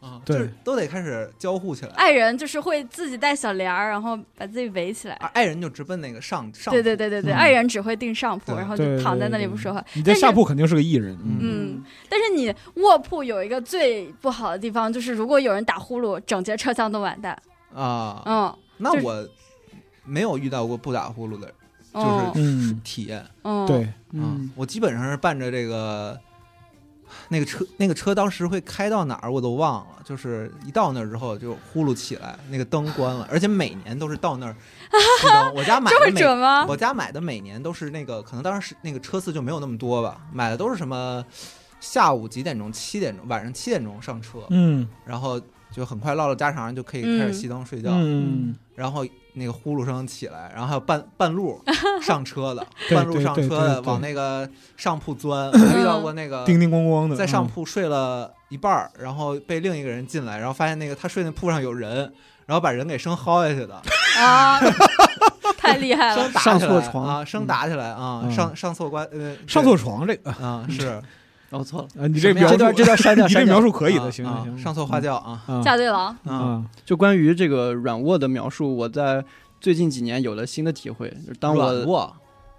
[SPEAKER 3] 啊，
[SPEAKER 1] 对
[SPEAKER 3] 就是都得开始交互起来，
[SPEAKER 2] 爱人就是会自己带小帘儿，然后把自己围起来。
[SPEAKER 3] 啊爱人就直奔那个上上，
[SPEAKER 2] 哎对对，对对对，
[SPEAKER 1] 嗯
[SPEAKER 2] 爱人只会订上铺，
[SPEAKER 3] 对
[SPEAKER 2] 然后就躺在那里不说话。
[SPEAKER 1] 你在
[SPEAKER 2] 但是
[SPEAKER 1] 下铺肯定是个艺人，
[SPEAKER 3] 嗯
[SPEAKER 2] 嗯，但是你卧铺有一个最不好的地方，就是如果有人打呼噜，整节车厢都完蛋。
[SPEAKER 3] 啊，
[SPEAKER 2] 嗯，
[SPEAKER 3] 那
[SPEAKER 2] 就是
[SPEAKER 3] 我没有遇到过不打呼噜的
[SPEAKER 2] 嗯
[SPEAKER 1] 嗯，
[SPEAKER 3] 体验，
[SPEAKER 2] 嗯，
[SPEAKER 1] 对，
[SPEAKER 4] 嗯，
[SPEAKER 3] 啊我基本上是伴着这个那个车，那个车当时会开到哪儿我都忘了，就是一到那儿之后就呼噜起来，那个灯关了，而且每年都是到 那儿知道吗，我家买
[SPEAKER 2] 这
[SPEAKER 3] 的
[SPEAKER 2] 么
[SPEAKER 3] 每
[SPEAKER 2] 准吗？
[SPEAKER 3] 我家买的每年都是那个，可能当时是那个车次就没有那么多吧，买的都是什么下午几点钟、七点钟、晚上七点钟上车，
[SPEAKER 1] 嗯
[SPEAKER 3] 然后就很快唠唠家常，就可以开始熄灯睡觉，
[SPEAKER 1] 嗯，
[SPEAKER 3] 然后那个呼噜声起来，然后还有半半路上车的，
[SPEAKER 1] 对
[SPEAKER 3] 半路上
[SPEAKER 1] 对对
[SPEAKER 3] 车的
[SPEAKER 1] 对对
[SPEAKER 3] 往那个上铺钻，我遇到过那个
[SPEAKER 1] 叮叮咣咣的，嗯
[SPEAKER 3] 在上铺睡了一半儿，然后被另一个人进来，然后发现那个他睡那铺上有人，然后把人给生薅下去的，
[SPEAKER 2] 啊， 太厉害了
[SPEAKER 3] 生！打
[SPEAKER 4] 上
[SPEAKER 3] 起来
[SPEAKER 4] 错床
[SPEAKER 3] 啊，生打起来啊，
[SPEAKER 1] 嗯
[SPEAKER 3] 上上错关呃
[SPEAKER 1] 嗯上错嗯床这个
[SPEAKER 3] 对啊是
[SPEAKER 4] 搞错了，
[SPEAKER 1] 啊，你这
[SPEAKER 3] 什么呀
[SPEAKER 1] 描
[SPEAKER 4] 这
[SPEAKER 1] 述
[SPEAKER 4] 段这段删掉，
[SPEAKER 1] 你这
[SPEAKER 4] 删
[SPEAKER 1] 描
[SPEAKER 4] 掉
[SPEAKER 1] 述可以
[SPEAKER 3] 啊
[SPEAKER 1] 的，行
[SPEAKER 3] 啊
[SPEAKER 1] 行行，
[SPEAKER 3] 上错花轿啊
[SPEAKER 1] 啊
[SPEAKER 2] 嫁对郎，
[SPEAKER 4] 啊。
[SPEAKER 1] 啊
[SPEAKER 4] 就关于这个软卧的描述，我在最近几年有了新的体会，就是当
[SPEAKER 3] 软
[SPEAKER 4] 我
[SPEAKER 3] 卧，啊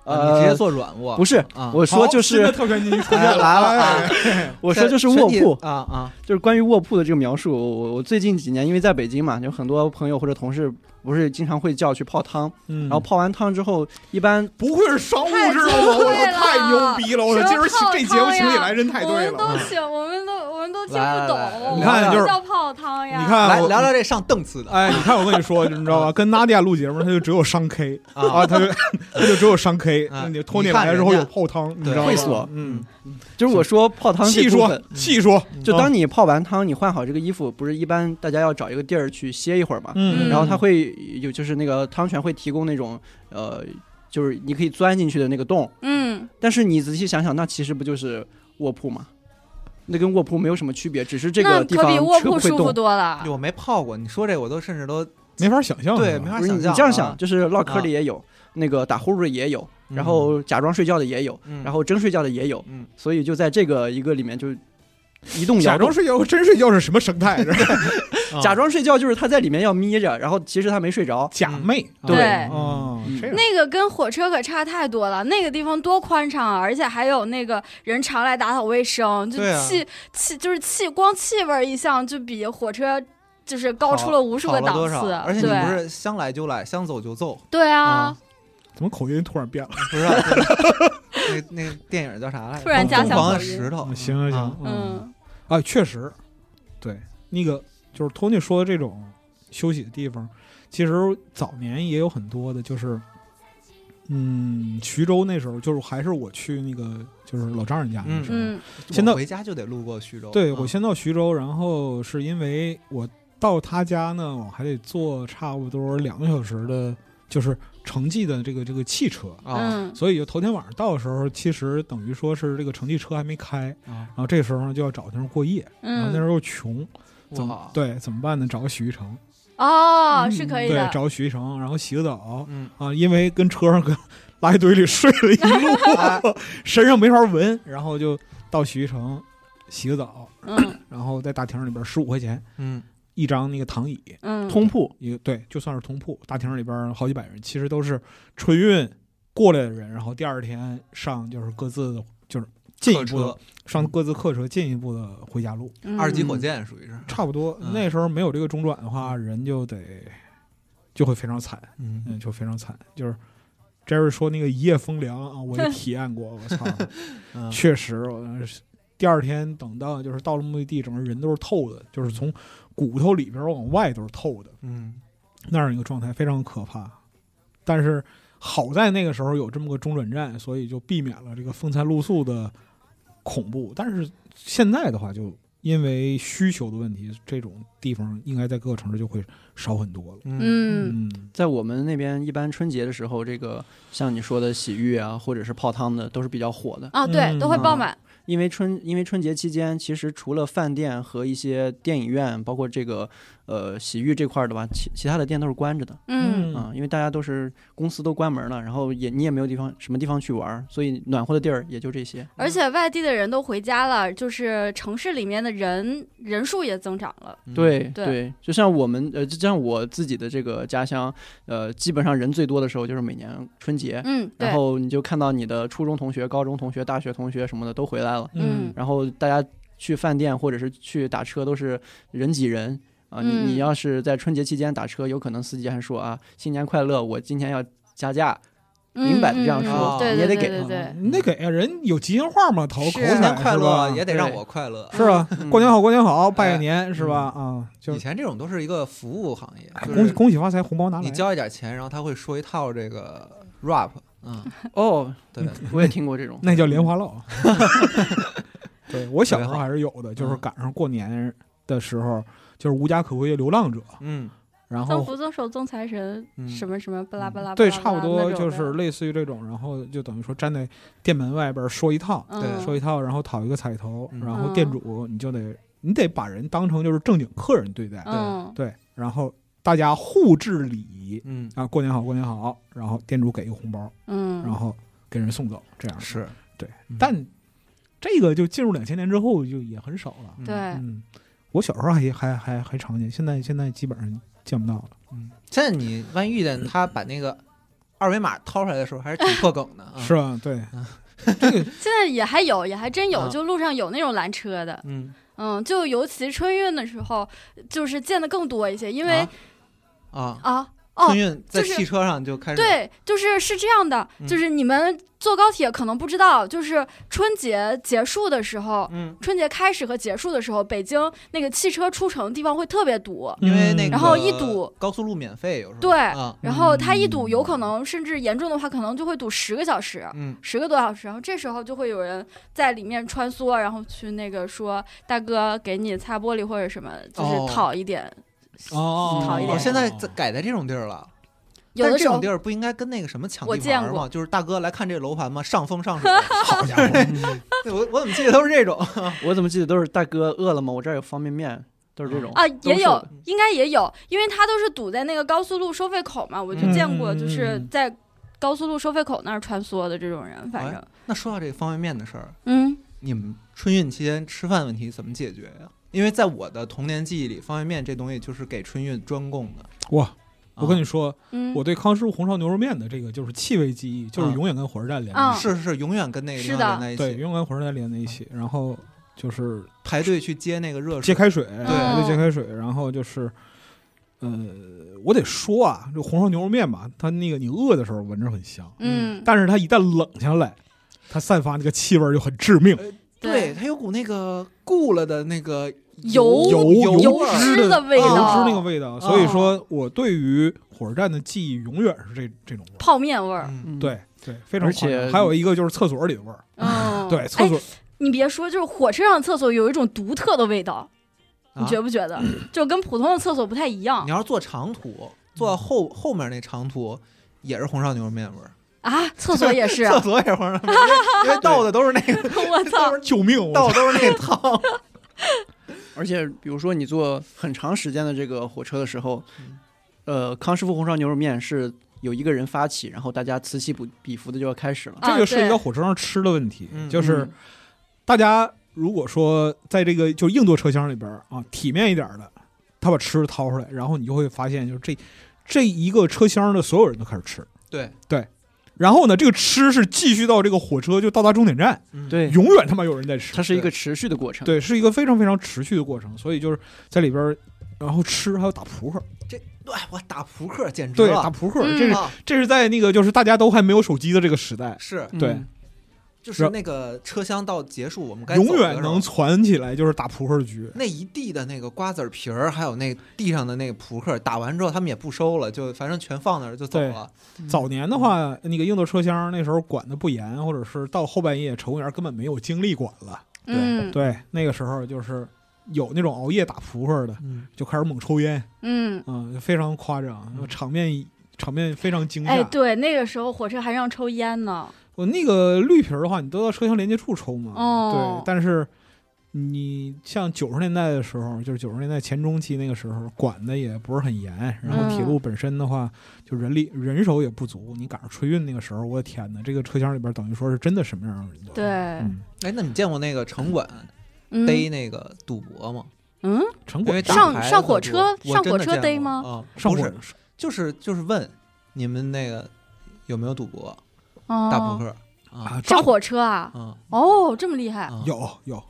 [SPEAKER 4] 呃
[SPEAKER 3] 你直接做软卧
[SPEAKER 4] 不是
[SPEAKER 3] 啊，
[SPEAKER 4] 我说就
[SPEAKER 1] 好新的
[SPEAKER 4] 是
[SPEAKER 1] 特权阶级出
[SPEAKER 3] 哎
[SPEAKER 1] 现了，
[SPEAKER 3] 来了啊
[SPEAKER 1] 哎，
[SPEAKER 4] 我说就是卧
[SPEAKER 3] 身体
[SPEAKER 4] 铺，
[SPEAKER 3] 啊啊
[SPEAKER 4] 就是关于卧铺的这个描述，我我我最近几年因为在北京嘛，有很多朋友或者同事不是经常会叫去泡汤，
[SPEAKER 1] 然
[SPEAKER 3] 嗯
[SPEAKER 4] 然后泡完汤之后，一般
[SPEAKER 1] 不愧是商务制度，
[SPEAKER 2] 太
[SPEAKER 1] 我操，
[SPEAKER 2] 对了
[SPEAKER 1] 太牛逼了！我操，
[SPEAKER 2] 什
[SPEAKER 1] 今
[SPEAKER 2] 么
[SPEAKER 1] 儿
[SPEAKER 2] 泡
[SPEAKER 1] 这节目
[SPEAKER 2] 汤
[SPEAKER 1] 请你
[SPEAKER 2] 呀
[SPEAKER 1] 来真太
[SPEAKER 2] 我
[SPEAKER 1] 对
[SPEAKER 2] 们
[SPEAKER 1] 了。
[SPEAKER 2] 都行，我们都我们都听
[SPEAKER 3] 来
[SPEAKER 2] 不
[SPEAKER 3] 来来
[SPEAKER 2] 懂。
[SPEAKER 1] 你看就是
[SPEAKER 2] 叫泡汤 呀，
[SPEAKER 1] 你看
[SPEAKER 3] 来
[SPEAKER 1] 啊我
[SPEAKER 3] 聊聊这上档次的
[SPEAKER 1] 哎，你看我跟你说，你知道吧？跟娜迪亚录节目，他就只有伤 K 啊，他就他就只有伤 K。
[SPEAKER 3] 啊
[SPEAKER 1] 那你托
[SPEAKER 3] 你
[SPEAKER 1] 尼
[SPEAKER 3] 看
[SPEAKER 1] 来了之
[SPEAKER 3] 人
[SPEAKER 1] 后
[SPEAKER 3] 家
[SPEAKER 1] 有泡汤，你知
[SPEAKER 3] 对
[SPEAKER 1] 道吗？
[SPEAKER 4] 会所
[SPEAKER 1] 嗯，
[SPEAKER 4] 就是我说泡汤这
[SPEAKER 1] 细
[SPEAKER 4] 部
[SPEAKER 1] 说
[SPEAKER 4] 分，
[SPEAKER 1] 细说，
[SPEAKER 4] 就
[SPEAKER 3] 嗯
[SPEAKER 1] 啊
[SPEAKER 4] 当你泡完汤，你换好这个衣服，不是一般大家要找一个地儿去歇一会儿嘛？
[SPEAKER 1] 嗯，
[SPEAKER 4] 然后它会有就是那个汤泉会提供那种呃，就是你可以钻进去的那个洞，
[SPEAKER 2] 嗯，
[SPEAKER 4] 但是你仔细想想，那其实不就是卧铺嘛？那跟卧铺没有什么区别，只是这
[SPEAKER 2] 那
[SPEAKER 4] 个地
[SPEAKER 2] 可
[SPEAKER 4] 方
[SPEAKER 2] 比卧
[SPEAKER 4] 车不
[SPEAKER 2] 铺
[SPEAKER 4] 会
[SPEAKER 2] 舒服
[SPEAKER 4] 动。
[SPEAKER 2] 多了
[SPEAKER 3] 哎。我没泡过，你说这我都甚至都
[SPEAKER 1] 没法想象，嗯
[SPEAKER 3] 对
[SPEAKER 1] 是吧
[SPEAKER 3] 没法
[SPEAKER 4] 不是
[SPEAKER 3] 想
[SPEAKER 4] 你
[SPEAKER 3] 象。
[SPEAKER 4] 这样想，
[SPEAKER 3] 啊，
[SPEAKER 4] 就是唠嗑的也有，那个打呼噜的也有，
[SPEAKER 3] 嗯
[SPEAKER 4] 然后假装睡觉的也有，
[SPEAKER 3] 嗯
[SPEAKER 4] 然后真睡觉的也有，
[SPEAKER 3] 嗯
[SPEAKER 4] 所以就在这个一个里面就移动
[SPEAKER 1] 假
[SPEAKER 4] 摇动
[SPEAKER 1] 装。睡觉和真睡觉是什么生态？ 是吧
[SPEAKER 3] 嗯
[SPEAKER 1] 啊
[SPEAKER 4] 假装睡觉就是他在里面要眯着，然后其实他没睡着。
[SPEAKER 1] 假寐，啊
[SPEAKER 4] 对
[SPEAKER 2] 对
[SPEAKER 1] 哦，
[SPEAKER 4] 嗯
[SPEAKER 1] 这样
[SPEAKER 2] 那个跟火车可差太多了，那个地方多宽敞啊，而且还有那个人常来打扫卫生，就
[SPEAKER 3] 对啊
[SPEAKER 2] 气、气就是气，光气味儿一项就比火车嗯就是高出了无数
[SPEAKER 3] 好
[SPEAKER 2] 个
[SPEAKER 3] 了
[SPEAKER 2] 档
[SPEAKER 3] 多少
[SPEAKER 2] 次？，
[SPEAKER 3] 而且你不
[SPEAKER 2] 对
[SPEAKER 3] 是嗯想来就来，想走就走，
[SPEAKER 2] 对啊
[SPEAKER 3] 啊，
[SPEAKER 1] 怎么口音突然变了？
[SPEAKER 3] 不是啊？对 那那个电影叫啥来着？
[SPEAKER 2] 突然加
[SPEAKER 3] 疯
[SPEAKER 2] 强
[SPEAKER 3] 狂的
[SPEAKER 2] 口音
[SPEAKER 3] 石头
[SPEAKER 1] 行，嗯行
[SPEAKER 3] 啊
[SPEAKER 1] 行，
[SPEAKER 2] 嗯，
[SPEAKER 1] 啊，确实，对，那个就是托尼说的这种休息的地方，其实早年也有很多的，就是，嗯，徐州那时候就是还是我去那个就是老丈人家那时候，
[SPEAKER 2] 嗯
[SPEAKER 1] 现在
[SPEAKER 3] 我回家就得路过徐州。
[SPEAKER 1] 对
[SPEAKER 3] 嗯
[SPEAKER 1] 我先到徐州，然后是因为我到他家呢，我还得坐差不多两个小时的，就是城际的这个这个汽车。
[SPEAKER 3] 啊
[SPEAKER 2] 嗯，
[SPEAKER 1] 所以就头天晚上到的时候，其实等于说是这个城际车还没开，
[SPEAKER 3] 啊
[SPEAKER 1] 然后这时候呢就要找地方过夜，
[SPEAKER 3] 哦
[SPEAKER 1] 然后那时
[SPEAKER 2] 嗯，
[SPEAKER 1] 候又穷，怎么
[SPEAKER 3] 哇，
[SPEAKER 1] 对怎么办呢？找个洗浴城，
[SPEAKER 2] 哦，是可以
[SPEAKER 1] 对
[SPEAKER 2] 的，，
[SPEAKER 1] 找个洗浴城，然后洗个澡
[SPEAKER 3] 嗯，
[SPEAKER 1] 啊，因为跟车上跟垃圾堆里睡了一 路，
[SPEAKER 3] 哎
[SPEAKER 1] 身上没法闻，然后就到洗浴城洗个澡，
[SPEAKER 2] 嗯
[SPEAKER 1] 然后在大厅里边十五块钱
[SPEAKER 3] 嗯，
[SPEAKER 1] 一张那个躺椅，
[SPEAKER 2] 嗯，
[SPEAKER 4] 通铺
[SPEAKER 1] 一个对，就算是通铺，大厅里边好几百人，其实都是春运过来的人，然后第二天上就是各自的就是进一
[SPEAKER 3] 客
[SPEAKER 1] 步的
[SPEAKER 3] 车嗯
[SPEAKER 1] 上各自客车进一步的回家路。
[SPEAKER 2] 嗯
[SPEAKER 3] 二级火箭属于是，
[SPEAKER 1] 差不多。
[SPEAKER 3] 嗯
[SPEAKER 1] 那时候没有这个中转的话，人就得就会非常惨，
[SPEAKER 3] 嗯
[SPEAKER 1] 嗯，就非常惨。就是 Jerry 说那个一夜风凉啊， 我也体验过，我操，
[SPEAKER 3] 嗯
[SPEAKER 1] 确实，我当时第二天等到就是到了目的地，整个人都是透的，就是从骨头里边往外都是透的，
[SPEAKER 3] 嗯，
[SPEAKER 1] 那样一个状态非常可怕。但是好在那个时候有这么个中转站，所以就避免了这个风餐露宿的恐怖。但是现在的话，就因为需求的问题，这种地方应该在各个城市就会少很多了。
[SPEAKER 3] 嗯
[SPEAKER 2] 嗯
[SPEAKER 1] 嗯，
[SPEAKER 4] 在我们那边一般春节的时候，这个像你说的洗浴啊，或者是泡汤的，都是比较火的。
[SPEAKER 2] 啊，对，
[SPEAKER 1] 嗯
[SPEAKER 2] 都会爆满，
[SPEAKER 4] 因为春因为春节期间，其实除了饭店和一些电影院，包括这个呃洗浴这块儿的吧，其其他的店都是关着的
[SPEAKER 2] 嗯
[SPEAKER 4] 啊、因为大家都是公司都关门了，然后也你也没有地方什么地方去玩儿，所以暖和的地儿也就这些。
[SPEAKER 2] 而且外地的人都回家了，就是城市里面的人人数也增长了。
[SPEAKER 3] 嗯
[SPEAKER 4] 对
[SPEAKER 2] 对
[SPEAKER 4] 就像我们呃，就像我自己的这个家乡，呃，基本上人最多的时候就是每年春节，
[SPEAKER 2] 嗯，对
[SPEAKER 4] 然，后你就看到你的初中同学、高中同学、大学同学什么的都回来了，
[SPEAKER 2] 嗯
[SPEAKER 4] 然后大家去饭店或者是去打车都是人挤人啊、你
[SPEAKER 2] 嗯
[SPEAKER 4] 你要是在春节期间打车，有可能司机还说啊新年快乐，我今天要 加价，明摆着这样
[SPEAKER 2] 嗯嗯
[SPEAKER 3] 说
[SPEAKER 2] 嗯对
[SPEAKER 4] 你也
[SPEAKER 2] 对对
[SPEAKER 4] 得给
[SPEAKER 2] 对
[SPEAKER 4] 嘛
[SPEAKER 2] 对，
[SPEAKER 1] 啊那给人有吉祥话嘛，讨个口
[SPEAKER 2] 是
[SPEAKER 1] 彩
[SPEAKER 3] 新啊年快
[SPEAKER 1] 是
[SPEAKER 3] 乐
[SPEAKER 1] 吧
[SPEAKER 3] 也得让
[SPEAKER 4] 对
[SPEAKER 3] 我快乐。
[SPEAKER 1] 是啊，
[SPEAKER 4] 嗯
[SPEAKER 1] 过年好，过年好，拜个年是吧？啊，就
[SPEAKER 3] 嗯
[SPEAKER 1] 啊
[SPEAKER 3] 以前这种都是一个服务行业，就
[SPEAKER 1] 恭喜
[SPEAKER 3] 是
[SPEAKER 1] 恭喜发财，红包拿来，
[SPEAKER 3] 你。交一点钱，然后他会说一套这个 rap，嗯，
[SPEAKER 4] 哦，
[SPEAKER 3] 对，
[SPEAKER 4] 我也听过这种
[SPEAKER 1] 那叫莲花落。 对我小时候
[SPEAKER 3] 特别好
[SPEAKER 1] 还是有的，就是
[SPEAKER 3] 嗯
[SPEAKER 1] 赶上过年的时候，就是无家可归的流浪者，
[SPEAKER 3] 嗯
[SPEAKER 1] 然
[SPEAKER 2] 增
[SPEAKER 1] 后
[SPEAKER 2] 福增寿增财神，
[SPEAKER 3] 嗯
[SPEAKER 2] 什么什么巴拉巴拉，
[SPEAKER 1] 对，
[SPEAKER 2] 巴拉巴
[SPEAKER 1] 差
[SPEAKER 2] 拉
[SPEAKER 1] 不多
[SPEAKER 2] 那种
[SPEAKER 1] 就
[SPEAKER 2] 的
[SPEAKER 1] 是类似于这种，然后就等于说站在店门外边说一套，
[SPEAKER 2] 嗯
[SPEAKER 3] 对
[SPEAKER 1] 说一套，然后讨一个彩头，
[SPEAKER 3] 嗯
[SPEAKER 1] 然后店主你就得你得把人当成就是正经客人对待，
[SPEAKER 2] 嗯
[SPEAKER 1] 对，然后大家互致礼仪
[SPEAKER 3] 嗯，
[SPEAKER 1] 啊，过年好，过年好，然后店主给一个红包，
[SPEAKER 2] 嗯，
[SPEAKER 1] 然后给人送走，这样
[SPEAKER 3] 是，
[SPEAKER 1] 对
[SPEAKER 3] 嗯，
[SPEAKER 1] 但这个就进入两千年之后就也很少了。
[SPEAKER 3] 嗯
[SPEAKER 2] 对，
[SPEAKER 1] 嗯，我小时候还还还还常见，现在现在基本上见不到了。
[SPEAKER 3] 嗯，现在你万一遇见他把那个二维码掏出来的时候，还 是挺破梗的啊。
[SPEAKER 1] 是，吧？对，
[SPEAKER 2] 现在也还有，也还真有，
[SPEAKER 3] 啊
[SPEAKER 2] 就路上有那种拦车的，
[SPEAKER 3] 嗯，
[SPEAKER 2] 嗯，就尤其春运的时候，就是见的更多一些，因为
[SPEAKER 3] 啊，
[SPEAKER 2] 啊，
[SPEAKER 3] 啊
[SPEAKER 2] 哦
[SPEAKER 3] 春，运在
[SPEAKER 2] 就是
[SPEAKER 3] 汽车上就开始，
[SPEAKER 2] 对，就是是这样的，
[SPEAKER 3] 嗯
[SPEAKER 2] 就是你们坐高铁可能不知道，就是春节结束的时候，
[SPEAKER 3] 嗯，
[SPEAKER 2] 春节开始和结束的时候，北京那个汽车出城的地方会特别堵，
[SPEAKER 3] 因为那个
[SPEAKER 2] 然后一堵
[SPEAKER 3] 高速路免费有时候，
[SPEAKER 2] 对
[SPEAKER 3] 啊，
[SPEAKER 2] 然后它一堵，有可能甚至严重的话，可能就会堵十个小时，
[SPEAKER 3] 嗯
[SPEAKER 2] 十个多小时。然后这时候就会有人在里面穿梭，然后去那个说大哥给你擦玻璃或者什么，就是
[SPEAKER 3] 哦
[SPEAKER 2] 讨一点。
[SPEAKER 1] 哦
[SPEAKER 2] 讨一
[SPEAKER 3] 哦
[SPEAKER 2] 点
[SPEAKER 3] 现在在改在这种地儿了，
[SPEAKER 2] 有
[SPEAKER 3] 但
[SPEAKER 2] 的时
[SPEAKER 3] 是这
[SPEAKER 2] 候
[SPEAKER 3] 种地儿不应该跟那个什么抢
[SPEAKER 2] 我
[SPEAKER 3] 地盘
[SPEAKER 2] 见
[SPEAKER 3] 儿
[SPEAKER 2] 过
[SPEAKER 3] 吗？就是大哥来看这楼盘吗？上风上水，
[SPEAKER 1] 好家伙，
[SPEAKER 3] 对我我怎么记得都是这种？
[SPEAKER 4] 我怎么记得都是大哥饿了吗？我这儿有方便面，都是
[SPEAKER 1] 嗯
[SPEAKER 4] 这种
[SPEAKER 2] 啊，
[SPEAKER 4] 兜
[SPEAKER 2] 也
[SPEAKER 4] 售
[SPEAKER 2] 有
[SPEAKER 4] 的，
[SPEAKER 2] 应该也有，因为它都是堵在那个高速路收费口嘛，我就见过，
[SPEAKER 1] 嗯
[SPEAKER 2] 就是在高速路收费口那儿穿梭的这种人，反正，
[SPEAKER 3] 那说到这个方便面的事儿，
[SPEAKER 2] 嗯
[SPEAKER 3] 你们春运期间吃饭问题怎么解决呀、因为在我的童年记忆里，方便面这东西就是给春运专供的。啊
[SPEAKER 1] 哇，我跟你
[SPEAKER 3] 说，
[SPEAKER 1] 说，
[SPEAKER 2] 嗯，
[SPEAKER 1] 我对康师傅红烧牛肉面的这个就是气味记忆，就是
[SPEAKER 3] 嗯
[SPEAKER 1] 永远跟火车站连
[SPEAKER 2] 嗯
[SPEAKER 1] 在一起，
[SPEAKER 3] 是是，永远跟那个
[SPEAKER 2] 是
[SPEAKER 3] 地
[SPEAKER 2] 的
[SPEAKER 3] 方连在一
[SPEAKER 1] 对，
[SPEAKER 3] 起，
[SPEAKER 1] 永远跟火车站连在一
[SPEAKER 3] 嗯
[SPEAKER 1] 起。然后就是
[SPEAKER 3] 排队去接那个热
[SPEAKER 1] 接
[SPEAKER 3] 水。
[SPEAKER 1] 开水，
[SPEAKER 2] 嗯
[SPEAKER 1] 对，接开水，然后就是。呃，我得说啊，这红烧牛肉面吧，它那个你饿的时候闻着很香，
[SPEAKER 2] 嗯，
[SPEAKER 1] 但是它一旦冷下来，它散发那个气味儿就很致命，
[SPEAKER 3] 对，，它有股那个固了的那个
[SPEAKER 2] 油
[SPEAKER 3] 油
[SPEAKER 1] 油
[SPEAKER 3] 味儿
[SPEAKER 1] 脂
[SPEAKER 2] 脂的味
[SPEAKER 1] 油
[SPEAKER 2] 道，
[SPEAKER 1] 脂那个味道。所以说我对于火车站的记忆永远是这这种味儿。
[SPEAKER 2] 泡面味儿。
[SPEAKER 3] 嗯
[SPEAKER 4] 嗯，
[SPEAKER 1] 对对，非常
[SPEAKER 4] 而
[SPEAKER 1] 夸张。
[SPEAKER 4] 且
[SPEAKER 1] 还有一个就是厕所里的味儿，
[SPEAKER 2] 嗯，
[SPEAKER 1] 对，厕所
[SPEAKER 2] 哎，你别说，就是火车上厕所有一种独特的味道，你
[SPEAKER 3] 啊
[SPEAKER 2] 觉不觉得？
[SPEAKER 1] 嗯
[SPEAKER 2] 就跟普通的厕所不太一样
[SPEAKER 3] 你要是坐长途，坐到后后面那长途也是红烧牛肉面味儿，
[SPEAKER 2] 啊，厕所 也 是，
[SPEAKER 3] 厕所也是红烧牛肉面味儿，因为因为倒的都是那个，
[SPEAKER 1] 嗯
[SPEAKER 2] 我操，
[SPEAKER 1] 救命！我
[SPEAKER 3] 倒的都 是那个汤。
[SPEAKER 4] 而且比如说你坐很长时间的这个火车的时候
[SPEAKER 3] 嗯，
[SPEAKER 4] 呃，康师傅红烧牛肉面是有一个人发起，然后大家此起彼彼伏的就要开始了。
[SPEAKER 2] 啊
[SPEAKER 1] 这个涉及
[SPEAKER 2] 对
[SPEAKER 1] 到火车上吃的问题，
[SPEAKER 3] 嗯
[SPEAKER 1] 就是
[SPEAKER 4] 嗯
[SPEAKER 1] 大家如果说在这个就硬座车厢里边儿啊，体面一点儿的，他把吃的掏出来，然后你就会发现，就是这这一个车厢的所有人都开始吃。
[SPEAKER 3] 对，
[SPEAKER 1] 然后呢，这个吃是继续到这个火车就到达终点站，
[SPEAKER 3] 嗯，
[SPEAKER 4] 对，
[SPEAKER 1] 永远他妈有人在吃
[SPEAKER 4] 它。是一个持续的过程。
[SPEAKER 1] 对，是一个非常非常持续的过程，所以就是在里边儿，然后吃还有打扑克，
[SPEAKER 3] 对我打扑克简直
[SPEAKER 1] 对，
[SPEAKER 3] 了
[SPEAKER 1] 打扑克，
[SPEAKER 2] 嗯
[SPEAKER 1] 这是
[SPEAKER 3] 啊！
[SPEAKER 1] 这是在那个就是大家都还没有手机的这个时代，
[SPEAKER 3] 是，
[SPEAKER 4] 嗯
[SPEAKER 1] 对
[SPEAKER 3] 就是那个车厢到结束，我们该
[SPEAKER 1] 永
[SPEAKER 3] 走的时
[SPEAKER 1] 远
[SPEAKER 3] 候
[SPEAKER 1] 能攒起来就是打扑克的局。
[SPEAKER 3] 那一地的那个瓜子皮儿，还有那地上的那个扑克，打完之后他们也不收了，就反正全放那儿就走了。
[SPEAKER 1] 早年的话，那个硬座车厢那时候管的不严，或者是到后半夜乘务员根本没有精力管了。
[SPEAKER 2] 嗯
[SPEAKER 1] 对，那个时候就是有那种熬夜打扑克的，
[SPEAKER 3] 嗯，
[SPEAKER 1] 就开始猛抽烟，
[SPEAKER 2] 嗯，
[SPEAKER 1] 嗯，非常夸张，
[SPEAKER 3] 嗯
[SPEAKER 1] 场面场面非常惊
[SPEAKER 2] 哎，
[SPEAKER 1] 吓。
[SPEAKER 2] 对，那个时候火车还让抽烟呢，
[SPEAKER 1] 我那个绿皮儿的话，你都到车厢连接处抽嘛。
[SPEAKER 2] 哦
[SPEAKER 1] 对，但是你像九十年代的时候，就是九十年代前中期那个时候，管的也不是很严。然
[SPEAKER 2] 嗯
[SPEAKER 1] 后铁路本身的话，就人力人手也不足。你赶上春运那个时候，我的天哪，这个车厢里边等于说是真的什么样的人都有。
[SPEAKER 2] 对，
[SPEAKER 1] 嗯，
[SPEAKER 3] 哎，那你见过那个城管
[SPEAKER 2] 嗯
[SPEAKER 3] 逮那个赌博吗？
[SPEAKER 2] 嗯，
[SPEAKER 1] 城
[SPEAKER 3] 因为
[SPEAKER 1] 管
[SPEAKER 3] 打
[SPEAKER 2] 上
[SPEAKER 3] 牌的
[SPEAKER 2] 上火
[SPEAKER 3] 赌
[SPEAKER 2] 车
[SPEAKER 3] 我
[SPEAKER 2] 上
[SPEAKER 3] 真
[SPEAKER 2] 火
[SPEAKER 3] 的
[SPEAKER 2] 车
[SPEAKER 3] 见
[SPEAKER 2] 逮
[SPEAKER 3] 过
[SPEAKER 2] 吗
[SPEAKER 3] 啊，
[SPEAKER 1] 上
[SPEAKER 3] 不
[SPEAKER 1] 火
[SPEAKER 3] 是，就是就是问你们那个有没有赌博打扑
[SPEAKER 2] 哦，
[SPEAKER 3] 克啊？
[SPEAKER 1] 啊，
[SPEAKER 2] 上
[SPEAKER 1] 抓
[SPEAKER 2] 火车啊，
[SPEAKER 3] 嗯，
[SPEAKER 2] 哦，这么厉害
[SPEAKER 3] 啊
[SPEAKER 1] 有有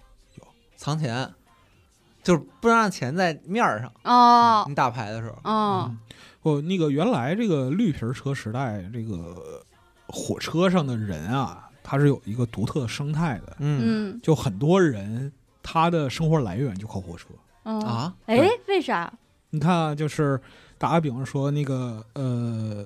[SPEAKER 3] 藏钱，就是不能让钱在面儿上。
[SPEAKER 1] 啊
[SPEAKER 2] 哦
[SPEAKER 3] 你打牌的时候，
[SPEAKER 2] 哦，
[SPEAKER 1] 嗯我那个原来这个绿皮儿车时代，这个火车上的人啊，他是有一个独特的生态的，
[SPEAKER 3] 嗯
[SPEAKER 2] 嗯
[SPEAKER 1] 就很多人他的生活来源就靠火车。
[SPEAKER 2] 嗯，
[SPEAKER 3] 啊，
[SPEAKER 2] 哎
[SPEAKER 1] 对，
[SPEAKER 2] 为啥？
[SPEAKER 1] 你看啊，就是打个比方说，那个呃，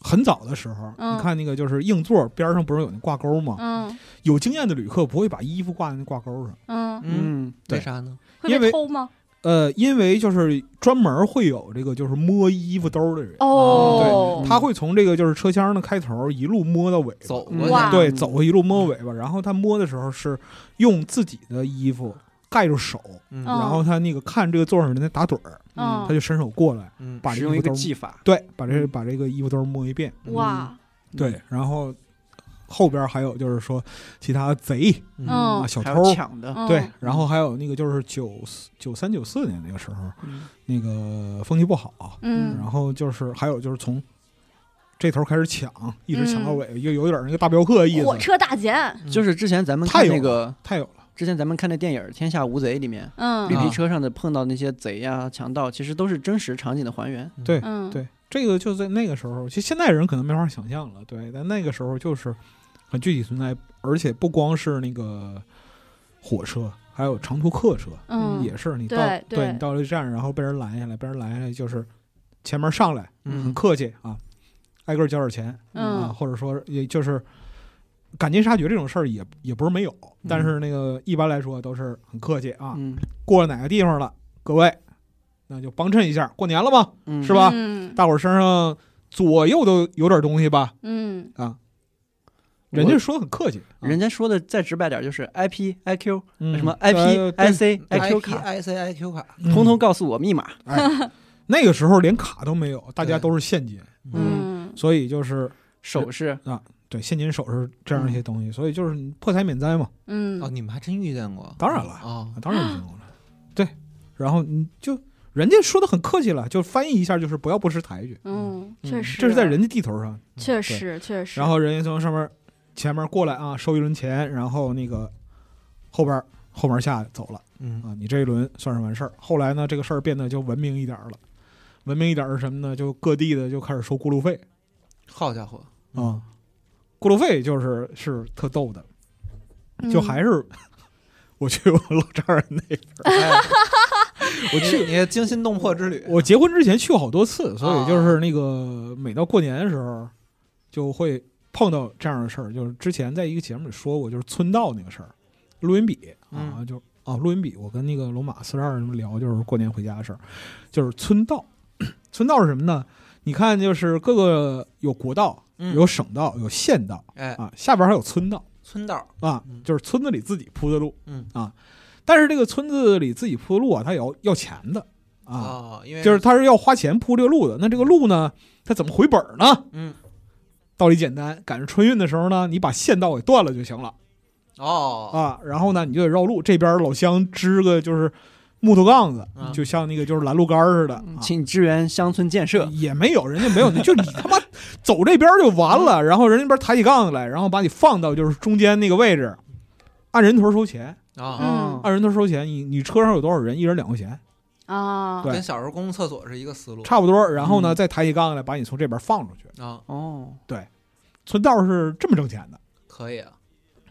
[SPEAKER 1] 很早的时候，
[SPEAKER 2] 嗯
[SPEAKER 1] 你看那个就是硬座边上不是有那挂钩吗？
[SPEAKER 2] 嗯
[SPEAKER 1] 有经验的旅客不会把衣服挂在那挂钩上，
[SPEAKER 2] 嗯，
[SPEAKER 3] 嗯，
[SPEAKER 4] 嗯，
[SPEAKER 1] 对
[SPEAKER 3] 为啥呢？
[SPEAKER 2] 会
[SPEAKER 1] 因
[SPEAKER 2] 被
[SPEAKER 1] 为
[SPEAKER 2] 偷吗？
[SPEAKER 1] 呃，因为就是专门会有这个就是摸衣服兜的人，
[SPEAKER 2] 哦
[SPEAKER 4] 对，
[SPEAKER 1] 他会从这个就是车厢的开头一路摸到尾巴。
[SPEAKER 3] 走
[SPEAKER 4] 嗯
[SPEAKER 3] 过
[SPEAKER 2] 哇
[SPEAKER 3] 去，
[SPEAKER 1] 对，走过一路摸尾巴，然后他摸的时候是用自己的衣服盖住手，
[SPEAKER 3] 嗯
[SPEAKER 2] 嗯
[SPEAKER 1] 然后他那个看这个座上人在打盹儿，
[SPEAKER 2] 嗯
[SPEAKER 1] 他就伸手过来，
[SPEAKER 3] 嗯，
[SPEAKER 1] 把
[SPEAKER 4] 使
[SPEAKER 1] 这
[SPEAKER 4] 用一
[SPEAKER 1] 衣服
[SPEAKER 4] 个
[SPEAKER 1] 兜
[SPEAKER 4] 技法，
[SPEAKER 1] 对，把这把这个衣服兜摸一遍，
[SPEAKER 3] 嗯
[SPEAKER 2] 哇，
[SPEAKER 1] 对，然后后边还有就是说其他贼
[SPEAKER 2] 嗯
[SPEAKER 1] 啊、小
[SPEAKER 4] 还
[SPEAKER 1] 偷，
[SPEAKER 4] 有抢的，
[SPEAKER 2] 嗯
[SPEAKER 1] 对，然后还有那个就是九九三九四年那个时候，
[SPEAKER 4] 嗯
[SPEAKER 1] 那个风气不好，
[SPEAKER 2] 嗯
[SPEAKER 1] 然后就是还有就是从这头开始抢，一直抢到尾，又有点那个大镖客的意
[SPEAKER 2] 火
[SPEAKER 1] 思，
[SPEAKER 2] 车大劫，
[SPEAKER 3] 嗯
[SPEAKER 4] 就是之前咱们
[SPEAKER 1] 太
[SPEAKER 4] 看
[SPEAKER 1] 有
[SPEAKER 4] 那
[SPEAKER 1] 了
[SPEAKER 4] 个，
[SPEAKER 1] 太有了，
[SPEAKER 4] 之前咱们看那电影《天下无贼》里面，
[SPEAKER 2] 嗯
[SPEAKER 4] 绿
[SPEAKER 3] 啊
[SPEAKER 4] 皮车上的碰到那些贼呀、强盗，其实都是真实场景的还原。
[SPEAKER 1] 对
[SPEAKER 2] 嗯，
[SPEAKER 1] 对，这个就在那个时候，其实现在人可能没法想象了，对，但那个时候就是很具体存在，而且不光是那个火车，还有长途客车，
[SPEAKER 2] 嗯，
[SPEAKER 1] 也是你
[SPEAKER 2] 对
[SPEAKER 1] 到
[SPEAKER 2] 对
[SPEAKER 1] 你到了站，然后被人拦下来，被人拦下来就是前面上来很
[SPEAKER 3] 嗯
[SPEAKER 1] 客气啊，挨个儿交点钱啊，
[SPEAKER 2] 嗯
[SPEAKER 1] 或者说也就是赶尽杀绝这种事儿也也不是没有，但是那个一般来说都是很客气啊，
[SPEAKER 4] 嗯
[SPEAKER 1] 过了哪个地方了，各位那就帮衬一下，过年了嘛，
[SPEAKER 4] 嗯，
[SPEAKER 1] 是吧
[SPEAKER 2] 嗯
[SPEAKER 1] 大伙儿身上左右都有点东西吧，
[SPEAKER 2] 嗯，
[SPEAKER 4] 我
[SPEAKER 1] 人家说很客气，啊
[SPEAKER 4] 人家说的再直白点，就是 IP、IQ
[SPEAKER 1] 嗯
[SPEAKER 4] 什么 IP、
[SPEAKER 1] 呃
[SPEAKER 4] IC、IQ 卡，
[SPEAKER 3] I C I 哎 Q 卡，
[SPEAKER 1] 对
[SPEAKER 4] 通通
[SPEAKER 1] 嗯
[SPEAKER 4] 告诉我密码。
[SPEAKER 1] 哎那个时候连卡都没有，大家
[SPEAKER 3] 对
[SPEAKER 1] 都是现金，
[SPEAKER 2] 嗯
[SPEAKER 1] 所以就是
[SPEAKER 4] 手势，
[SPEAKER 1] 对现金、首饰这样一些东
[SPEAKER 4] 嗯
[SPEAKER 1] 西，所以就是你破财免灾嘛，
[SPEAKER 2] 嗯
[SPEAKER 3] 哦，你们还真遇见过？
[SPEAKER 1] 当然了
[SPEAKER 3] 啊，
[SPEAKER 1] 啊当然不用了。对，然后你就人家说的很客气了，就翻译一下就是不要不识抬举，
[SPEAKER 2] 嗯，确
[SPEAKER 4] 啊
[SPEAKER 2] 实，
[SPEAKER 1] 这是在人家地头上。
[SPEAKER 2] 确实确实，
[SPEAKER 1] 然后人家从上面前面过来啊，收一轮钱，然后那个后边后门下走了
[SPEAKER 3] 嗯，
[SPEAKER 1] 啊，你这一轮算是完事儿。后来呢，这个事儿变得就文明一点儿了，文明一点儿是什么呢？就各地的就开始收过路费
[SPEAKER 3] 好家伙，
[SPEAKER 1] 啊，过路费就是是特逗的，
[SPEAKER 2] 嗯
[SPEAKER 1] 就还是、 我去我老丈人那边儿，
[SPEAKER 3] 哎我去，你的惊心动魄之旅，
[SPEAKER 1] 我结婚之前去过好多
[SPEAKER 3] 啊
[SPEAKER 1] 次，所以就是那个每到过年的时候就会碰到这样的事儿。就是之前在一个节目里说过，就是村道那个事儿，录音笔啊，
[SPEAKER 3] 嗯
[SPEAKER 1] 就啊录音笔，我跟那个龙马四十二人聊，就是过年回家的事儿，就是村道。 村道是什么呢？你看，就是各个有国道、
[SPEAKER 3] 嗯
[SPEAKER 1] 有省道、有县道
[SPEAKER 3] 哎，
[SPEAKER 1] 啊，下边还有村道。
[SPEAKER 3] 村道，
[SPEAKER 1] 啊
[SPEAKER 3] 嗯，
[SPEAKER 1] 就是村子里自己铺的路，
[SPEAKER 3] 嗯
[SPEAKER 1] 啊，但是这个村子里自己铺的路啊，它也要要钱的啊，
[SPEAKER 3] 哦，因为
[SPEAKER 1] 就是它是要花钱铺这个路的。那这个路呢，它怎么回本儿呢？
[SPEAKER 3] 嗯，
[SPEAKER 1] 道理简单，赶上春运的时候呢，你把县道给断了就行了
[SPEAKER 3] 哦，
[SPEAKER 1] 啊，然后呢，你就得绕路，这边老乡支个就是木头杠子，
[SPEAKER 3] 啊
[SPEAKER 1] 就像那个就是拦路杆儿似的。啊
[SPEAKER 4] 请支援乡村建设。
[SPEAKER 1] 也没有，人家没有，你就你他妈走这边就完了，
[SPEAKER 3] 嗯
[SPEAKER 1] 然后人家那边抬起杠子来，然后把你放到就是中间那个位置，按人头收钱，
[SPEAKER 3] 啊，
[SPEAKER 4] 哦
[SPEAKER 2] 嗯
[SPEAKER 1] 按人头收钱，你你车上有多少人，一人两块钱，
[SPEAKER 2] 啊，
[SPEAKER 1] 对
[SPEAKER 3] 跟小时候公共厕所是一个思路
[SPEAKER 1] 差不多。然后
[SPEAKER 3] 嗯
[SPEAKER 1] 呢，再抬起杠来把你从这边放出去。
[SPEAKER 3] 啊，
[SPEAKER 4] 哦，
[SPEAKER 1] 村道是这么挣钱的，
[SPEAKER 3] 可以啊，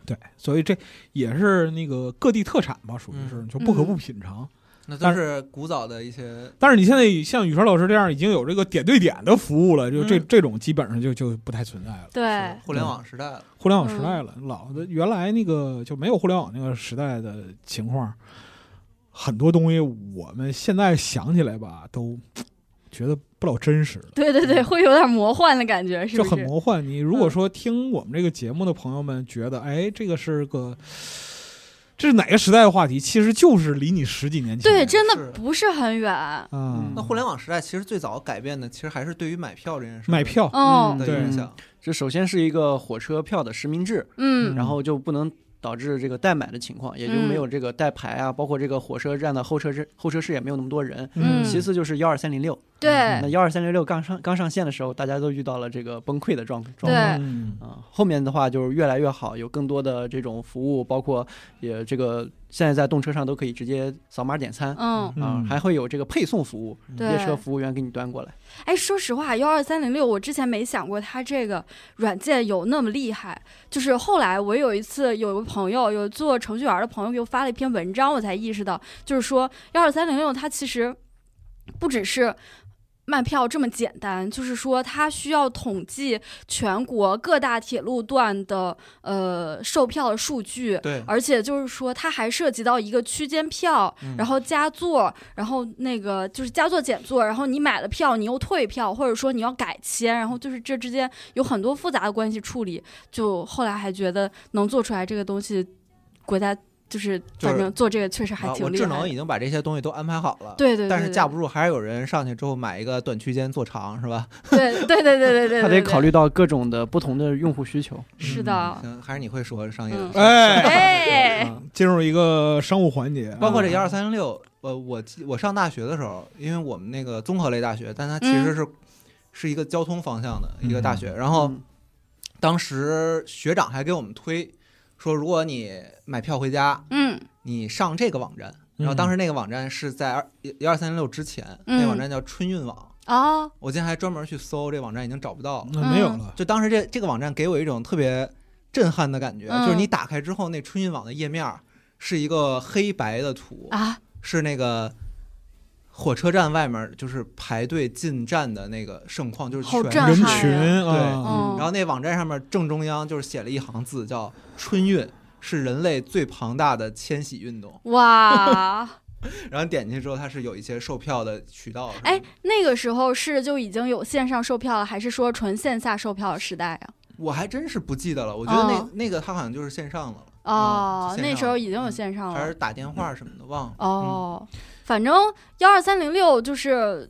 [SPEAKER 1] 对，所以这也是那个各地特产吧，属于
[SPEAKER 2] 嗯
[SPEAKER 1] 是就不可不品尝。
[SPEAKER 3] 那都
[SPEAKER 1] 但
[SPEAKER 3] 是古早的一些
[SPEAKER 1] 但是你现在像宇川老师这样已经有这个点对点的服务了，就这、
[SPEAKER 3] 嗯
[SPEAKER 1] 这种基本上就就不太存在了。
[SPEAKER 2] 对，
[SPEAKER 3] 互联网时代了，
[SPEAKER 1] 互联网时代了，
[SPEAKER 2] 嗯
[SPEAKER 1] 老的原来那个就没有互联网那个时代的情况，很多东西我们现在想起来吧，都觉得不老真实了。
[SPEAKER 2] 对对对，会有点魔幻的感觉，是
[SPEAKER 1] 就
[SPEAKER 2] 不
[SPEAKER 1] 很
[SPEAKER 2] 是？
[SPEAKER 1] 魔幻。你如果
[SPEAKER 2] 嗯
[SPEAKER 1] 说听我们这个节目的朋友们觉得，哎，这个是个，这是哪个时代的话题？其实就是离你十几年前。
[SPEAKER 2] 对，真
[SPEAKER 3] 是
[SPEAKER 2] 的不是很远。
[SPEAKER 1] 啊
[SPEAKER 4] 嗯，
[SPEAKER 3] 那互联网时代其实最早改变的，其实还是对于买票这件事，
[SPEAKER 1] 买票
[SPEAKER 2] 哦，
[SPEAKER 3] 的
[SPEAKER 1] 对嗯
[SPEAKER 3] 影响，
[SPEAKER 4] 这首先是一个火车票的实名制，
[SPEAKER 2] 嗯，
[SPEAKER 4] 然后就不能导致这个代买的情况，也就没有这个代排啊，包括这个火车站的候车室候车室也没有那么多人。
[SPEAKER 2] 嗯
[SPEAKER 4] 其次就是幺二三零六，
[SPEAKER 2] 对
[SPEAKER 1] 嗯
[SPEAKER 4] 那幺二三零六刚上刚上线的时候，大家都遇到了这个崩溃的状状
[SPEAKER 2] 对
[SPEAKER 4] 况。
[SPEAKER 1] 嗯
[SPEAKER 4] 啊、后面的话就是越来越好，有更多的这种服务，包括也这个现在在动车上都可以直接扫码点餐啊、
[SPEAKER 2] 嗯，
[SPEAKER 1] 嗯
[SPEAKER 4] 还会有这个配送服务，
[SPEAKER 3] 嗯
[SPEAKER 4] 列车
[SPEAKER 2] 对。
[SPEAKER 4] 服务员给你端过来。
[SPEAKER 2] 哎，说实话，幺二三零六，我之前没想过它这个软件有那么厉害。就是后来我有一次有个朋友，有做程序员的朋友给我发了一篇文章，我才意识到，就是说幺二三零六它其实不只是。卖票这么简单，就是说它需要统计全国各大铁路段的呃售票的数据，
[SPEAKER 3] 对，
[SPEAKER 2] 而且就是说，它还涉及到一个区间票，
[SPEAKER 3] 嗯
[SPEAKER 2] 然后加座，然后那个就是加座减座，然后你买了票，你又退票，或者说你要改签，然后就是这之间有很多复杂的关系处理。就后来还觉得能做出来这个东西，国家就是
[SPEAKER 3] 就是
[SPEAKER 2] 反正做这个确实还
[SPEAKER 3] 啊，我
[SPEAKER 2] 挺厉
[SPEAKER 3] 智
[SPEAKER 2] 害
[SPEAKER 3] 能已
[SPEAKER 2] 的。
[SPEAKER 3] 经把这些东西都安排好了，
[SPEAKER 2] 对对对，
[SPEAKER 3] 但是架不
[SPEAKER 2] 住。
[SPEAKER 3] 住还是有人上去之后买一个短区间做长，是吧？
[SPEAKER 2] 对对对对对对对，
[SPEAKER 4] 他
[SPEAKER 2] 对
[SPEAKER 4] 得考。虑到各种的不同的用户需求。
[SPEAKER 2] 是的，
[SPEAKER 3] 行，还是你会说商业的
[SPEAKER 2] 啊嗯
[SPEAKER 3] 事儿，
[SPEAKER 1] 哎，
[SPEAKER 2] 哎，
[SPEAKER 1] 啊进入一个商务环节，
[SPEAKER 3] 包括这
[SPEAKER 4] 嗯
[SPEAKER 1] 啊
[SPEAKER 3] 幺二三零六，呃，我记我上大学的时候，因为我们那个综合类大学，但它其
[SPEAKER 2] 嗯
[SPEAKER 3] 实是、是一个交通方向的一个大学，然后
[SPEAKER 4] 嗯
[SPEAKER 3] 当时学长还给我们推说，如果你买票回家，
[SPEAKER 2] 嗯
[SPEAKER 3] 你上这个网站。然后当
[SPEAKER 4] 嗯
[SPEAKER 3] 时那个网站是在二幺二三零六之前，
[SPEAKER 2] 嗯
[SPEAKER 3] 那个网站叫春运网。
[SPEAKER 2] 哦，
[SPEAKER 3] 我今天还专门去搜这网站，已经找不到了。
[SPEAKER 1] 啊那没有了，
[SPEAKER 3] 就当时这这个网站给我一种特别震撼的感觉，
[SPEAKER 2] 嗯
[SPEAKER 3] 就是你打开之后，那春运网的页面儿是一个黑白的图，
[SPEAKER 2] 啊，
[SPEAKER 3] 是那个火车站外面儿就是排队进站的那个盛况，就是
[SPEAKER 2] 好
[SPEAKER 3] 全
[SPEAKER 2] 震
[SPEAKER 1] 人
[SPEAKER 2] 撼
[SPEAKER 1] 群啊，
[SPEAKER 2] 嗯，
[SPEAKER 3] 然后那网站上面正中央就是写了一行字，叫“春运是人类最庞大的迁徙运动
[SPEAKER 2] 哇，”。
[SPEAKER 3] 然后点进去之后，它是有一些售票的渠道。是吧
[SPEAKER 2] 哎，那个时候是就已经有线上售票了，还是说纯线下售票的时代啊呀、
[SPEAKER 3] 我还真是不记得了。我觉得那、
[SPEAKER 2] 哦
[SPEAKER 3] 那个它好像就是线上了，
[SPEAKER 2] 哦
[SPEAKER 3] 嗯，线上
[SPEAKER 2] 那时候已经有线上了
[SPEAKER 3] 还
[SPEAKER 2] 哦
[SPEAKER 4] 嗯
[SPEAKER 3] 是。打电话什么的，忘了。
[SPEAKER 2] 哦，反正幺二三零六就是。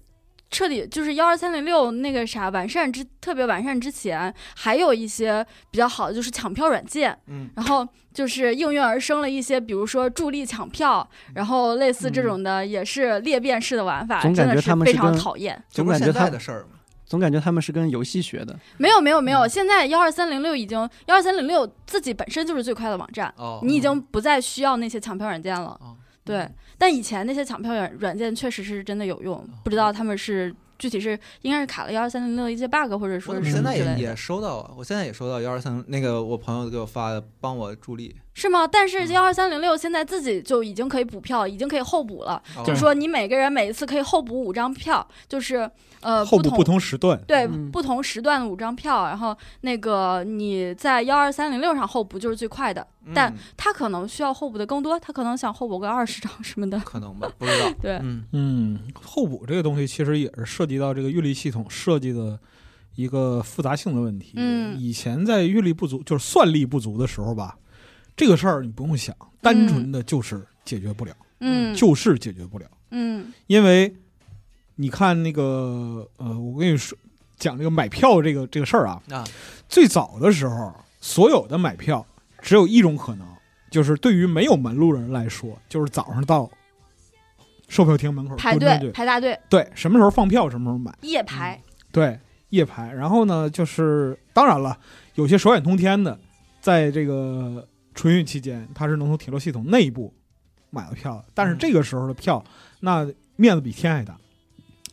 [SPEAKER 2] 彻底就是幺二三零六那个啥完善之特别完善之前，还有一些比较好的就是抢票软件，
[SPEAKER 3] 嗯，
[SPEAKER 2] 然后就是应运而生了一些，比如说助力抢票，然后类似这种的也是裂变式的玩法，
[SPEAKER 4] 嗯总
[SPEAKER 2] 真
[SPEAKER 4] 感
[SPEAKER 2] 的
[SPEAKER 4] 觉他们
[SPEAKER 2] 非
[SPEAKER 4] 是
[SPEAKER 2] 常
[SPEAKER 4] 跟
[SPEAKER 2] 讨厌。
[SPEAKER 3] 这
[SPEAKER 4] 总
[SPEAKER 3] 不是
[SPEAKER 4] 感觉
[SPEAKER 3] 现
[SPEAKER 4] 他
[SPEAKER 3] 在的事儿嘛。
[SPEAKER 4] 总感觉他们是跟游戏学的，
[SPEAKER 2] 没有没有没
[SPEAKER 4] 嗯
[SPEAKER 2] 有，现在幺二三零六已经幺二三零六自己本身就是最快的网站，
[SPEAKER 3] 哦，
[SPEAKER 2] 你已经不再需要那些抢票软件了。
[SPEAKER 3] 哦
[SPEAKER 2] 对，但以前那些抢票软软件确实是真的有用，不知道他们是具体是应该是卡了幺二三零六一些 bug，或者
[SPEAKER 3] 我
[SPEAKER 2] 说
[SPEAKER 3] 怎
[SPEAKER 2] 是
[SPEAKER 3] 么
[SPEAKER 2] 什
[SPEAKER 3] 现
[SPEAKER 2] 么
[SPEAKER 3] 在
[SPEAKER 2] 之
[SPEAKER 3] 也
[SPEAKER 2] 类的，
[SPEAKER 3] 也收到啊？我现在也收到幺二三那个我朋友给我发的，帮我助力，
[SPEAKER 2] 是吗？但是
[SPEAKER 3] 嗯
[SPEAKER 2] 幺二三零六现在自己就已经可以补票，已经可以候补了，
[SPEAKER 3] 哦
[SPEAKER 2] 就是说你每个人每一次可以候补五张票，就是呃
[SPEAKER 1] 候补
[SPEAKER 2] 同
[SPEAKER 1] 不同时段，
[SPEAKER 2] 对，
[SPEAKER 4] 嗯
[SPEAKER 2] 不同时段的五张票，然后那个你在幺二三零六上候补就是最快的，但
[SPEAKER 3] 嗯
[SPEAKER 2] 他可能需要候补的更多，他可能想候补个二十张什么的。。
[SPEAKER 3] 可能吧，不知道
[SPEAKER 2] 对，
[SPEAKER 3] 嗯，
[SPEAKER 1] 嗯，候补这个东西其实也是涉及到这个运力系统设计的一个复杂性的问题。
[SPEAKER 2] 嗯
[SPEAKER 1] 以前在运力不足，就是算力不足的时候吧，这个事儿你不用想，单纯的就是解决不了，
[SPEAKER 2] 嗯，
[SPEAKER 1] 就是解决不了，
[SPEAKER 2] 嗯
[SPEAKER 1] 因为你看那个呃，我跟你说讲这个买票这个这个事儿啊，
[SPEAKER 3] 啊，
[SPEAKER 1] 最早的时候，所有的买票只有一种可能，就是对于没有门路人来说，就是早上到售票厅门口
[SPEAKER 2] 排
[SPEAKER 1] 蹲着
[SPEAKER 2] 队嗯
[SPEAKER 1] 去，
[SPEAKER 2] 排大队
[SPEAKER 1] 对，什么时候放票什么时候买，
[SPEAKER 2] 夜排，
[SPEAKER 1] 对，夜排。然后呢，就是当然了，有些手眼通天的，在这个春运期间，他是能从铁路系统内部买到票的，但是
[SPEAKER 3] 嗯
[SPEAKER 1] 这个时候的票，那面子比天还大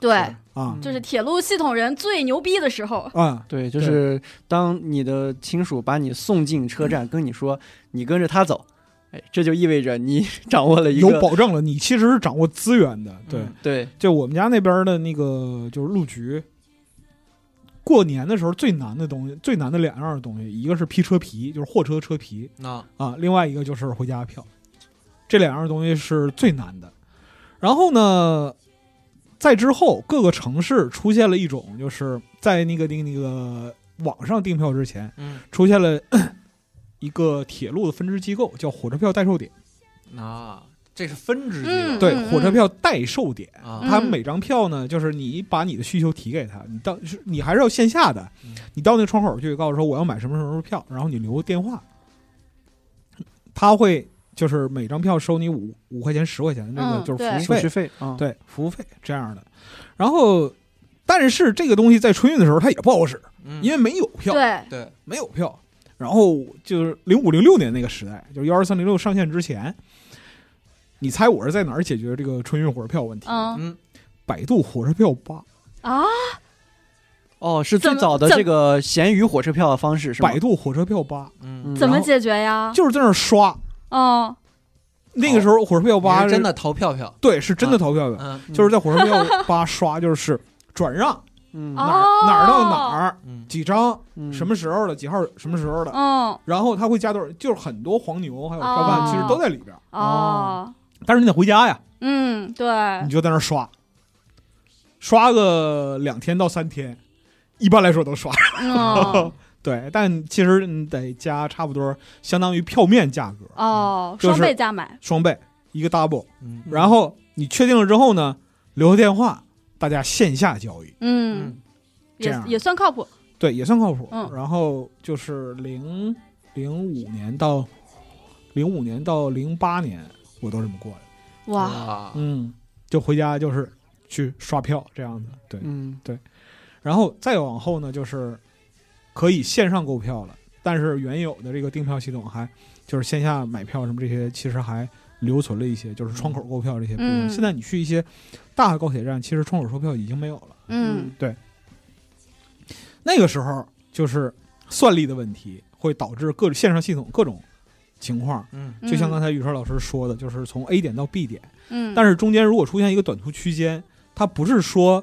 [SPEAKER 2] 对，
[SPEAKER 1] 啊
[SPEAKER 4] 嗯
[SPEAKER 2] 就是铁路系统人最牛逼的时候。
[SPEAKER 1] 啊！
[SPEAKER 4] 对，就是当你的亲属把你送进车站，跟你说你跟着他走，哎，这就意味着你 掌握了一
[SPEAKER 1] 有
[SPEAKER 4] 个
[SPEAKER 1] 保证了，你其实是掌握资源的，对。
[SPEAKER 3] 嗯
[SPEAKER 4] 对，
[SPEAKER 1] 就我们家那边的那个就是路局，过年的时候最难的东西，最难的两样东西，一个是批车皮，就是货车车皮
[SPEAKER 3] 那
[SPEAKER 1] 啊，另外一个就是回家票，这两样东西是最难的。然后呢，在之后各个城市出现了一种，就是在那个那个那个网上订票之前，
[SPEAKER 3] 嗯
[SPEAKER 1] 出现了 咳一个铁路的分支机构，叫火车票代售点。
[SPEAKER 3] 那这是分支机
[SPEAKER 2] 嗯
[SPEAKER 3] 构
[SPEAKER 1] 对，
[SPEAKER 2] 嗯
[SPEAKER 1] 火车票代售点，
[SPEAKER 3] 啊
[SPEAKER 1] 他每张票呢，就是你把你的需求提给他，你到是你还是要线下的
[SPEAKER 3] 嗯，
[SPEAKER 1] 你到那窗口去告诉说我要买什么什么票，然后你留个电话，他会就是每张票收你五五块钱十块钱的这
[SPEAKER 2] 嗯
[SPEAKER 1] 个就是
[SPEAKER 2] 对
[SPEAKER 1] 服
[SPEAKER 4] 手
[SPEAKER 1] 务
[SPEAKER 4] 续
[SPEAKER 1] 哎费，
[SPEAKER 4] 费啊，
[SPEAKER 1] 对服务费这样的，然后。但是这个东西在春运的时候它也不好使，
[SPEAKER 3] 嗯
[SPEAKER 1] 因为没有票，
[SPEAKER 2] 对，
[SPEAKER 3] 对
[SPEAKER 1] 没有票。然后就是零五零六年那个时代，就是幺二三零六上线之前，你猜我是在哪儿解决这个春运火车票问题？
[SPEAKER 2] 嗯
[SPEAKER 3] 嗯
[SPEAKER 1] 百度火车票吧，
[SPEAKER 2] 啊，
[SPEAKER 4] 哦，是最
[SPEAKER 2] 怎么
[SPEAKER 4] 早的
[SPEAKER 2] 怎
[SPEAKER 4] 这个闲鱼火车票的方式是吧
[SPEAKER 1] 百？度火车票吧，
[SPEAKER 3] 嗯，
[SPEAKER 4] 嗯
[SPEAKER 2] 怎么
[SPEAKER 1] 然后
[SPEAKER 2] 解决呀？
[SPEAKER 1] 就是在那儿刷。
[SPEAKER 2] 哦，
[SPEAKER 1] 那个时候火车票吧
[SPEAKER 3] 你是真的投票票，
[SPEAKER 1] 对，是真的投票的，
[SPEAKER 3] 嗯
[SPEAKER 1] 就是在火车票吧刷， 就是转让
[SPEAKER 4] 嗯
[SPEAKER 1] 哪
[SPEAKER 2] 啊
[SPEAKER 1] 儿、
[SPEAKER 2] 哦
[SPEAKER 1] 哪儿到哪儿
[SPEAKER 3] 嗯
[SPEAKER 1] 几张，
[SPEAKER 4] 嗯
[SPEAKER 1] 什么时候的几号什么时候的，
[SPEAKER 2] 嗯，
[SPEAKER 1] 然后他会加多少，就是很多黄牛还有票贩、
[SPEAKER 2] 哦
[SPEAKER 1] 其实都在里边儿，
[SPEAKER 2] 哦，
[SPEAKER 1] 但是你得回家呀，
[SPEAKER 2] 嗯， 对，
[SPEAKER 1] 你就在那儿刷，刷个两天到三天，一般来说都刷。
[SPEAKER 2] 嗯，
[SPEAKER 1] 对，但其实你得加差不多相当于票面价格
[SPEAKER 2] 哦，
[SPEAKER 1] 就是
[SPEAKER 2] 双倍价买，
[SPEAKER 1] 双倍一个 double，
[SPEAKER 3] 嗯
[SPEAKER 1] 然后你确定了之后呢，留个电话，大家线下交易，
[SPEAKER 2] 嗯，
[SPEAKER 3] 嗯
[SPEAKER 1] 这
[SPEAKER 2] 也
[SPEAKER 1] 样哦
[SPEAKER 2] 也算靠谱，
[SPEAKER 1] 对，也算靠谱。
[SPEAKER 2] 嗯
[SPEAKER 1] 然后就是零零五年到零五年到零八年，我都这么过来的。
[SPEAKER 2] 哇，
[SPEAKER 3] 啊
[SPEAKER 1] 嗯，就回家就是去刷票这样的，对。
[SPEAKER 4] 嗯
[SPEAKER 1] 然后再往后呢，就是可以线上购票了，但是原有的这个订票系统还就是线下买票什么这些，其实还留存了一些，就是窗口购票这些部分。
[SPEAKER 2] 嗯
[SPEAKER 1] 现在你去一些大的高铁站，其实窗口售票已经没有了。
[SPEAKER 2] 嗯，
[SPEAKER 1] 那个时候就是算力的问题，会导致各线上系统各种情况。
[SPEAKER 3] 嗯
[SPEAKER 1] 就像刚才宇超老师说的，就是从 A 点到 B 点，
[SPEAKER 2] 嗯，嗯，
[SPEAKER 1] 但
[SPEAKER 2] 是
[SPEAKER 1] 是中间如果出现一个短途区间，它不是说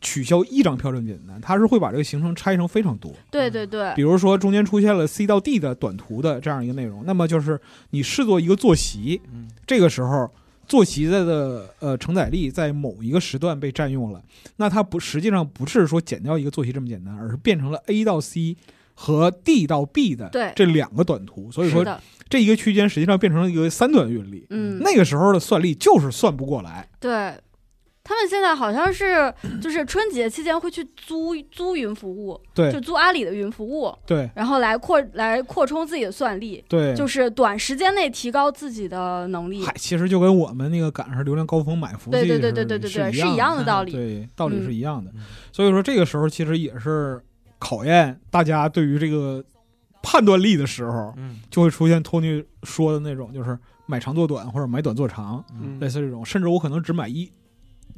[SPEAKER 1] 取消一张票这么简单，它是会把这个行程拆成非常多。
[SPEAKER 2] 对对对
[SPEAKER 1] 比，如说中间出现了 C 到 D 的短途的这样一个内容，那么就是你视作一个坐席，
[SPEAKER 3] 嗯
[SPEAKER 1] 这个时候坐席的的呃承载力在某一个时段被占用了，那它不实际上不是说减掉一个坐席这么简单，而是变成了 A 到 C 和 D 到 B 的
[SPEAKER 2] 对
[SPEAKER 1] 这两个短途，所以
[SPEAKER 2] 是
[SPEAKER 1] 说
[SPEAKER 2] 的，
[SPEAKER 1] 这一个区间实际上变成了一个三段运力，
[SPEAKER 2] 嗯，
[SPEAKER 1] 那个时候的算力就是算不过来。
[SPEAKER 2] 对，他们现在好像是就是春节期间会去租租云服务，就
[SPEAKER 1] 对
[SPEAKER 2] 租阿里的云服务，
[SPEAKER 1] 对
[SPEAKER 2] 然后来扩来扩充自己的算力，
[SPEAKER 1] 对，
[SPEAKER 2] 就是短时间内提高自己的能力
[SPEAKER 1] 嗨，。其实就跟我们那个赶上流量高峰买服务器
[SPEAKER 2] 对对
[SPEAKER 1] 是
[SPEAKER 2] 对对对对对，是一样的道理。
[SPEAKER 1] 对，道理
[SPEAKER 2] 嗯
[SPEAKER 1] 是一样的
[SPEAKER 3] 嗯。
[SPEAKER 1] 所以说这个时候其实也是考验大家对于这个判断力的时候，
[SPEAKER 3] 嗯
[SPEAKER 1] 就会出现托尼说的那种，就是买长做短或者买短做长，
[SPEAKER 3] 嗯
[SPEAKER 1] 类似这种。甚至我可能只买一，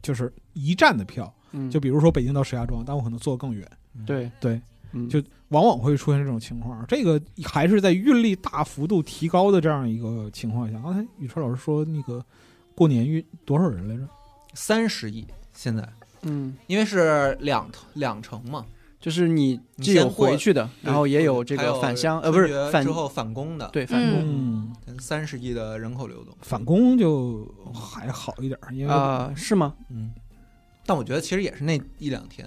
[SPEAKER 1] 就是一站的票，
[SPEAKER 4] 嗯，
[SPEAKER 1] 就比如说北京到石家庄，但我可能坐得更远。
[SPEAKER 4] 对
[SPEAKER 1] 对，
[SPEAKER 4] 嗯
[SPEAKER 1] 就往往会出现这种情况。这个还是在运力大幅度提高的这样一个情况下。刚才宇川老师说那个过年运多少人来着？
[SPEAKER 3] 三十亿现在，
[SPEAKER 4] 嗯，
[SPEAKER 3] 因为是两两程嘛，
[SPEAKER 4] 就是你
[SPEAKER 3] 你
[SPEAKER 4] 既
[SPEAKER 3] 先
[SPEAKER 4] 有
[SPEAKER 3] 过
[SPEAKER 4] 回去的，然后也有这
[SPEAKER 3] 还
[SPEAKER 4] 个返乡，
[SPEAKER 3] 春
[SPEAKER 4] 呃，不是
[SPEAKER 3] 节
[SPEAKER 4] 返
[SPEAKER 3] 之后返工的，
[SPEAKER 4] 对返
[SPEAKER 2] 嗯
[SPEAKER 4] 工
[SPEAKER 1] 嗯，
[SPEAKER 3] 三十亿的人口流动，
[SPEAKER 1] 返工就还好一点儿，因为
[SPEAKER 4] 啊，是吗？
[SPEAKER 3] 嗯，但我觉得其实也是那一两天，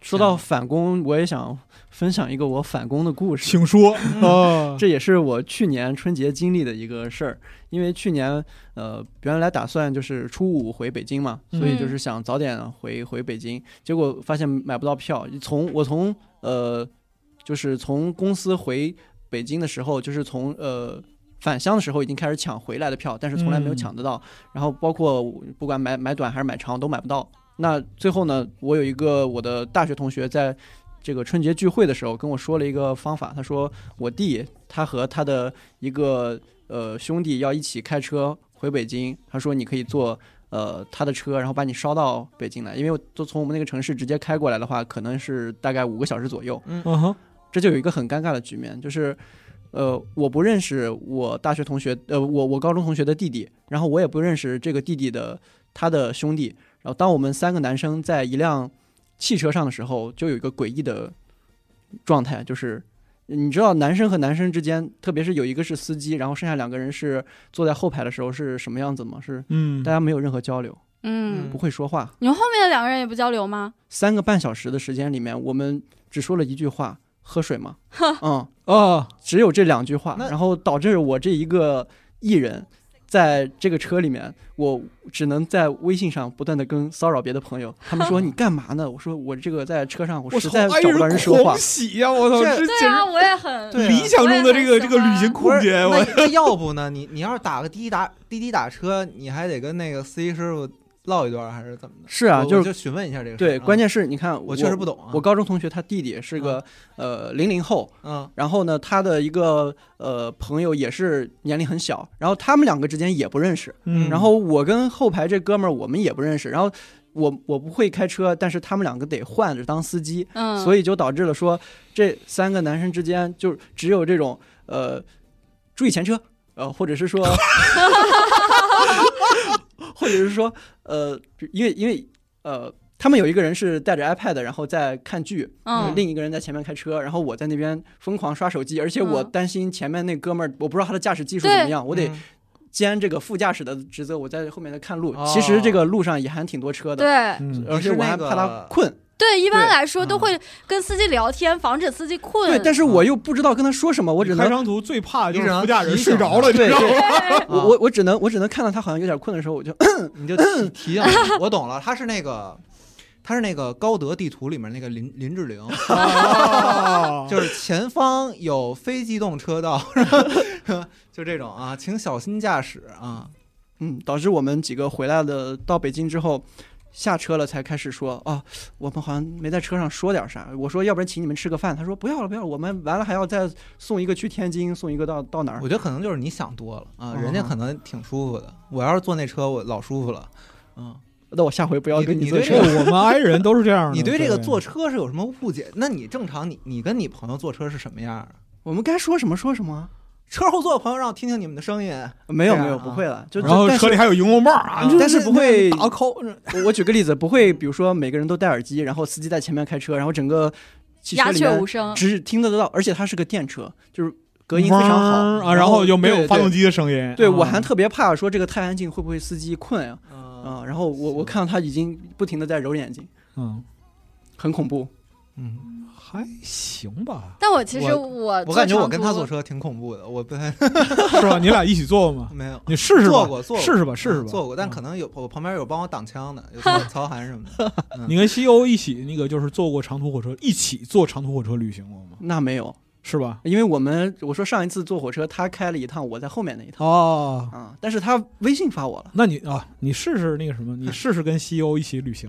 [SPEAKER 4] 说到返工，我也想分享一个我返工的故事。
[SPEAKER 1] 请说啊，
[SPEAKER 4] 这也是我去年春节经历的一个事儿，因为去年呃原来打算就是初五回北京嘛，所以就是想早点回回北京，结果发现买不到票。从我从呃就是从公司回北京的时候，就是从呃。返乡的时候已经开始抢回来的票，但是从来没有
[SPEAKER 1] 嗯
[SPEAKER 4] 抢得到。然后包括我不管买买短还是买长都买不到。那最后呢，我有一个我的大学同学在这个春节聚会的时候跟我说了一个方法，他说我弟他和他的一个呃兄弟要一起开车回北京，他说你可以坐呃他的车，然后把你捎到北京来，因为我都从我们那个城市直接开过来的话，可能是大概五个小时左右。
[SPEAKER 1] 嗯哼，
[SPEAKER 4] 这就有一个很尴尬的局面，就是，呃，我不认识我大学同学，呃，我我高中同学的弟弟，然后我也不认识这个弟弟的他的兄弟。然后当我们三个男生在一辆汽车上的时候，就有一个诡异的状态，就是你知道男生和男生之间，特别是有一个是司机，然后剩下两个人是坐在后排的时候是什么样子吗？是
[SPEAKER 1] 嗯
[SPEAKER 4] 大，家没有任何交流，
[SPEAKER 2] 嗯
[SPEAKER 4] 不，会说话。
[SPEAKER 2] 你们后面的两个人也不交流吗？
[SPEAKER 4] 三个半小时的时间里面，我们只说了一句话：喝水吗？嗯。
[SPEAKER 1] 啊，
[SPEAKER 4] 只有这两句话，
[SPEAKER 3] 那
[SPEAKER 4] 然后导致我这一个艺人，在这个车里面，我只能在微信上不断的跟骚扰别的朋友。他们说你干嘛呢？我说我这个在车上，我
[SPEAKER 1] 我
[SPEAKER 4] 实
[SPEAKER 1] 操，
[SPEAKER 4] 在
[SPEAKER 1] 哎
[SPEAKER 4] 找不到人说话
[SPEAKER 1] 狂。喜呀！我操，
[SPEAKER 3] 这
[SPEAKER 1] 这
[SPEAKER 2] 对啊，
[SPEAKER 1] 简
[SPEAKER 2] 我也很
[SPEAKER 3] 对啊
[SPEAKER 1] 直理想中的这
[SPEAKER 2] 我
[SPEAKER 1] 个
[SPEAKER 2] 也很
[SPEAKER 1] 这个旅行空
[SPEAKER 3] 不是
[SPEAKER 1] 间，我
[SPEAKER 3] 那那要不呢？你你要是打个滴滴打滴滴打车，你还得跟那个司机师傅唠一段，还是怎么的？
[SPEAKER 4] 是啊，
[SPEAKER 3] 我
[SPEAKER 4] 就
[SPEAKER 3] 我
[SPEAKER 4] 是
[SPEAKER 3] 就询问一下这个事儿啊。
[SPEAKER 4] 对，关键是你看，
[SPEAKER 3] 我确实不。懂啊。
[SPEAKER 4] 我高中同学他弟弟是个、呃零零后，
[SPEAKER 3] 嗯
[SPEAKER 4] 然后呢，他的一个呃朋友也是年龄很小，然后他们两个之间也不认识，
[SPEAKER 1] 嗯
[SPEAKER 4] 然后我跟后排这哥们儿我们也不认识，然后我我不会开车，但是他们两个得换着当司机，
[SPEAKER 2] 嗯，
[SPEAKER 4] 所
[SPEAKER 2] 以
[SPEAKER 4] 以就导致了说这三个男生之间就只有这种呃注意前车，呃或者 是说，或者是说呃因为因为呃他们有一个人是带着 iPad 然后在看剧，
[SPEAKER 2] 嗯
[SPEAKER 4] 另一个人在前面开车，然后我在那边疯狂刷手机，而且我
[SPEAKER 2] 嗯
[SPEAKER 4] 担心前面那哥们儿，我不知道他的驾驶技术怎么
[SPEAKER 2] 对
[SPEAKER 4] 样，我得
[SPEAKER 3] 嗯
[SPEAKER 4] 兼这个副驾驶的职责，我在后面在看路。
[SPEAKER 3] 哦
[SPEAKER 4] 其实这个路上也还挺多车的，
[SPEAKER 2] 对
[SPEAKER 1] 嗯
[SPEAKER 4] 而且我还
[SPEAKER 3] 你是那个
[SPEAKER 4] 怕他困。
[SPEAKER 2] 对，一般
[SPEAKER 4] 对
[SPEAKER 2] 来说都
[SPEAKER 3] 嗯
[SPEAKER 2] 会跟司机聊天，防止司机困。
[SPEAKER 4] 对，但是我又不知道跟他说什么，我只
[SPEAKER 1] 开
[SPEAKER 4] 能
[SPEAKER 1] 长途最怕就
[SPEAKER 3] 你只
[SPEAKER 1] 是
[SPEAKER 3] 能
[SPEAKER 1] 副驾人
[SPEAKER 3] 提
[SPEAKER 1] 睡
[SPEAKER 3] 醒
[SPEAKER 1] 着
[SPEAKER 3] 他
[SPEAKER 1] 了，你知
[SPEAKER 4] 对
[SPEAKER 1] 道吗？
[SPEAKER 2] 对
[SPEAKER 4] 我我我只能我只能看到他好像有点困的时候，我就
[SPEAKER 3] 嗯你就提 提醒我，我懂了，他是那个。他是那个高德地图里面那个林林志 玲，
[SPEAKER 1] 啊
[SPEAKER 3] 就是前方有非机动车道， 就这种啊，请小心驾驶啊。
[SPEAKER 4] 嗯，导致我们几个回来的到北京之后。下车了才开始说啊，我们好像没在车上说点啥。我说要不然请你们吃个饭，他说不要了不要了，我们完了还要再送一个去天津，送一个到到哪儿
[SPEAKER 3] 我觉得可能就是你想多了啊，
[SPEAKER 4] 嗯
[SPEAKER 3] 人家可能挺舒服的。我要是坐那车，我老舒服了。嗯，
[SPEAKER 4] 那我下回不要
[SPEAKER 3] 你
[SPEAKER 4] 跟
[SPEAKER 3] 你
[SPEAKER 4] 坐
[SPEAKER 3] 对
[SPEAKER 4] 车
[SPEAKER 1] 这。个我们 i 人都是这样的。
[SPEAKER 3] 你对这个坐车是有什么误解？那你正常你你跟你朋友坐车是什么样儿？
[SPEAKER 4] 我们该说什么说什么啊。
[SPEAKER 3] 车后座的朋友让我听听你们的声音，
[SPEAKER 4] 没有
[SPEAKER 3] 这样
[SPEAKER 4] 没有，
[SPEAKER 3] 啊
[SPEAKER 4] 不会了。就
[SPEAKER 1] 然后
[SPEAKER 4] 但是嗯
[SPEAKER 1] 车里还有荧光棒啊，
[SPEAKER 4] 但是不会
[SPEAKER 1] 打个扣，
[SPEAKER 4] 我我举个例子，不会，比如说每个人都戴耳机，然后司机在前面开车，然后整个汽车
[SPEAKER 2] 鸦
[SPEAKER 4] 里
[SPEAKER 2] 雀无
[SPEAKER 4] 面
[SPEAKER 2] 声。，
[SPEAKER 4] 只听得到，而且它是个电车，就是隔音非常
[SPEAKER 1] 嗡
[SPEAKER 4] 好
[SPEAKER 1] 啊，然后就没有
[SPEAKER 4] 对
[SPEAKER 1] 发动
[SPEAKER 4] 对
[SPEAKER 1] 机的声音。
[SPEAKER 4] 对
[SPEAKER 1] 啊
[SPEAKER 4] 我还特别怕说这个太安静会不会司机困啊啊！
[SPEAKER 3] 嗯
[SPEAKER 4] 然后我我看到他已经不停的在揉眼睛，
[SPEAKER 1] 嗯，
[SPEAKER 4] 很恐怖。
[SPEAKER 3] 嗯，
[SPEAKER 1] 还行吧
[SPEAKER 2] 但我其实
[SPEAKER 3] 我
[SPEAKER 2] 我
[SPEAKER 3] 我
[SPEAKER 2] 坐
[SPEAKER 3] 感觉我
[SPEAKER 2] 长
[SPEAKER 3] 跟
[SPEAKER 2] 途
[SPEAKER 3] 他坐车挺恐怖的，我不太
[SPEAKER 1] 是吧？你俩一起做 吗？
[SPEAKER 3] 没有
[SPEAKER 1] 你试试吧
[SPEAKER 3] 坐过坐过
[SPEAKER 1] 试试吧，试试吧，
[SPEAKER 3] 做过，但可
[SPEAKER 1] 嗯
[SPEAKER 3] 能有我旁边有帮我挡枪的，有曹曹涵什么的，
[SPEAKER 1] 你跟西欧一起那个就是坐过长途火车，一起坐长途火车旅行过吗？
[SPEAKER 4] 那没有，
[SPEAKER 1] 是吧？
[SPEAKER 4] 因为我们我说上一次坐火车，他开了一趟，我在后面那一趟
[SPEAKER 1] 哦，
[SPEAKER 4] 啊、但是他微信发我了，
[SPEAKER 1] 那你啊，你试试那个什么，你试试跟西欧一起旅行。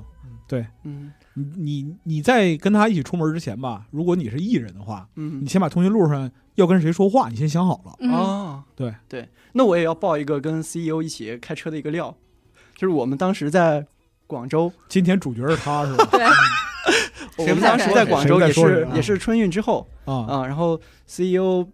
[SPEAKER 4] 嗯
[SPEAKER 1] 你你你在跟他一起出门之前吧，如果你是艺人的话，
[SPEAKER 4] 嗯
[SPEAKER 1] 你，先把通讯录上要跟谁说话，你先想好了。
[SPEAKER 2] 嗯，
[SPEAKER 4] 哦，
[SPEAKER 1] 对
[SPEAKER 4] 对，那我也要爆一个跟 CEO 一起开车的一个料，就是我们当时在广州，
[SPEAKER 1] 今天主角是他是吧？
[SPEAKER 2] 对，
[SPEAKER 4] 我
[SPEAKER 3] 谁
[SPEAKER 4] 们
[SPEAKER 3] 不
[SPEAKER 4] 当
[SPEAKER 2] 在
[SPEAKER 4] 时
[SPEAKER 2] 说
[SPEAKER 4] 在
[SPEAKER 3] 谁
[SPEAKER 4] 广
[SPEAKER 1] 谁
[SPEAKER 4] 州
[SPEAKER 1] 在
[SPEAKER 4] 也
[SPEAKER 1] 说
[SPEAKER 4] 是
[SPEAKER 1] 谁啊
[SPEAKER 4] 也是春运之后
[SPEAKER 1] 啊，
[SPEAKER 4] 啊、然后 CEO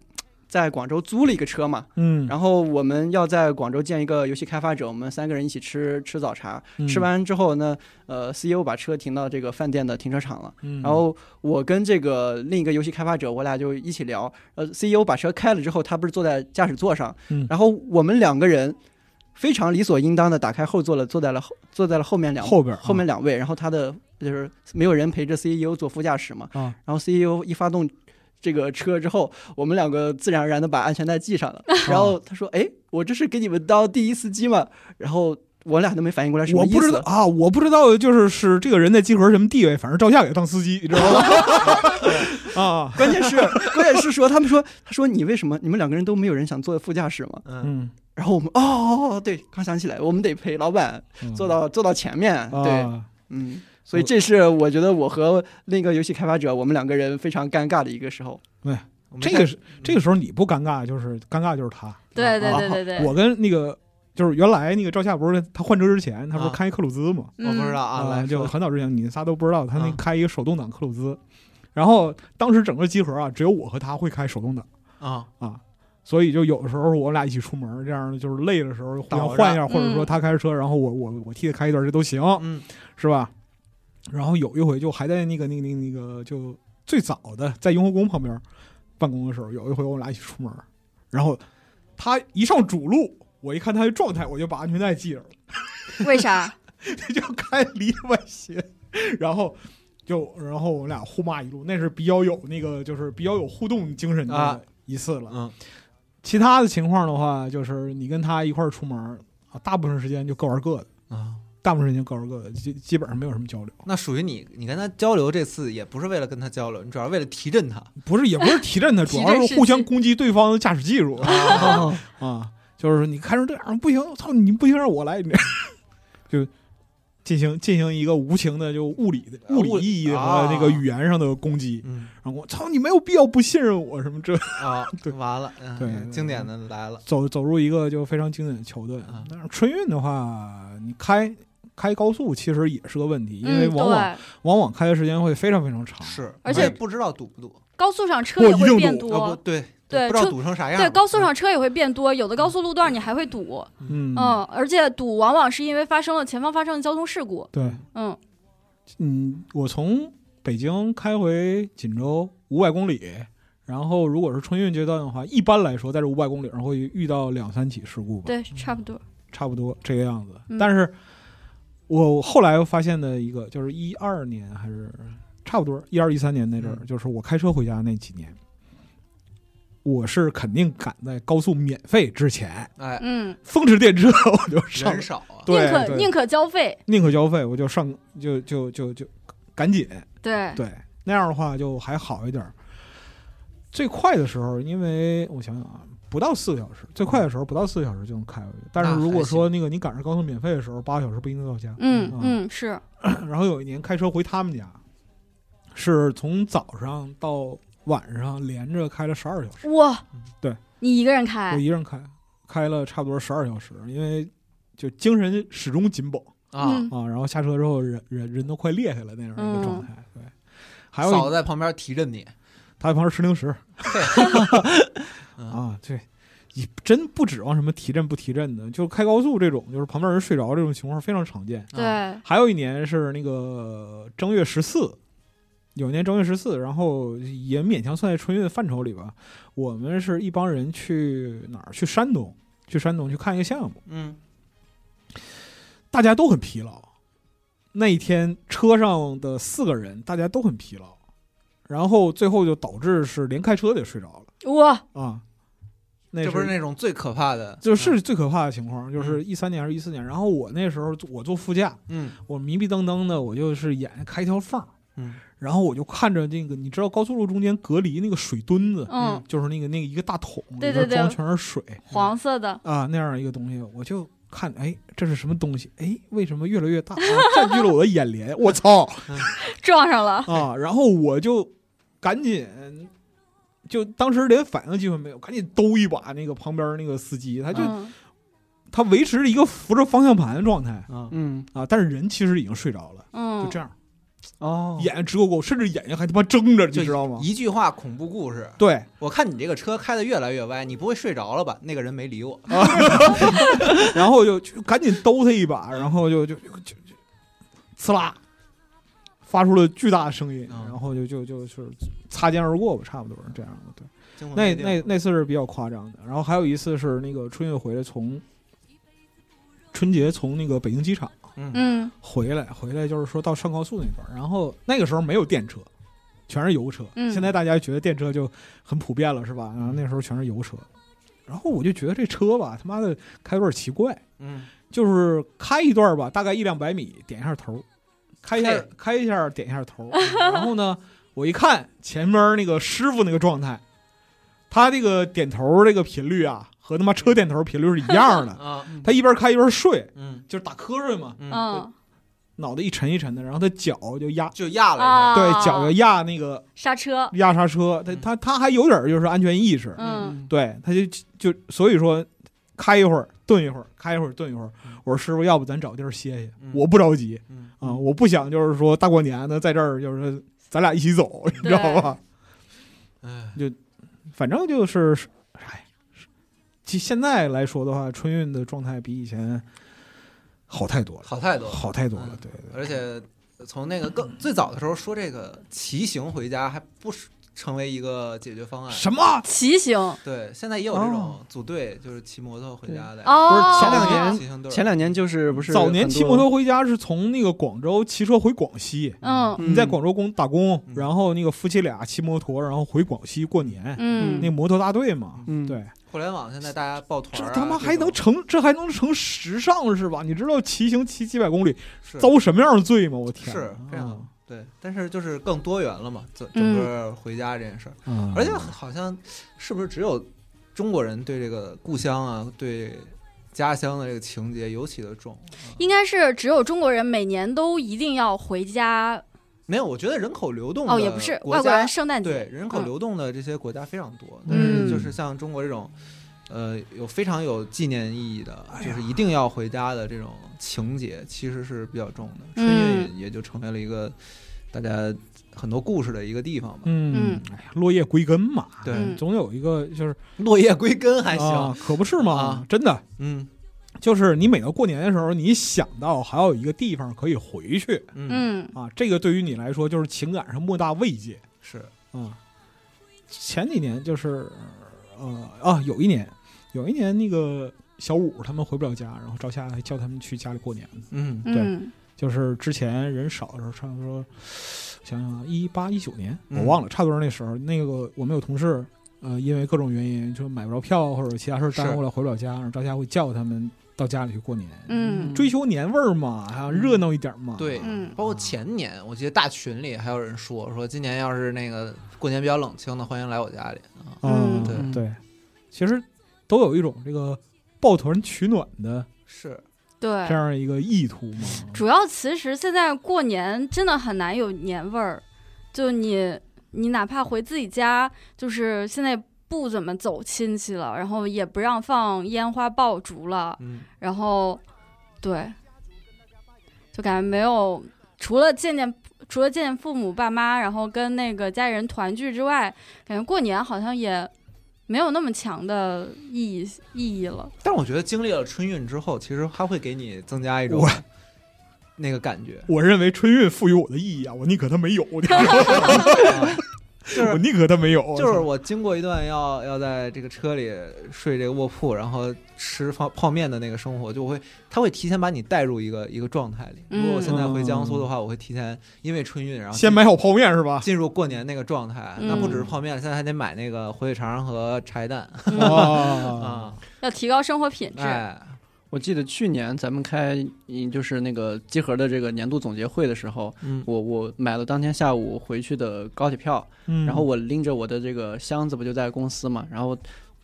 [SPEAKER 4] 在广州租了一个车嘛，
[SPEAKER 1] 嗯，
[SPEAKER 4] 然后我们要在广州见一个游戏开发者，我们三个人一起吃吃早茶，
[SPEAKER 1] 嗯
[SPEAKER 4] 吃，完之后呢，呃，CEO 把车停到这个饭店的停车场了。
[SPEAKER 1] 嗯
[SPEAKER 4] 然后我跟这个另一个游戏开发者，我俩就一起聊。呃，CEO 把车开了之后，他不是坐在驾驶座上，
[SPEAKER 1] 嗯
[SPEAKER 4] 然后我们两个人非常理所应当的打开后座了，坐在了后坐在了后面两
[SPEAKER 1] 后边儿
[SPEAKER 4] 后面两位。然后他的就是没有人陪着 CEO 坐副驾驶嘛，
[SPEAKER 1] 啊，
[SPEAKER 4] 然后 CEO 一发动这个车之后，我们两个自然而然的把安全带 系上了。然后他说：“哎，我这是给你们当第一司机吗？”然后我俩都没反应过来什么
[SPEAKER 1] 我
[SPEAKER 4] 意思。
[SPEAKER 1] 不知道啊，我不知道，就是是这个人在集合什么地位，反正照相给他当司机，你知 道吗？啊，
[SPEAKER 4] 关键是，关键是说他们说，他说你为什么你们两个人都没有人想坐副驾驶吗？
[SPEAKER 3] 嗯，
[SPEAKER 1] 嗯，
[SPEAKER 4] 然后我们哦哦哦，对，刚想起来，我们得陪老板
[SPEAKER 1] 嗯
[SPEAKER 4] 坐到坐到前面，对，
[SPEAKER 1] 啊
[SPEAKER 4] 嗯，所以这是我觉得我和另一个游戏开发者，我们两个人非常尴尬的一个时候。
[SPEAKER 3] 我没
[SPEAKER 1] 这
[SPEAKER 3] 看
[SPEAKER 1] 个是这个时候你不尴尬，就是尴尬就是他。
[SPEAKER 2] 对对
[SPEAKER 1] 啊
[SPEAKER 2] 对对对，
[SPEAKER 1] 我跟那个就是原来那个赵夏不是他换车之前，他不是
[SPEAKER 3] 啊
[SPEAKER 1] 开克鲁兹嘛，呃
[SPEAKER 3] 我不知道啊，来
[SPEAKER 1] 嗯就
[SPEAKER 3] 说
[SPEAKER 1] 很早之前你仨都不知道他那
[SPEAKER 3] 啊
[SPEAKER 1] 开一个手动挡克鲁兹，然后当时整个集合啊，只有我和他会开手动挡。
[SPEAKER 3] 啊，
[SPEAKER 1] 所以就有的时候我俩一起出门，这样就是累的时候互相
[SPEAKER 3] 倒着
[SPEAKER 1] 换一下，或者
[SPEAKER 2] 嗯
[SPEAKER 1] 说他开着车，然后我我我替他开一段，这都行，
[SPEAKER 3] 嗯
[SPEAKER 1] 是吧？然后有一回就还在那个那个那个那个就最早的在雍和宫旁边办公的时候，有一回我们俩一起出门，然后他一上主路，我一看他的状态，我就把安全带系上了，
[SPEAKER 2] 嗯为啥？
[SPEAKER 1] 他就开离外斜，然后。就然后我们俩互骂一路，那是比较有那个就是比较有互动精神
[SPEAKER 3] 啊
[SPEAKER 1] 的一次了。
[SPEAKER 3] 嗯，
[SPEAKER 1] 其他的情况的话，就是你跟他一块儿出门儿啊，大部分时间就各玩各的，
[SPEAKER 3] 啊，
[SPEAKER 1] 大部分时间各玩各的，基基本上没有什么交流。
[SPEAKER 3] 那属于你，你跟他交流这次也不是为了跟他交流，你主要为了提振他。
[SPEAKER 1] 不是，也不是提振他，主
[SPEAKER 2] 提振
[SPEAKER 1] 要是
[SPEAKER 2] 士
[SPEAKER 1] 互相
[SPEAKER 2] 气
[SPEAKER 1] 攻击对方的驾驶技 术
[SPEAKER 4] 哦
[SPEAKER 1] 啊，就是你开成这样不行，操你不行，让我来，你 就进行进行一个无情的就物理的
[SPEAKER 3] 啊
[SPEAKER 1] 物
[SPEAKER 3] 物
[SPEAKER 1] 理意义和
[SPEAKER 3] 啊
[SPEAKER 1] 那个语言上的攻击，
[SPEAKER 2] 啊
[SPEAKER 3] 嗯
[SPEAKER 1] 然后我操你没有必要不信任我什么这
[SPEAKER 3] 啊，
[SPEAKER 1] 对
[SPEAKER 3] 完了，嗯
[SPEAKER 1] 对对
[SPEAKER 3] 经典的来了，
[SPEAKER 1] 走走入一个就非常经典的球队
[SPEAKER 3] 啊。
[SPEAKER 1] 但是春运的话，你开开高速其实也是个问题，因为
[SPEAKER 2] 嗯
[SPEAKER 1] 往往、
[SPEAKER 2] 对
[SPEAKER 1] 往往开的时间会非常非常长。
[SPEAKER 3] 是，
[SPEAKER 2] 而且
[SPEAKER 3] 我也不知道堵不堵，
[SPEAKER 2] 高速上车
[SPEAKER 1] 不
[SPEAKER 2] 也
[SPEAKER 1] 一定
[SPEAKER 2] 会变
[SPEAKER 1] 堵
[SPEAKER 3] 啊不哎嗯
[SPEAKER 2] 多，
[SPEAKER 3] 对
[SPEAKER 2] 对
[SPEAKER 3] 不知道
[SPEAKER 2] 就
[SPEAKER 3] 堵成啥样。
[SPEAKER 2] 对，高速上车也会变多，有的高速路段你还会堵，
[SPEAKER 1] 嗯，
[SPEAKER 2] 嗯，而且堵往往是因为发生了前方发生了交通事故，
[SPEAKER 1] 对，
[SPEAKER 2] 嗯
[SPEAKER 1] 嗯，我从北京开回锦州五百公里，然后如果是春运阶段的话，一般来说在这五百公里上会遇到两三起事故吧，
[SPEAKER 2] 对，差不多，
[SPEAKER 1] 差不多这个样子。
[SPEAKER 2] 嗯
[SPEAKER 1] 但是我后来发现的一个，就是一二年还是差不多一二一三年那阵儿，
[SPEAKER 3] 嗯
[SPEAKER 1] 就是我开车回家那几年。我是肯定赶在高速免费之前，
[SPEAKER 3] 哎，
[SPEAKER 2] 嗯，
[SPEAKER 1] 风驰电掣， 我就上
[SPEAKER 3] 人少啊，
[SPEAKER 2] 宁
[SPEAKER 1] 对
[SPEAKER 2] 可
[SPEAKER 1] 对
[SPEAKER 2] 宁可交费，
[SPEAKER 1] 宁可交费，我就上就就就就赶紧，
[SPEAKER 2] 对，
[SPEAKER 1] 对，那样的话就还好一点儿。最快的时候，因为我想想啊，不到四个小时，最快的时候不到四个小时就能开回去。但是
[SPEAKER 3] 那
[SPEAKER 1] 如果
[SPEAKER 3] 还
[SPEAKER 1] 说那个你赶上高速免费的时候，八个小时不一定到家。
[SPEAKER 2] 嗯
[SPEAKER 1] 啊
[SPEAKER 2] 嗯是，
[SPEAKER 1] 然后有一年开车回他们家，是从早上到晚上连着开了十二小时，
[SPEAKER 2] 哇，
[SPEAKER 1] 对，
[SPEAKER 2] 你一个人
[SPEAKER 1] 我
[SPEAKER 2] 开，
[SPEAKER 1] 一个人开，开了差不多十二小时，因为就精神始终紧绷
[SPEAKER 3] 啊，
[SPEAKER 2] 嗯
[SPEAKER 1] 啊。然后下车之后人人人都快裂开了那样一个状态。对，还有一
[SPEAKER 3] 嫂子在旁边提振你，
[SPEAKER 1] 他在旁边吃零食。
[SPEAKER 3] 嗯
[SPEAKER 1] 啊，对，你真不指望什么提振不提振的，就开高速这种，就是旁边人睡着这种情况非常常见。
[SPEAKER 3] 啊，
[SPEAKER 2] 对，
[SPEAKER 1] 还有一年是那个正月十四，有一年正月十四，然后也勉强算在春运范畴里吧。我们是一帮人去哪儿？去山东，去山东去看一个项目，
[SPEAKER 3] 嗯
[SPEAKER 1] 大家都很疲劳。那一天车上的四个人，大家都很疲劳，然后最后就导致是连开车都睡着
[SPEAKER 2] 哇，
[SPEAKER 1] 了啊。那
[SPEAKER 3] 这
[SPEAKER 1] 是
[SPEAKER 3] 不是那种最可怕的，
[SPEAKER 2] 嗯
[SPEAKER 1] 就是最可怕的情况，就是一三年还是一四年。然后我那时候我坐副驾，
[SPEAKER 3] 嗯
[SPEAKER 1] 我迷迷瞪瞪的，我就是眼开一条缝儿，
[SPEAKER 3] 嗯
[SPEAKER 1] 然后我就看着那个，你知道高速路中间隔离那个水墩子，
[SPEAKER 2] 嗯，
[SPEAKER 1] 就是那个那个一个大桶，
[SPEAKER 2] 对
[SPEAKER 1] 里边
[SPEAKER 2] 对对
[SPEAKER 1] 装全是水
[SPEAKER 2] 黄色的，
[SPEAKER 1] 啊那样一个东西，我就看，哎，这是什么东西？哎，为什么越来越大，啊、占据了我的眼帘？我操
[SPEAKER 2] 撞上了，
[SPEAKER 1] 啊！然后我就赶紧。就当时连反应机会没有，赶紧兜一把那个旁边那个司机，哎他就、
[SPEAKER 2] 嗯
[SPEAKER 1] 他维持了一个扶着方向盘的状态
[SPEAKER 3] 啊
[SPEAKER 4] 嗯
[SPEAKER 1] 啊，但是人其实已经睡着了，就
[SPEAKER 2] 嗯
[SPEAKER 1] 这，样，
[SPEAKER 4] 哦，
[SPEAKER 1] 眼睛直勾勾，甚至眼睛还他妈睁嗯着，你
[SPEAKER 3] 就
[SPEAKER 1] 知道吗？
[SPEAKER 3] 一句话恐怖故事，
[SPEAKER 1] 对，
[SPEAKER 3] 我看你这个车开的越来越歪，你不会睡着了吧？那个人没理我，
[SPEAKER 1] 啊然后就就赶紧兜他一把，然后就就就就就呲啦，发出了巨大的声音，
[SPEAKER 3] 嗯
[SPEAKER 1] 然后就就就就是擦肩而过吧，差不多是这样的。对，
[SPEAKER 3] 惊魂
[SPEAKER 1] 那
[SPEAKER 3] 未定
[SPEAKER 1] 那那次是比较夸张的，然后还有一次是那个春运回来从春节从那个北京机场
[SPEAKER 3] 嗯
[SPEAKER 2] 嗯
[SPEAKER 1] 回来，回来就是说到上高速那段儿，然后那个时候没有电车，全是油车。
[SPEAKER 2] 嗯
[SPEAKER 1] 现在大家觉得电车就很普遍了，是吧？然后那时候全是油车，然后我就觉得这车吧，他妈的开有点奇怪，
[SPEAKER 3] 嗯
[SPEAKER 1] 就是开一段吧，大概一两百米，点一下头，开一下
[SPEAKER 3] 嘿
[SPEAKER 1] 开一下点一下头，然后呢， 我一看前面那个师傅那个状态，他这个点头这个频率啊，和他妈车点头频率是一样 的，
[SPEAKER 3] 啊
[SPEAKER 1] 他一边开一边睡，
[SPEAKER 3] 嗯
[SPEAKER 1] 就是打瞌睡嘛。
[SPEAKER 3] 嗯，
[SPEAKER 2] 嗯
[SPEAKER 1] 脑袋一沉一沉的，然后他脚就压，
[SPEAKER 3] 就压了一下，
[SPEAKER 2] 啊，
[SPEAKER 1] 对，脚就压那个
[SPEAKER 2] 刹车，
[SPEAKER 1] 压刹车，他
[SPEAKER 3] 嗯
[SPEAKER 1] 他他还有点儿就是安全意识，
[SPEAKER 2] 嗯
[SPEAKER 1] 对，他就就所以说开一会儿顿一会儿，开一会儿顿一会儿
[SPEAKER 3] 嗯。
[SPEAKER 1] 我说师傅，要不咱找地儿歇歇？
[SPEAKER 3] 嗯
[SPEAKER 1] 我不着急
[SPEAKER 3] 嗯
[SPEAKER 1] 啊、
[SPEAKER 4] 嗯
[SPEAKER 1] 我不想就是说大过年的在这儿就是咱俩一起走，你知道吧？
[SPEAKER 3] 哎
[SPEAKER 1] 反正就是，哎，其现在来说的话，春运的状态比以前好太多了，
[SPEAKER 3] 好太多了。
[SPEAKER 1] 好太多了
[SPEAKER 3] 嗯，
[SPEAKER 1] 对对。
[SPEAKER 3] 而且从那个更最早的时候说这个骑行回家还不是成为一个解决方案。
[SPEAKER 1] 什么？
[SPEAKER 2] 骑行
[SPEAKER 3] 对，现在也有这
[SPEAKER 1] 哦
[SPEAKER 3] 种组队，就是骑摩托回家的。
[SPEAKER 2] 哦，
[SPEAKER 4] 前两年
[SPEAKER 3] 骑行队儿
[SPEAKER 4] 前两年就是不是
[SPEAKER 1] 早年
[SPEAKER 4] 很多
[SPEAKER 1] 骑摩托回家是从那个广州骑车回广西，
[SPEAKER 2] 嗯
[SPEAKER 1] 你在广州工打工，
[SPEAKER 3] 嗯
[SPEAKER 1] 然后那个夫妻俩骑摩托，然后回广西过年，
[SPEAKER 2] 嗯
[SPEAKER 1] 那个摩托大队嘛，
[SPEAKER 4] 嗯
[SPEAKER 1] 对，
[SPEAKER 3] 互联网现在大家抱团
[SPEAKER 1] 这
[SPEAKER 3] 儿啊，
[SPEAKER 1] 他妈还能
[SPEAKER 3] 这种
[SPEAKER 1] 成，这还能成时尚是吧？你知道骑行骑几百公里
[SPEAKER 3] 是
[SPEAKER 1] 遭什么样的罪吗？我天，
[SPEAKER 3] 是非常
[SPEAKER 1] 啊
[SPEAKER 3] 对，但是就是更多元了嘛，整
[SPEAKER 2] 嗯
[SPEAKER 3] 整个回家这件事儿，
[SPEAKER 1] 啊
[SPEAKER 3] 而且好像是不是只有中国人对这个故乡啊，对家乡的这个情节尤其的重？啊
[SPEAKER 2] 应该是只有中国人每年都一定要回家
[SPEAKER 3] 没有，我觉得人口流动
[SPEAKER 2] 哦，
[SPEAKER 3] 的
[SPEAKER 2] 也不是
[SPEAKER 3] 国
[SPEAKER 2] 外国
[SPEAKER 3] 家
[SPEAKER 2] 人圣诞节
[SPEAKER 3] 对人口
[SPEAKER 2] 嗯
[SPEAKER 3] 流动的这些国家非常多，但
[SPEAKER 2] 嗯
[SPEAKER 3] 是就是像中国这种，呃，有非常有纪念意义的，就是一定要回家的这种情节，其实是比较重的。
[SPEAKER 2] 嗯
[SPEAKER 3] 春运也也就成为了一个大家很多故事的一个地方吧。
[SPEAKER 1] 嗯，哎呀落叶归根嘛，
[SPEAKER 3] 对
[SPEAKER 2] 嗯
[SPEAKER 1] 总有一个就是
[SPEAKER 3] 落叶归根还行，
[SPEAKER 1] 啊，可不是嘛
[SPEAKER 3] 啊，
[SPEAKER 1] 真的。
[SPEAKER 3] 嗯
[SPEAKER 1] 就是你每到过年的时候，你想到还有一个地方可以回去
[SPEAKER 3] 嗯，
[SPEAKER 2] 嗯
[SPEAKER 1] 啊，这个对于你来说就是情感上莫大慰藉。
[SPEAKER 3] 是
[SPEAKER 1] 啊，前几年就是呃啊，有一年，有一年那个小五他们回不了家，然后赵夏还叫他们去家里过年呢。
[SPEAKER 3] 嗯
[SPEAKER 2] 嗯
[SPEAKER 1] 就是之前人少的时候，差不多想想一八一九年，我
[SPEAKER 3] 嗯
[SPEAKER 1] 忘了，差不多那时候，那个我们有同事。呃，因为各种原因，就买不着票或者其他事儿耽误了，回不了家，然后赵夏会叫他们到家里去过年，
[SPEAKER 2] 嗯
[SPEAKER 1] 追求年味儿嘛，还要热闹一点嘛。
[SPEAKER 3] 对
[SPEAKER 2] 嗯
[SPEAKER 3] 包括前年，我记得大群里还有人说说，今年要是那个过年比较冷清的，欢迎来我家里啊。
[SPEAKER 1] 嗯，
[SPEAKER 3] 嗯
[SPEAKER 1] 对，其实都有一种这个抱团取暖的
[SPEAKER 3] 是，
[SPEAKER 1] 这
[SPEAKER 2] 对。
[SPEAKER 1] 样一个意图嘛。
[SPEAKER 2] 主要其实现在过年真的很难有年味儿，就你你哪怕回自己家，就是现在不怎么走亲戚了，然后也不让放烟花爆竹了，
[SPEAKER 3] 嗯，
[SPEAKER 2] 然后对，就感觉没有除了见见除了见见父母爸妈，然后跟那个家里人团聚之外，感觉过年好像也没有那么强的意义意义了。
[SPEAKER 3] 但我觉得经历了春运之后，其实它会给你增加一种
[SPEAKER 1] 我
[SPEAKER 3] 那个感觉
[SPEAKER 1] 。我认为春运赋予我的意义啊，我宁可它没有。你知道吗
[SPEAKER 3] 啊就
[SPEAKER 1] 我
[SPEAKER 3] 是
[SPEAKER 1] 宁可他没有，
[SPEAKER 3] 就是我经过一段要要在这个车里睡这个卧铺，然后吃泡泡面的那个生活，就会他会提前把你带入一个一个状态里。
[SPEAKER 2] 嗯
[SPEAKER 3] 如果我现在回江苏的话，我会提前因为春运，然后
[SPEAKER 1] 先买好泡面是吧？
[SPEAKER 3] 进入过年那个状态。
[SPEAKER 2] 嗯
[SPEAKER 3] 那不只是泡面，现在还得买那个火腿肠和茶叶蛋
[SPEAKER 1] 啊，
[SPEAKER 3] 啊，
[SPEAKER 2] 要提高生活品质。
[SPEAKER 3] 哎，
[SPEAKER 4] 我记得去年咱们开，嗯，就是那个集合的这个年度总结会的时候，
[SPEAKER 3] 嗯，
[SPEAKER 4] 我我买了当天下午回去的高铁票，
[SPEAKER 1] 嗯
[SPEAKER 4] 然后我拎着我的这个箱子不就在公司嘛，然后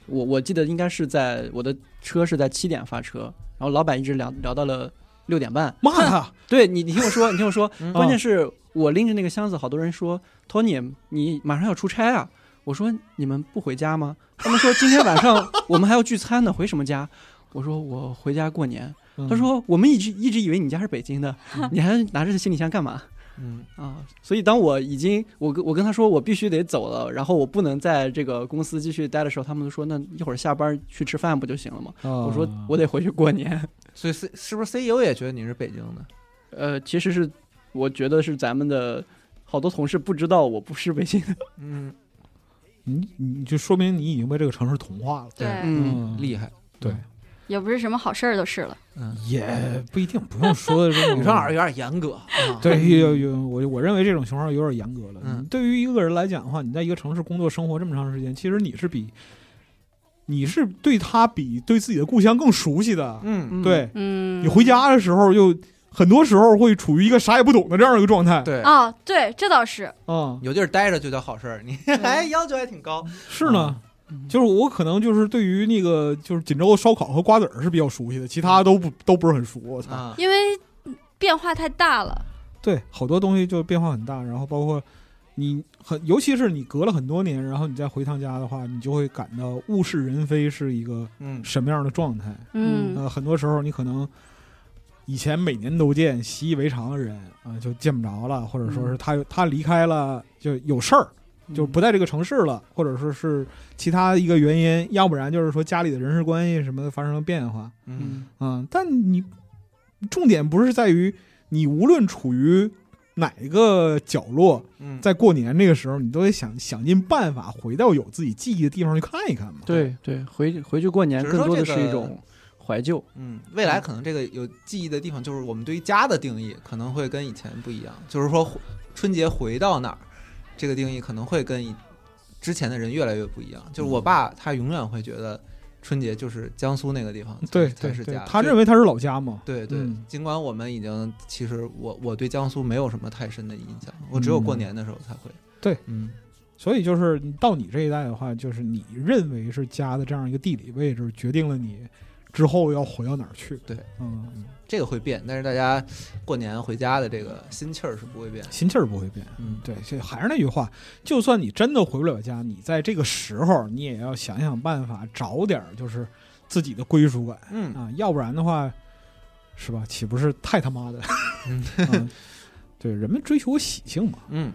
[SPEAKER 4] 我我记得应该是在我的车是在七点发车，然后老板一直聊聊到了六点半。
[SPEAKER 1] 骂他，
[SPEAKER 4] 对你，你听我说，你听我说，
[SPEAKER 3] 嗯
[SPEAKER 4] 关键是我拎着那个箱子，好多人说托尼，你马上要出差啊。我说你们不回家吗？他们说今天晚上我们还要聚餐呢，回什么家？我说我回家过年。 他说
[SPEAKER 3] 嗯
[SPEAKER 4] 我们一直一直以为你家是北 京的，你还拿着行李箱干嘛
[SPEAKER 3] 嗯
[SPEAKER 4] 啊？所以当我已经我跟我跟他说我必须得走了，然后我不能在这个公司继续待的时候，他们就说那一会儿下班去吃饭不就行了吗？
[SPEAKER 1] 我
[SPEAKER 4] 我说
[SPEAKER 3] 啊
[SPEAKER 4] 我得回去过年。
[SPEAKER 3] 所以 C 是不是 CEO 也觉得你是北京的？
[SPEAKER 4] 呃，其实是我觉得是咱们的好多同事不知道我不是北京的，
[SPEAKER 3] 嗯，
[SPEAKER 1] 你你就说明你已经被这个城市同化了，
[SPEAKER 2] 对，
[SPEAKER 1] 嗯，
[SPEAKER 3] 厉害。
[SPEAKER 1] 对，
[SPEAKER 2] 也不是什么好事儿，就是了。
[SPEAKER 3] 嗯，
[SPEAKER 1] 也不一定，不用说的这 么
[SPEAKER 3] 女生老师有点严格。 啊
[SPEAKER 1] 嗯对，有有我我认为这种情况有点严格了。
[SPEAKER 3] 嗯
[SPEAKER 1] 对于一个人来讲的话，你在一个城市工作生活这么长时间，其实你是比你是对他比对自己的故乡更熟悉的。
[SPEAKER 3] 嗯，
[SPEAKER 1] 对
[SPEAKER 2] 嗯，
[SPEAKER 1] 你回家的时候就。很多时候会处于一个啥也不懂的这样一个状态，
[SPEAKER 3] 对，
[SPEAKER 2] 啊，对，这倒是。
[SPEAKER 1] 啊，
[SPEAKER 3] 有地儿待着就叫好事儿。你 哎，要求还挺高。
[SPEAKER 1] 是
[SPEAKER 3] 啊
[SPEAKER 1] 呢，
[SPEAKER 3] 嗯
[SPEAKER 1] 就是我可能就是对于那个就是锦州的烧烤和瓜子儿是比较熟悉的，其他都不都不是很熟。我操，
[SPEAKER 3] 啊，
[SPEAKER 2] 因为变化太大了。
[SPEAKER 1] 对，好多东西就变化很大，然后包括你很，尤其是你隔了很多年，然后你再回趟家的话，你就会感到物是人非是一个
[SPEAKER 3] 嗯
[SPEAKER 1] 什么样的状态。
[SPEAKER 2] 嗯，
[SPEAKER 1] 呃，很多时候你可能以前每年都见、习以为常的人啊、就见不着了，或者说是他、他离开了，就有事儿，
[SPEAKER 4] 嗯
[SPEAKER 1] 就不在这个城市了，或者说是其他一个原因，要不然就是说家里的人事关系什么的发生了变化。
[SPEAKER 3] 嗯，
[SPEAKER 1] 嗯，但你重点不是在于你无论处于哪个角落，
[SPEAKER 3] 嗯，
[SPEAKER 1] 在过年这个时候，你都得想想尽办法回到有自己记忆的地方去看一看嘛。，
[SPEAKER 4] 对对，回回去过年
[SPEAKER 3] 只是
[SPEAKER 4] 更
[SPEAKER 3] 说
[SPEAKER 4] 多的
[SPEAKER 3] 这
[SPEAKER 4] 是一
[SPEAKER 3] 个
[SPEAKER 4] 种怀旧。
[SPEAKER 3] 嗯，未来可能这个有记忆的地方，就是我们对于家的定义可能会跟以前不一样。就是说，回春节回到哪儿，这个定义可能会跟以之前的人越来越不一样。就是
[SPEAKER 1] 嗯
[SPEAKER 3] 我爸他永远会觉得春节就是江苏那个地方才
[SPEAKER 1] 对
[SPEAKER 3] 是才
[SPEAKER 1] 对
[SPEAKER 3] 是
[SPEAKER 1] 对
[SPEAKER 3] 家，，
[SPEAKER 1] 他
[SPEAKER 3] 就
[SPEAKER 1] 认为他是老家嘛。
[SPEAKER 3] 对对
[SPEAKER 1] 嗯，
[SPEAKER 3] 尽管我们已经，其实我我对江苏没有什么太深的印象，我只有过年的时候才会。
[SPEAKER 1] 嗯对，
[SPEAKER 3] 嗯
[SPEAKER 1] 所以就是你到你这一代的话，就是你认为是家的这样一个地理位置，决定了你之后要回到哪儿去。
[SPEAKER 3] 对，
[SPEAKER 1] 嗯，
[SPEAKER 3] 嗯，这个会变，但是大家过年回家的这个心气儿是不会变。
[SPEAKER 1] 心气儿不会变。
[SPEAKER 3] 嗯，
[SPEAKER 1] 对，这还是那句话，就算你真的回不了家，你在这个时候，你也要想想办法，找点儿就是自己的归属感
[SPEAKER 3] 嗯，
[SPEAKER 1] 啊，要不然的话，是吧？岂不是太他妈的？
[SPEAKER 3] 嗯
[SPEAKER 1] 嗯对，人们追求喜庆嘛。
[SPEAKER 3] 嗯，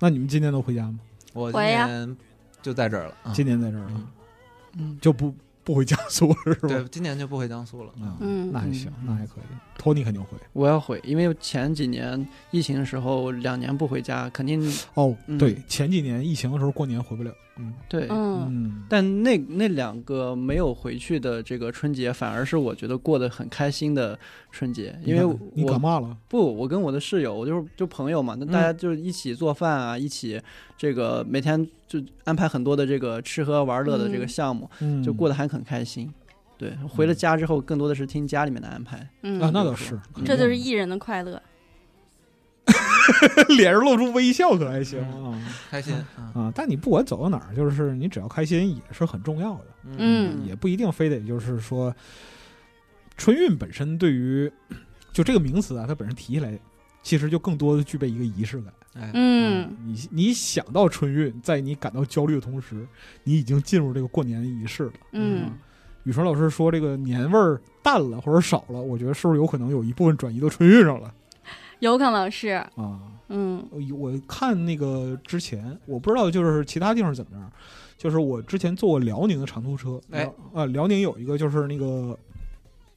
[SPEAKER 1] 那你们今年都回家吗？
[SPEAKER 3] 我今
[SPEAKER 2] 回呀
[SPEAKER 3] 年就在这儿了。啊
[SPEAKER 1] 今年在这儿
[SPEAKER 3] 嗯
[SPEAKER 1] 了，
[SPEAKER 4] 嗯，
[SPEAKER 1] 就不不回江苏了，是
[SPEAKER 3] 对
[SPEAKER 1] 吧？，
[SPEAKER 3] 今年就不回江苏了。
[SPEAKER 1] 啊，
[SPEAKER 2] 嗯
[SPEAKER 1] 那还行，那还可以。托尼肯定回
[SPEAKER 4] 我要回，因为前几年疫情的时候，两年不回家， 肯定
[SPEAKER 1] 哦。
[SPEAKER 4] 嗯
[SPEAKER 1] 对，前几年疫情的时候，过年回不了。
[SPEAKER 3] 嗯，
[SPEAKER 4] 对。
[SPEAKER 2] 嗯，
[SPEAKER 1] 嗯，
[SPEAKER 4] 但那那两个没有回去的这个春节，反而是我觉得过得很开心的春节，因为
[SPEAKER 1] 你感你
[SPEAKER 4] 我
[SPEAKER 1] 感冒了，嗯
[SPEAKER 4] 不，我跟我的室友，我就是就朋友嘛，那大家就是一起做饭啊，一起这个每天就安排很多的这个吃喝玩乐的这个
[SPEAKER 2] 嗯
[SPEAKER 4] 项目，
[SPEAKER 1] 嗯，
[SPEAKER 4] 就过得还很开心。对，回了家之后，更多的是听家里面的安排。
[SPEAKER 2] 嗯，
[SPEAKER 1] 啊，那倒是，
[SPEAKER 2] 这就是艺人的快乐。
[SPEAKER 1] 脸上露出微笑，可还行
[SPEAKER 3] 嗯
[SPEAKER 1] 啊。
[SPEAKER 3] 开心。啊
[SPEAKER 1] 啊，但你不管走到哪儿，就是你只要开心也是很重要的，
[SPEAKER 2] 嗯
[SPEAKER 1] 也不一定非得就是说，春运本身对于就这个名词啊，它本身提起来，其实就更多的具备一个仪式感。
[SPEAKER 3] 哎，
[SPEAKER 2] 嗯，
[SPEAKER 1] 你你想到春运，在你感到焦虑的同时，你已经进入这个过年的仪式了。
[SPEAKER 2] 嗯，
[SPEAKER 1] 雨纯老师说这个年味儿淡了或者少了，我觉得是不是有可能有一部分转移到春运上了
[SPEAKER 2] 有可能是，
[SPEAKER 1] 啊？
[SPEAKER 2] 嗯
[SPEAKER 1] 我我看那个之前，我不知道就是其他地方怎么样，就是我之前坐过辽宁的长途车，
[SPEAKER 3] 哎
[SPEAKER 1] 啊、辽宁有一个就是那个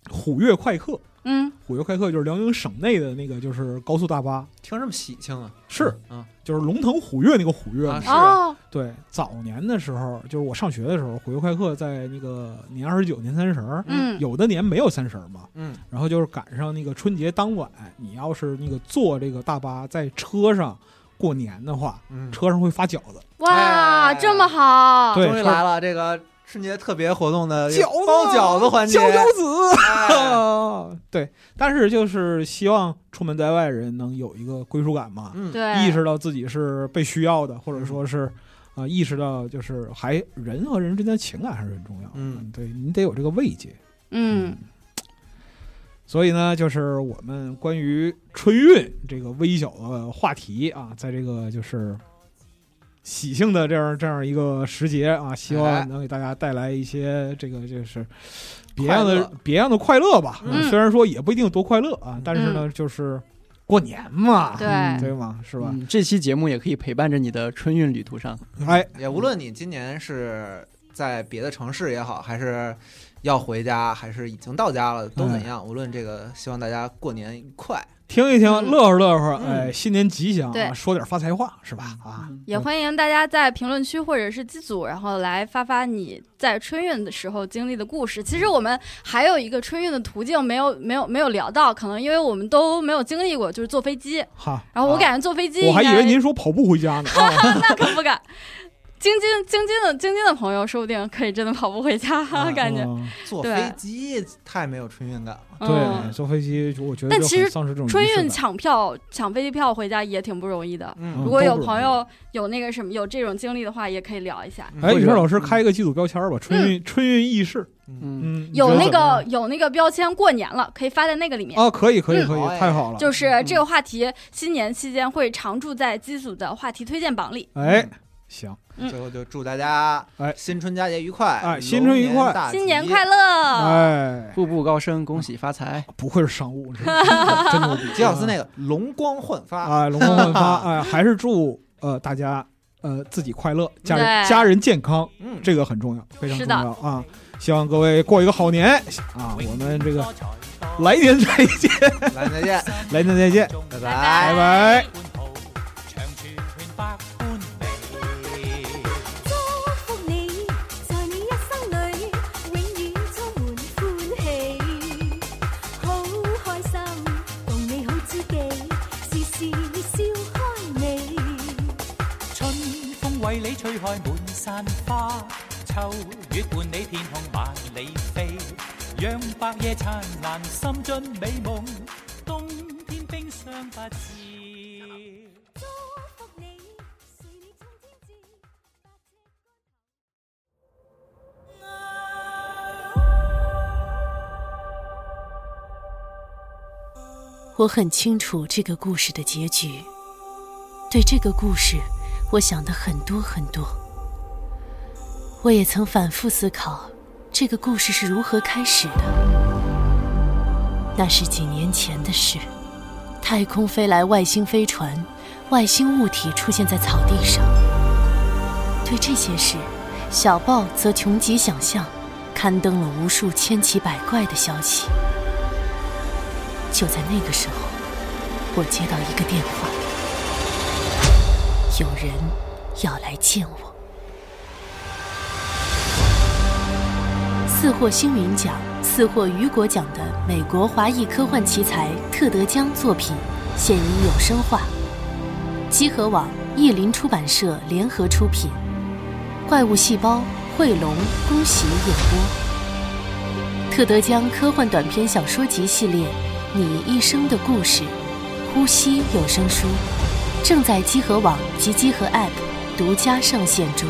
[SPEAKER 1] 虎跃快客，
[SPEAKER 2] 嗯，
[SPEAKER 1] 虎游开客就是辽宁省内的那个就是高速大巴，
[SPEAKER 3] 听着这么喜庆啊！
[SPEAKER 1] 是
[SPEAKER 3] 啊
[SPEAKER 1] 就是龙腾虎跃那个虎跃嘛
[SPEAKER 3] 啊，是啊，
[SPEAKER 2] 哦，
[SPEAKER 1] 对，早年的时候，就是我上学的时候，虎游快客在那个年二十九、年三十儿，
[SPEAKER 2] 嗯，
[SPEAKER 1] 有的年没有三十儿嘛，
[SPEAKER 3] 嗯，
[SPEAKER 1] 然后就是赶上那个春节当晚，你要是那个坐这个大巴在车上过年的话，
[SPEAKER 3] 嗯
[SPEAKER 1] 车上会发饺子，
[SPEAKER 2] 哇，
[SPEAKER 3] 哎
[SPEAKER 2] 这么好，
[SPEAKER 1] 对
[SPEAKER 3] 终于来了这个春节特别活动的
[SPEAKER 1] 饺子
[SPEAKER 3] 哎包饺子环节，
[SPEAKER 1] 饺饺子。
[SPEAKER 3] 哎
[SPEAKER 1] 对，但是就是希望出门在外人能有一个归属感嘛，
[SPEAKER 3] 嗯，
[SPEAKER 2] 对，
[SPEAKER 1] 意识到自己是被需要的，或者说是啊、呃意识到就是还人和人之间的情感还是很重要的。
[SPEAKER 3] 嗯，
[SPEAKER 1] 对你得有这个慰藉。
[SPEAKER 2] 嗯，
[SPEAKER 1] 所以呢，就是我们关于春运这个微小的话题啊，在这个就是喜庆的这样这样一个时节啊，希
[SPEAKER 2] 哎
[SPEAKER 1] 望能给大家带来一些这个就是别样
[SPEAKER 3] 快
[SPEAKER 1] 的
[SPEAKER 3] 乐
[SPEAKER 1] 别样的快乐吧。啊
[SPEAKER 2] 嗯
[SPEAKER 1] 虽然说也不一定多快乐啊，但是呢，就是过年嘛，
[SPEAKER 2] 对
[SPEAKER 1] 嗯对吗？是吧？
[SPEAKER 4] 嗯这期节目也可以陪伴着你的春运旅途上。
[SPEAKER 2] 嗯
[SPEAKER 1] 哎，
[SPEAKER 3] 也无论你今年是在别的城市也好，还是要回家，还是已经到家了，
[SPEAKER 1] 嗯
[SPEAKER 3] 都怎样，无论这个，希望大家过年愉快。
[SPEAKER 1] 听一听，
[SPEAKER 2] 嗯
[SPEAKER 1] 乐呵乐呵，
[SPEAKER 4] 嗯
[SPEAKER 1] 哎，新年吉祥啊，
[SPEAKER 2] 对
[SPEAKER 1] 说点发财话是吧？啊，
[SPEAKER 2] 也欢迎大家在评论区或者是机组，然后来发发你在春运的时候经历的故事。其实我们还有一个春运的途径没有没有没有聊到，可能因为我们都没有经历过，就是坐飞机。
[SPEAKER 1] 哈，
[SPEAKER 2] 然后我
[SPEAKER 3] 啊
[SPEAKER 2] 感觉坐飞机
[SPEAKER 1] 我
[SPEAKER 2] 应
[SPEAKER 1] 还
[SPEAKER 2] 该，
[SPEAKER 1] 以为您说跑步回家呢啊
[SPEAKER 2] 那可不敢。京津京津的京津的朋友，说不定可以真的跑步回家，
[SPEAKER 3] 啊
[SPEAKER 2] 感觉。
[SPEAKER 1] 嗯
[SPEAKER 3] 坐
[SPEAKER 2] 对
[SPEAKER 3] 飞机太没有春运感了，
[SPEAKER 1] 对，
[SPEAKER 2] 嗯，
[SPEAKER 1] 坐飞机，我觉得
[SPEAKER 2] 但
[SPEAKER 1] 就
[SPEAKER 2] 其
[SPEAKER 1] 很
[SPEAKER 2] 实
[SPEAKER 1] 丧失这种
[SPEAKER 2] 春
[SPEAKER 1] 仪式
[SPEAKER 2] 运
[SPEAKER 1] 感
[SPEAKER 2] 抢票抢飞机票回家也挺不容易的。
[SPEAKER 1] 嗯
[SPEAKER 2] 如
[SPEAKER 3] 嗯，
[SPEAKER 2] 果
[SPEAKER 1] 都
[SPEAKER 2] 有
[SPEAKER 1] 不容
[SPEAKER 2] 朋
[SPEAKER 1] 易
[SPEAKER 2] 友有那个什么有这种经历的话，也可以聊一下。
[SPEAKER 1] 哎，
[SPEAKER 4] 或
[SPEAKER 1] 宇
[SPEAKER 4] 者
[SPEAKER 1] 哲老师
[SPEAKER 3] 嗯
[SPEAKER 1] 开一个机组标签儿吧，春运春运轶事，
[SPEAKER 4] 嗯，
[SPEAKER 1] 嗯，你
[SPEAKER 2] 有
[SPEAKER 1] 觉得
[SPEAKER 2] 那
[SPEAKER 1] 怎么
[SPEAKER 2] 个
[SPEAKER 1] 样
[SPEAKER 2] 有那个标签，过年了可以发在那个里面。
[SPEAKER 1] 啊，可以可以
[SPEAKER 2] 嗯
[SPEAKER 1] 可
[SPEAKER 3] 好
[SPEAKER 1] 以，
[SPEAKER 3] 哎
[SPEAKER 1] 太好了，
[SPEAKER 2] 就是这个话题，新年期间会常驻在机组的话题推荐榜里。
[SPEAKER 1] 哎，行，
[SPEAKER 2] 嗯
[SPEAKER 3] 最后就祝大家
[SPEAKER 1] 哎
[SPEAKER 3] 新春佳节愉快，
[SPEAKER 1] 哎新春愉快
[SPEAKER 3] 龙大吉
[SPEAKER 2] 新年快乐！
[SPEAKER 1] 哎，
[SPEAKER 4] 步步高升，恭喜发财。
[SPEAKER 1] 不愧是商务，真的真 牛逼，
[SPEAKER 3] 吉老师那个容光焕发，
[SPEAKER 1] 啊，哎容光焕 发，哎，还是祝呃大家呃自己快乐，家人
[SPEAKER 2] 对
[SPEAKER 1] 家人健康，
[SPEAKER 3] 嗯，
[SPEAKER 1] 这个很重要，非常
[SPEAKER 2] 是
[SPEAKER 1] 重
[SPEAKER 2] 的
[SPEAKER 1] 要啊！希望各位过一个好年啊！我们这个来年再见，
[SPEAKER 3] 来 再见，
[SPEAKER 1] 来年再见，
[SPEAKER 3] 拜
[SPEAKER 2] 拜
[SPEAKER 1] 拜
[SPEAKER 3] 拜。
[SPEAKER 1] 拜。
[SPEAKER 5] 祝福你，在你一生里，永远充滿歡喜，好開心，共你好知己，時時笑開眉。
[SPEAKER 6] 春風為你吹開滿山花，秋月伴你天空萬里飛，讓白夜燦爛，心盡美夢，冬天冰霜不至。
[SPEAKER 5] 祝福你，誰你衝天志，百尺
[SPEAKER 7] 我很清楚这个故事的结局。对这个故事，我想的很多很多。我也曾反复思考，这个故事是如何开始的。那是几年前的事，太空飞来外星飞船，外星物体出现在草地上。对这些事，小报则穷极想象，刊登了无数千奇百怪的消息。就在那个时候，我接到一个电话，有人要来见我。四获星云奖、四获雨果奖的美国华裔科幻奇才特德·江作品，现已有声化，积禾网、译林出版社联合出品，《怪物细胞》惠龙、恭喜演播。特德·江科幻短篇小说集系列《你一生的故事》，呼吸有声书，正在积禾网及积禾 App 独家上线中。